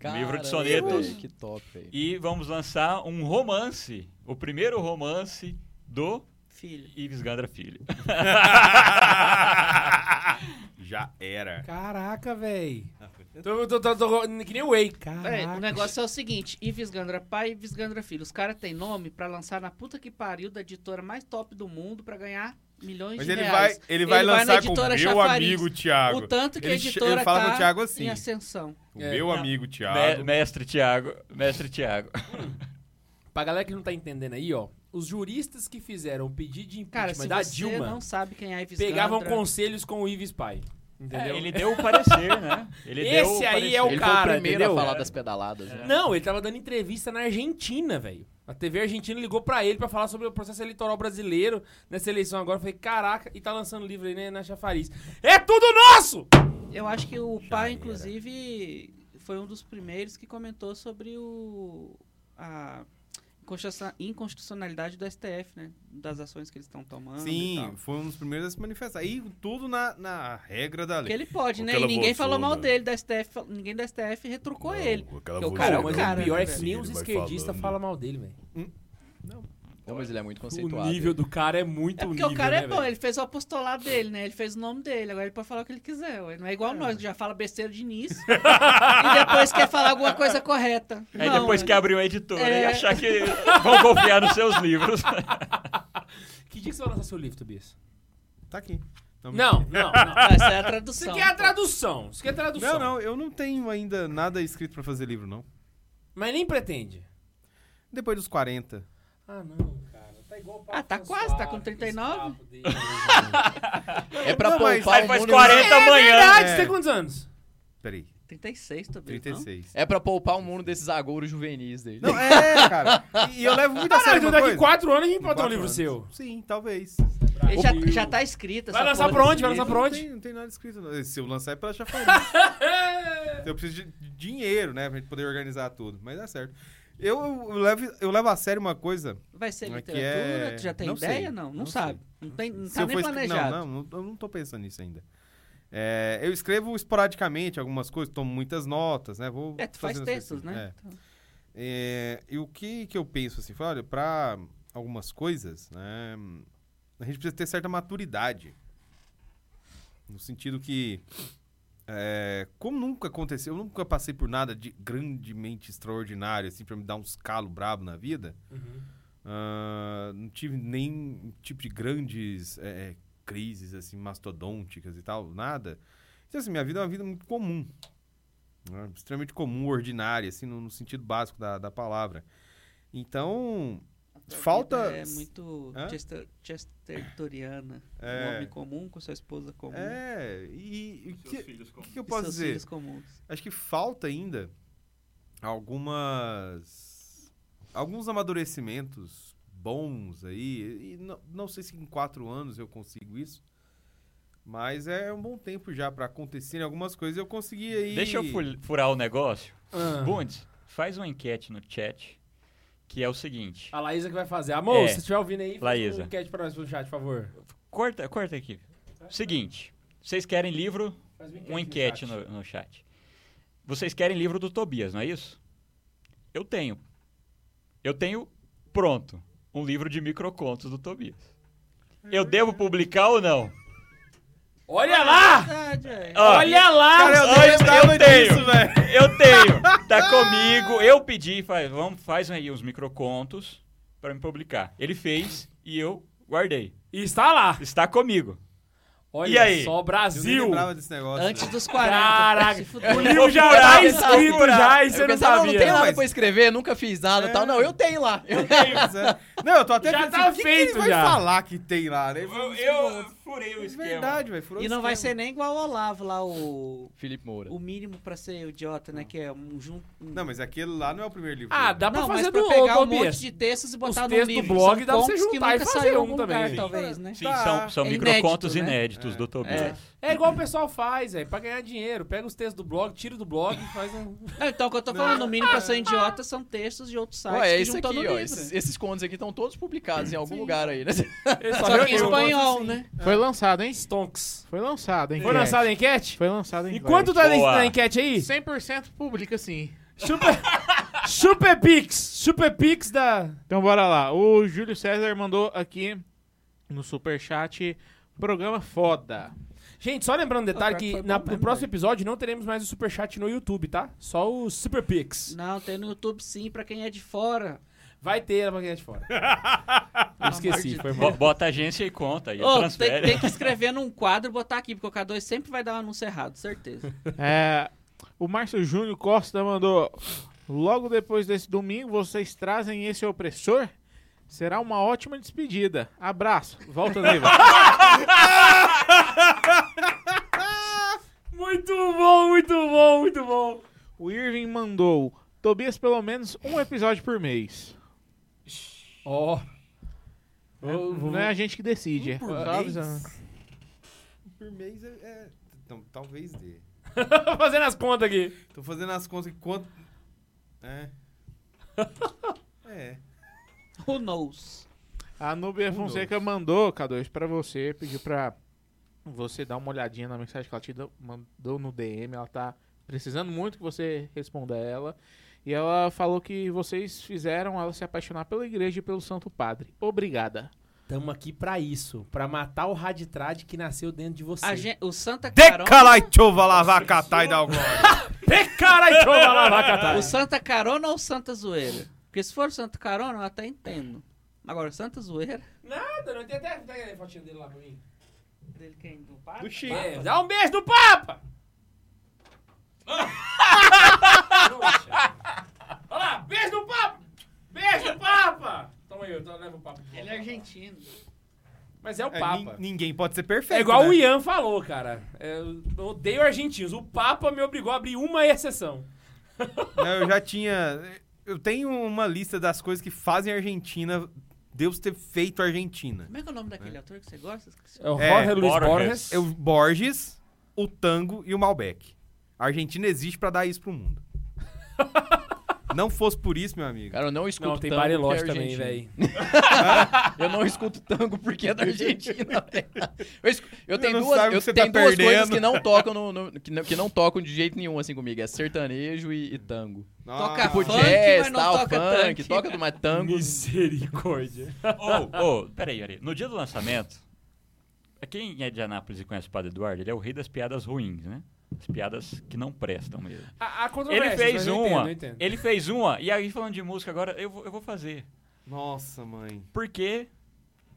Cara,
livro de sonetos.
Que top, velho.
E vamos lançar um romance, o primeiro romance do
Filho.
Ives Gandra Filho.
Já era.
Caraca, véi. Tô, tô, tô, tô- que nem o Way.
Peraí, o
Caraca.
negócio é o seguinte: Ives Gandra pai e Ives Gandra filho. Os caras têm nome pra lançar na puta que pariu da editora mais top do mundo pra ganhar milhões
Mas
de
ele vai,
reais.
ele vai
na
lançar com o
editora
meu
Chafariz.
amigo
O
Thiago.
tanto que a
Ele che-
editora
ele fala com
tá
o Thiago assim.
em ascensão.
O
É.
meu
Não.
amigo
Me-
Thiago.
mestre Tiago, mestre Tiago.
Pra galera que não tá entendendo aí, ó. Os juristas que fizeram o pedido de impeachment
Cara, se
da
você
Dilma
não sabe quem é Ives
pegavam
um
Gandra,
conselhos com o Ives Pai.
É,
Entendeu?
É, ele deu o parecer, né? Ele deu
Esse
o
aí é
parecer.
o
Ele foi
cara,
o primeiro
entendeu?
a falar das pedaladas. né?
Não, ele tava dando entrevista na Argentina, velho. A TV Argentina ligou pra ele pra falar sobre o processo eleitoral brasileiro nessa eleição agora. Eu falei, caraca, e tá lançando livro aí né, na Chafariz. É tudo nosso!
Eu acho que o pai, inclusive, foi um dos primeiros que comentou sobre o a inconstituciona- inconstitucionalidade do STF, né? Das ações que eles estão tomando. e tal.
Sim, foi um dos primeiros a se manifestar. E tudo na, na regra da
Porque
lei.
ele pode, né? E
Aquela
ninguém falou mal
vozona.
dele da STF, fal- ninguém da STF retrucou ele.
Aquela
Porque o
voz
cara é um
mas
grande,
cara,
o pior
né,
é que
velho?
nem os
Ele vai
esquerdistas
falando.
falam mal dele, velho.
Não, mas ele é muito
O
conceituado.
nível do cara é muito
É porque
nível,
o cara
né,
é bom,
velho?
ele fez o apostolado dele, né? Ele fez o nome dele, agora ele pode falar o que ele quiser. ué. Não é igual nós, que já fala besteira de início e depois quer falar alguma coisa correta.
Aí
Não,
depois
ué.
que abrir uma editora e
É.
achar que vão confiar nos seus livros.
Que dia que você vai lançar seu livro, Tobias?
Tá aqui.
Não, não, não.
Ah, Essa é a
Isso
tradução.
aqui é a
pô.
tradução. Isso aqui é a tradução.
Não, não, eu não tenho ainda nada escrito pra fazer livro, não.
Mas nem pretende.
Depois dos 40.
Ah, não, cara. Tá igual o Pablo
Ah, tá quase, tá com
Esse
39?
papo dele.
É pra
Não, mas-
poupar
Aí
o
faz
mundo.
40 amanhã.
Verdade,
É.
você Ah, tem quantos anos?
Peraí,
36 também,
36.
É pra poupar o mundo desses agouros juvenis dele.
Não, é, cara. E, e eu levo muito a
Caralho,
sério
então
uma
daqui
coisa.
4 anos a gente
Em
pode ter um
quatro
livro
anos.
seu.
Sim, talvez.
não? Ele já, já tá escrito.
Vai
essa
lançar
porra
pra onde?
desse
Vai lançar
livro.
pra
Não
onde?
tem, não tem nada escrito. não. Se eu lançar é pra chafaria. eu preciso de dinheiro, né? Pra gente poder organizar tudo. Mas dá certo. Eu, eu levo, eu levo a sério uma coisa.
Vai ser
Aqui
literatura?
é-
Tu já tem
não sei,
ideia? Não, não,
não
sabe. Não, tem, não
Se
tá
eu
nem
for escre-
planejado.
Não, não, não, eu não tô pensando nisso ainda. É, eu escrevo esporadicamente algumas coisas, tomo muitas notas, né? Vou
É, tu faz
fazendo as
textos,
coisas.
né?
É. É, e o que, que eu penso assim? Falei, olha, pra algumas coisas, né, a gente precisa ter certa maturidade. No sentido que, é, como nunca aconteceu, eu nunca passei por nada de grandemente extraordinário, assim, pra me dar uns calo brabo na vida. Ah, não tive nem tipo de grandes é, é, crises, assim, mastodônticas e tal, nada. Então, assim, minha vida é uma vida muito comum né, extremamente comum, ordinária, assim, no, no sentido básico da, da palavra. Então,
Tua
falta.
vida É muito
Hã?
chester- chestertoriana.
É.
Um homem comum com sua esposa comum.
É, e e o que, o que que eu
Uhum. e
posso
seus
dizer?
filhos comuns.
Acho que falta ainda algumas. alguns amadurecimentos bons aí. E não, não sei se em quatro anos eu consigo isso. Mas é um bom tempo já pra acontecerem algumas coisas e eu consegui aí.
Deixa eu fu- furar o negócio.
Ah.
Bundes, faz uma enquete no chat, que é o seguinte.
A Laísa que vai fazer. Amor,
É.
se estiver ouvindo aí, faz
Laísa.
um enquete pra nós no chat, por favor.
Corta, corta aqui. Seguinte, vocês querem livro?
Faz um
Uma Um enquete no, no chat. Vocês querem livro do Tobias, não é isso? Eu tenho. Eu tenho pronto um livro de microcontos do Tobias. Eu devo publicar ou não?
Olha lá!
Verdade, é.
Ó,
Olha lá!
Cara, eu não
Ai, eu
lembrava
tenho.
disso, velho.
Eu tenho. Tá comigo. Eu pedi, faz, vamos, faz aí uns microcontos pra me publicar. Ele fez e eu guardei.
E está lá!
Está comigo.
Olha
E aí?
só,
Eu nem
Brasil!
lembrava desse negócio.
Antes
velho.
dos 40.
Caraca,
se fuder.
O livro já
procurar,
tá
eu vou
escrito
procurar.
já e você
eu
não
pensava, não,
sabia.
não tenho nada
Mas-
pra escrever, nunca fiz nada e tal. Não, eu tenho lá. Eu
Pois é. Não, eu tô até
Já
pensando,
tá
o que
feito
que ele
já.
vai falar que tem lá, né?
Eu, eu furei
É
o esquema.
Verdade, velho. furou
E
o
não vai
esquema.
ser nem igual o Olavo lá, o,
Felipe Moura.
o mínimo pra ser idiota, né? Que é um junto.
Não, mas aquele lá não é o primeiro livro.
Ah, dá pra
Não, mas
fazer
pra
do
pegar um
Tobias.
monte de textos e botar no
textos do
livro.
blog
São
dá pra você
contos que
juntar e
nunca
fazer
saiu em
um
algum
também,
lugar,
sim.
talvez, né?
Sim,
Tá.
são, são
É inédito,
microcontos
né?
inéditos do Tobias.
É.
É igual o pessoal faz, velho, pra ganhar dinheiro. Pega os textos do blog, tira do blog e faz um.
Não, então, o que eu tô falando, no mínimo pra ser idiota, são textos de outros sites
Ó, é
que
isso
juntam
aqui,
no
ó.
livro.
Esses, esses contos aqui estão todos publicados em algum lugar aí, né?
Só que
reuniu
em
um monte
espanhol, né?
Foi lançado, hein?
Stonks.
Foi lançado, hein?
Foi lançada a enquete?
Foi lançado em
E quanto tá
Boa.
na enquete aí?
100% publica sim.
Super. Super Pix! Super Pix da.
Então bora lá. O Júlio César mandou aqui no superchat programa foda.
Gente, só lembrando um detalhe
Ah, pior que
que
foi
na-
bom
no
mesmo,
próximo
velho.
episódio não teremos mais o Superchat no YouTube, tá? Só o Super Pix.
né? Não, tem no YouTube sim, pra quem é de fora.
Vai ter a maquininha de fora. Eu esqueci, foi
Bo-
mal.
Bota a agência e conta, e
Ô, tem,
transfere.
tem que escrever num quadro e botar aqui, porque o K2 sempre vai dar um anúncio errado, certeza.
É, o Márcio Júnior Costa mandou. Logo depois desse domingo, vocês trazem esse opressor? Será uma ótima despedida. Abraço. Volta, Neiva.
Muito bom, muito bom, muito bom.
o Irving mandou. Tobias, pelo menos um episódio por mês.
Ó.
Não é a gente que decide. é.
Por
Só
mês?
avisando.
Por mês é... é- Então, talvez dê.
Tô fazendo as contas aqui.
Tô fazendo as contas que quanto... É. É.
Who knows?
A Nubia Fonseca mandou, K2, pra você, pediu pra você dar uma olhadinha na mensagem que ela te deu- mandou no DM. Ela tá precisando muito que você responda ela. E ela falou que vocês fizeram ela se apaixonar pela igreja e pelo Santo Padre. Obrigada.
Tamo aqui pra isso, pra matar o raditrade que nasceu dentro de você.
A gen- o Santa Carona.
Decalaitova lavacatá e dá o gol.
Caralho, chova lá, vai catar.
O Santa Carona ou o Santa Zoeira? Porque se for o Santa Carona, eu até entendo. Agora, o Santa Zoeira.
Nada, não tem até pega a fotinha dele lá pra mim.
Dele quem? Do Papa?
Chico.
É, dá um beijo do Papa! Olha lá, beijo do Papa! Beijo do Papa! Toma aí, eu tô- leva o Papa.
Ele é argentino.
Mas é o
É,
Papa.
nin- ninguém pode ser perfeito.
É igual
né?
o Ian falou, cara. É, eu odeio argentinos. O Papa me obrigou a abrir uma exceção.
Não, eu já tinha. Eu tenho uma lista das coisas que fazem a Argentina. Deus ter feito a Argentina.
Como é que é o nome daquele ator que você gosta? Esqueci.
É o
É, Jorge
Luiz Borges.
É o Borges, o tango e o Malbec. A Argentina existe pra dar isso pro mundo. Não fosse por isso, meu amigo.
Cara, eu não escuto
Não, tem
tango porque é
Bariloche também,
argentino.
velho.
Eu não escuto tango porque é da Argentina. velho. eu, escu- eu
Você
tenho
não
duas,
sabe o
eu
que você
tenho
tá
duas coisas
perdendo.
que não tocam no, no- que, não, que não tocam de jeito nenhum assim comigo. É sertanejo e, e tango.
Nossa.
Toca
Tipo
Funk,
jazz,
mas não
tal,
toca
funk,
tango.
toca mais tango.
Misericórdia.
Ô, ô, peraí, peraí. No dia do lançamento, pra quem é de Anápolis e conhece o Padre Eduardo, ele é o rei das piadas ruins, né? As piadas que não prestam mesmo.
A, a
Ele
controvérsias,
fez
mas eu
uma,
Entendo, eu entendo.
ele fez uma, e aí falando de música agora, eu vou, eu vou fazer.
Nossa, mãe.
Por que,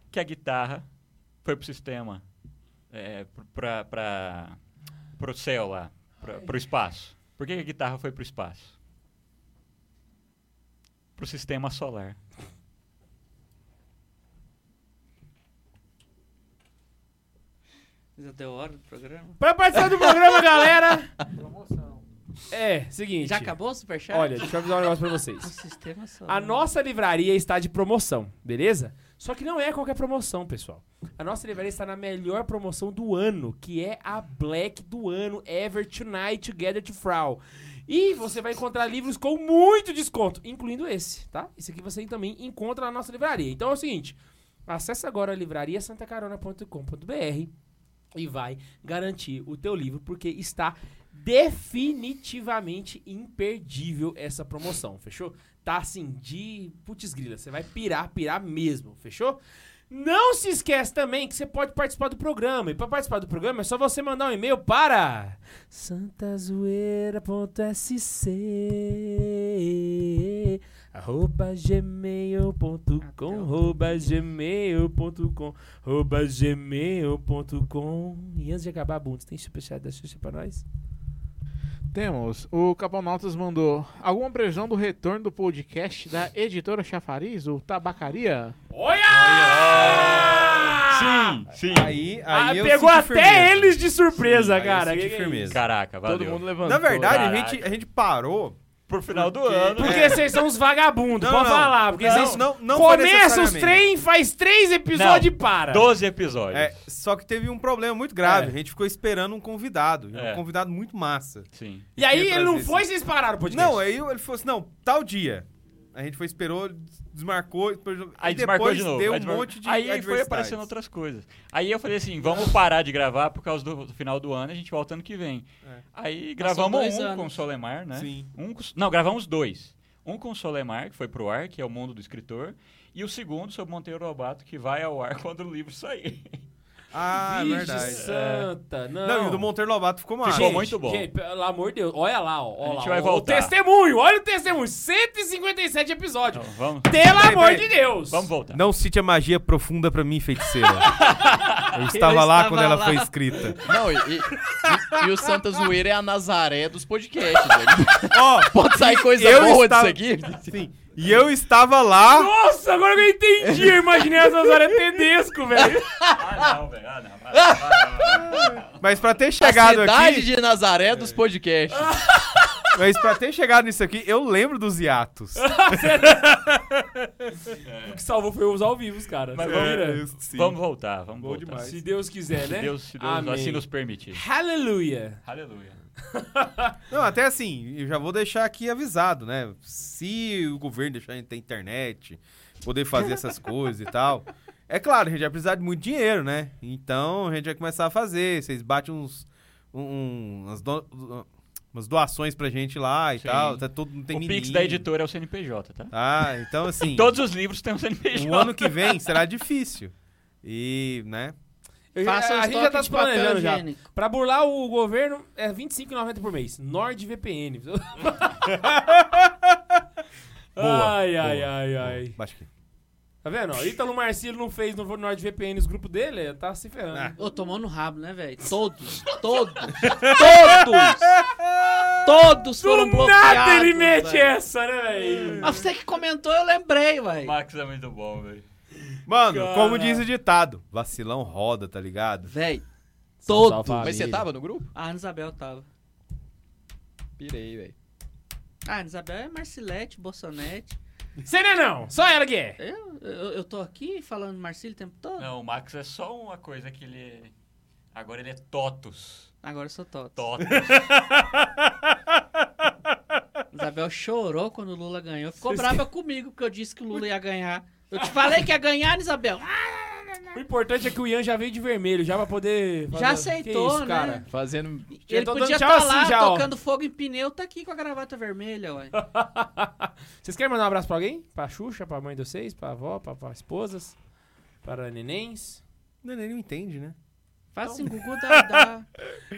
que a guitarra foi pro sistema? É, pro- pra, pra, pro céu lá, pra, pro espaço. Por que, que a guitarra foi pro espaço? Pro sistema solar.
Já deu hora do programa?
Pra participar do programa, galera. É, seguinte.
Já acabou o superchat? Ah,
Olha, deixa eu avisar um negócio pra
O
vocês.
sistema só. um né?
A nossa livraria está de promoção, beleza? Só que não é qualquer promoção, pessoal. A nossa livraria está na melhor promoção do ano, que é a Black do ano Ever Tonight Together to Frau. E você vai encontrar livros com muito desconto, incluindo esse, tá? Esse aqui você também encontra na nossa livraria. Então é o seguinte, acesse agora livrariasantacarona.com.br e vai garantir o teu livro, porque está definitivamente imperdível essa promoção, fechou? Tá assim, de putz grila, você vai pirar, pirar mesmo, fechou? Não se esquece também que você pode participar do programa. E para participar do programa é só você mandar um e-mail para santazoeira.sc arroba gmail.com arroba gmail.com arroba gmail.com E antes de acabar, Bundes, tem superchat da Xuxa pra nós?
Temos. O Caponautas mandou alguma previsão do retorno do podcast da editora Chafariz, o Tabacaria?
Sim, sim.
Aí, aí
Ah,
eu
pegou
senti
até
firmeza.
eles de surpresa,
Aí eu
cara.
senti
Que que é
firmeza.
Caraca, valeu.
Todo mundo levantou.
Na verdade, a
Caraca.
gente, a gente parou.
Pro final do ano.
Porque
É.
vocês são uns vagabundos,
Não,
pode
não.
falar. Porque
Não,
vocês
não, não foi
começam os
necessariamente.
trem, faz três episódios e
Não,
para.
12 episódios.
É, só que teve um problema muito grave.
É.
A gente ficou esperando um convidado. e
É.
Um convidado muito massa.
Sim.
E aí
Queria
ele não
trazer
foi,
esse-
vocês pararam o podcast.
Não, aí ele falou assim: não, tal dia. A gente foi, esperou, des- desmarcou. depois-
Aí
e
desmarcou
depois
de novo.
deu
aí
um
desmarcou.
monte de
Aí foi
adversidades.
aparecendo outras coisas. Aí eu falei assim, vamos parar de gravar por causa do, do final do ano, a gente volta ano que vem.
É.
Aí
Passou
gravamos
dois
um
anos.
com o Solemar, né?
Sim.
Um com- não, gravamos dois. Um com o Solemar, que foi pro ar, que é o mundo do escritor, e o segundo sobre Monteiro Lobato, que vai ao ar quando o livro sair.
Ah, é
Virgem
verdade. É.
Santa, não.
Não, e o do Monteiro Lobato ficou massa.
Ficou muito bom.
Gente, pelo amor de Deus, olha lá, ó. ó
gente
lá,
vai
ó,
voltar.
O testemunho, olha o testemunho. 157 episódios.
Então, vamos,
Pelo
Peraí,
amor
peraí.
de Deus.
vamos voltar.
Não cite a magia profunda pra mim, feiticeira. Eu estava lá
estava
quando ela
lá.
foi escrita.
Não, e, e- e- e o Santa Zoeira é a Nazaré dos podcasts, velho.
Ó,
Pode sair coisa
Eu
boa
estava-
disso aqui.
sim. E eu estava lá.
Nossa, agora que eu entendi. Eu imaginei essas horas tedesco, velho.
Ah, não, velho. Ah, não. Ah, não.
Mas pra ter
A
chegado
cidade
aqui. É.
de Nazaré dos podcasts.
Mas pra ter chegado nisso aqui, eu lembro dos hiatos.
O que salvou foi os ao vivo, cara.
Mas
Você
vamos-
vira?
isso É, sim.
Vamos voltar, vamos voltar.
Se Deus quiser, né?
Se Deus, se Deus
Amém.
assim nos permitir.
Hallelujah.
Aleluia.
Não, até assim, eu já vou deixar aqui avisado, né? Se o governo deixar a gente ter internet, poder fazer essas coisas e tal. É claro, a gente vai precisar de muito dinheiro, né? Então a gente vai começar a fazer. Vocês batem uns. Um, umas um, do- umas doações pra gente lá e
Sim.
tal. Tá tudo, não tem
o
menino.
Pix da editora é o CNPJ, tá?
Ah, então assim,
Todos os livros têm um CNPJ.
o ano que vem será difícil. E, né?
Eu-
Faça um
a gente já
estoque
tá
de
se
papel
planejando já.
higiênico.
Pra burlar o governo, é R$25,90 por mês. NordVPN.
Boa,
ai, ai,
boa,
ai,
boa.
ai.
Baixa aqui.
Tá vendo? ó? Ítalo Marcílio não fez no NordVPN os grupos dele, ele tá se ferrando.
Ô, tomou no rabo, né, velho? Todos, todos, todos, todos foram
Do
bloqueados.
nada ele mete
velho.
essa, né, velho?
Mas você que comentou, eu lembrei,
O
velho.
Max é muito bom, velho.
Mano, como diz o ditado, vacilão roda, tá ligado?
Velho,
Salve,
todos.
família.
Mas você tava no grupo?
A Ana Isabel tava.
Pirei, velho.
A Ana Isabel é Marcilete, Bolsonete.
Você não é não, só ela que é.
Eu, eu, eu tô aqui falando Marcílio o tempo todo?
Não, o Max é só uma coisa que ele é... Agora ele é Totus.
Agora eu sou Toto.
Totus.
Isabel chorou quando o Lula ganhou. Ficou brava comigo porque eu disse que o Lula ia ganhar. Eu te falei que ia ganhar, né, Isabel.
O importante é que o Ian já veio de vermelho, já pra poder...
Já
fazer-
aceitou,
que isso,
né?
cara?
Fazendo.
Ele
tô
podia
dando
estar
tchau
lá
assim já, ó.
tocando fogo em pneu, tá aqui com a gravata vermelha, ué.
Vocês querem mandar um abraço pra alguém? Pra Xuxa, pra mãe de vocês, pra avó, pra, pra esposas, para nenéns?
Não, ele não entende, né?
Faz assim, Gugu dá, dá.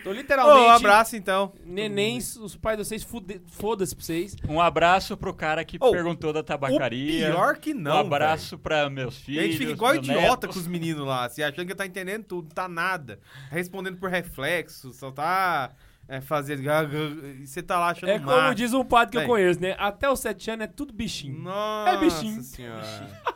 Tô
Ô,
literalmente...
um abraço então.
Nenéns, os pais de vocês, fude- foda-se pra vocês.
Um abraço pro cara que
Oh,
perguntou da
O
tabacaria.
pior que não.
um abraço pra meus
velho.
filhos.
A gente fica igual
meus
idiota
netos.
com os meninos lá, se achando que tá entendendo tudo, tá nada. Respondendo por reflexo, só tá é, fazendo. E você tá lá achando
É
massa.
como diz um padre que eu
Bem.
conheço, né? Até os sete anos é tudo bichinho.
Nossa
É bichinho.
senhora.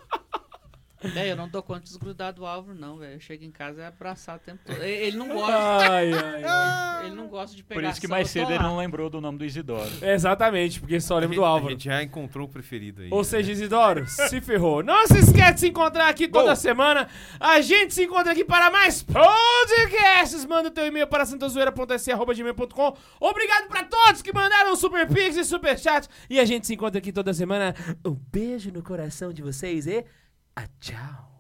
Véi, É, eu não dou conta de desgrudar do Álvaro, não, velho. Eu chego em casa e abraçar o tempo todo. E- Ele não gosta.
Ai, ai, ai.
Ele não gosta de pegar
Por isso que
sol,
mais
eu
cedo
tô
ele
lá.
não lembrou do nome do Isidoro.
Exatamente, porque só lembro do
A
Álvaro.
gente é né? já encontrou o preferido aí.
Ou seja, Isidoro, se ferrou. Não se esquece de se encontrar aqui toda semana. A gente se encontra aqui para mais podcasts. Manda teu e-mail para santazoeira.se.gmail.com Obrigado para todos que mandaram super pix e super chat. E a gente se encontra aqui toda semana. Um beijo no coração de vocês e... a tchau.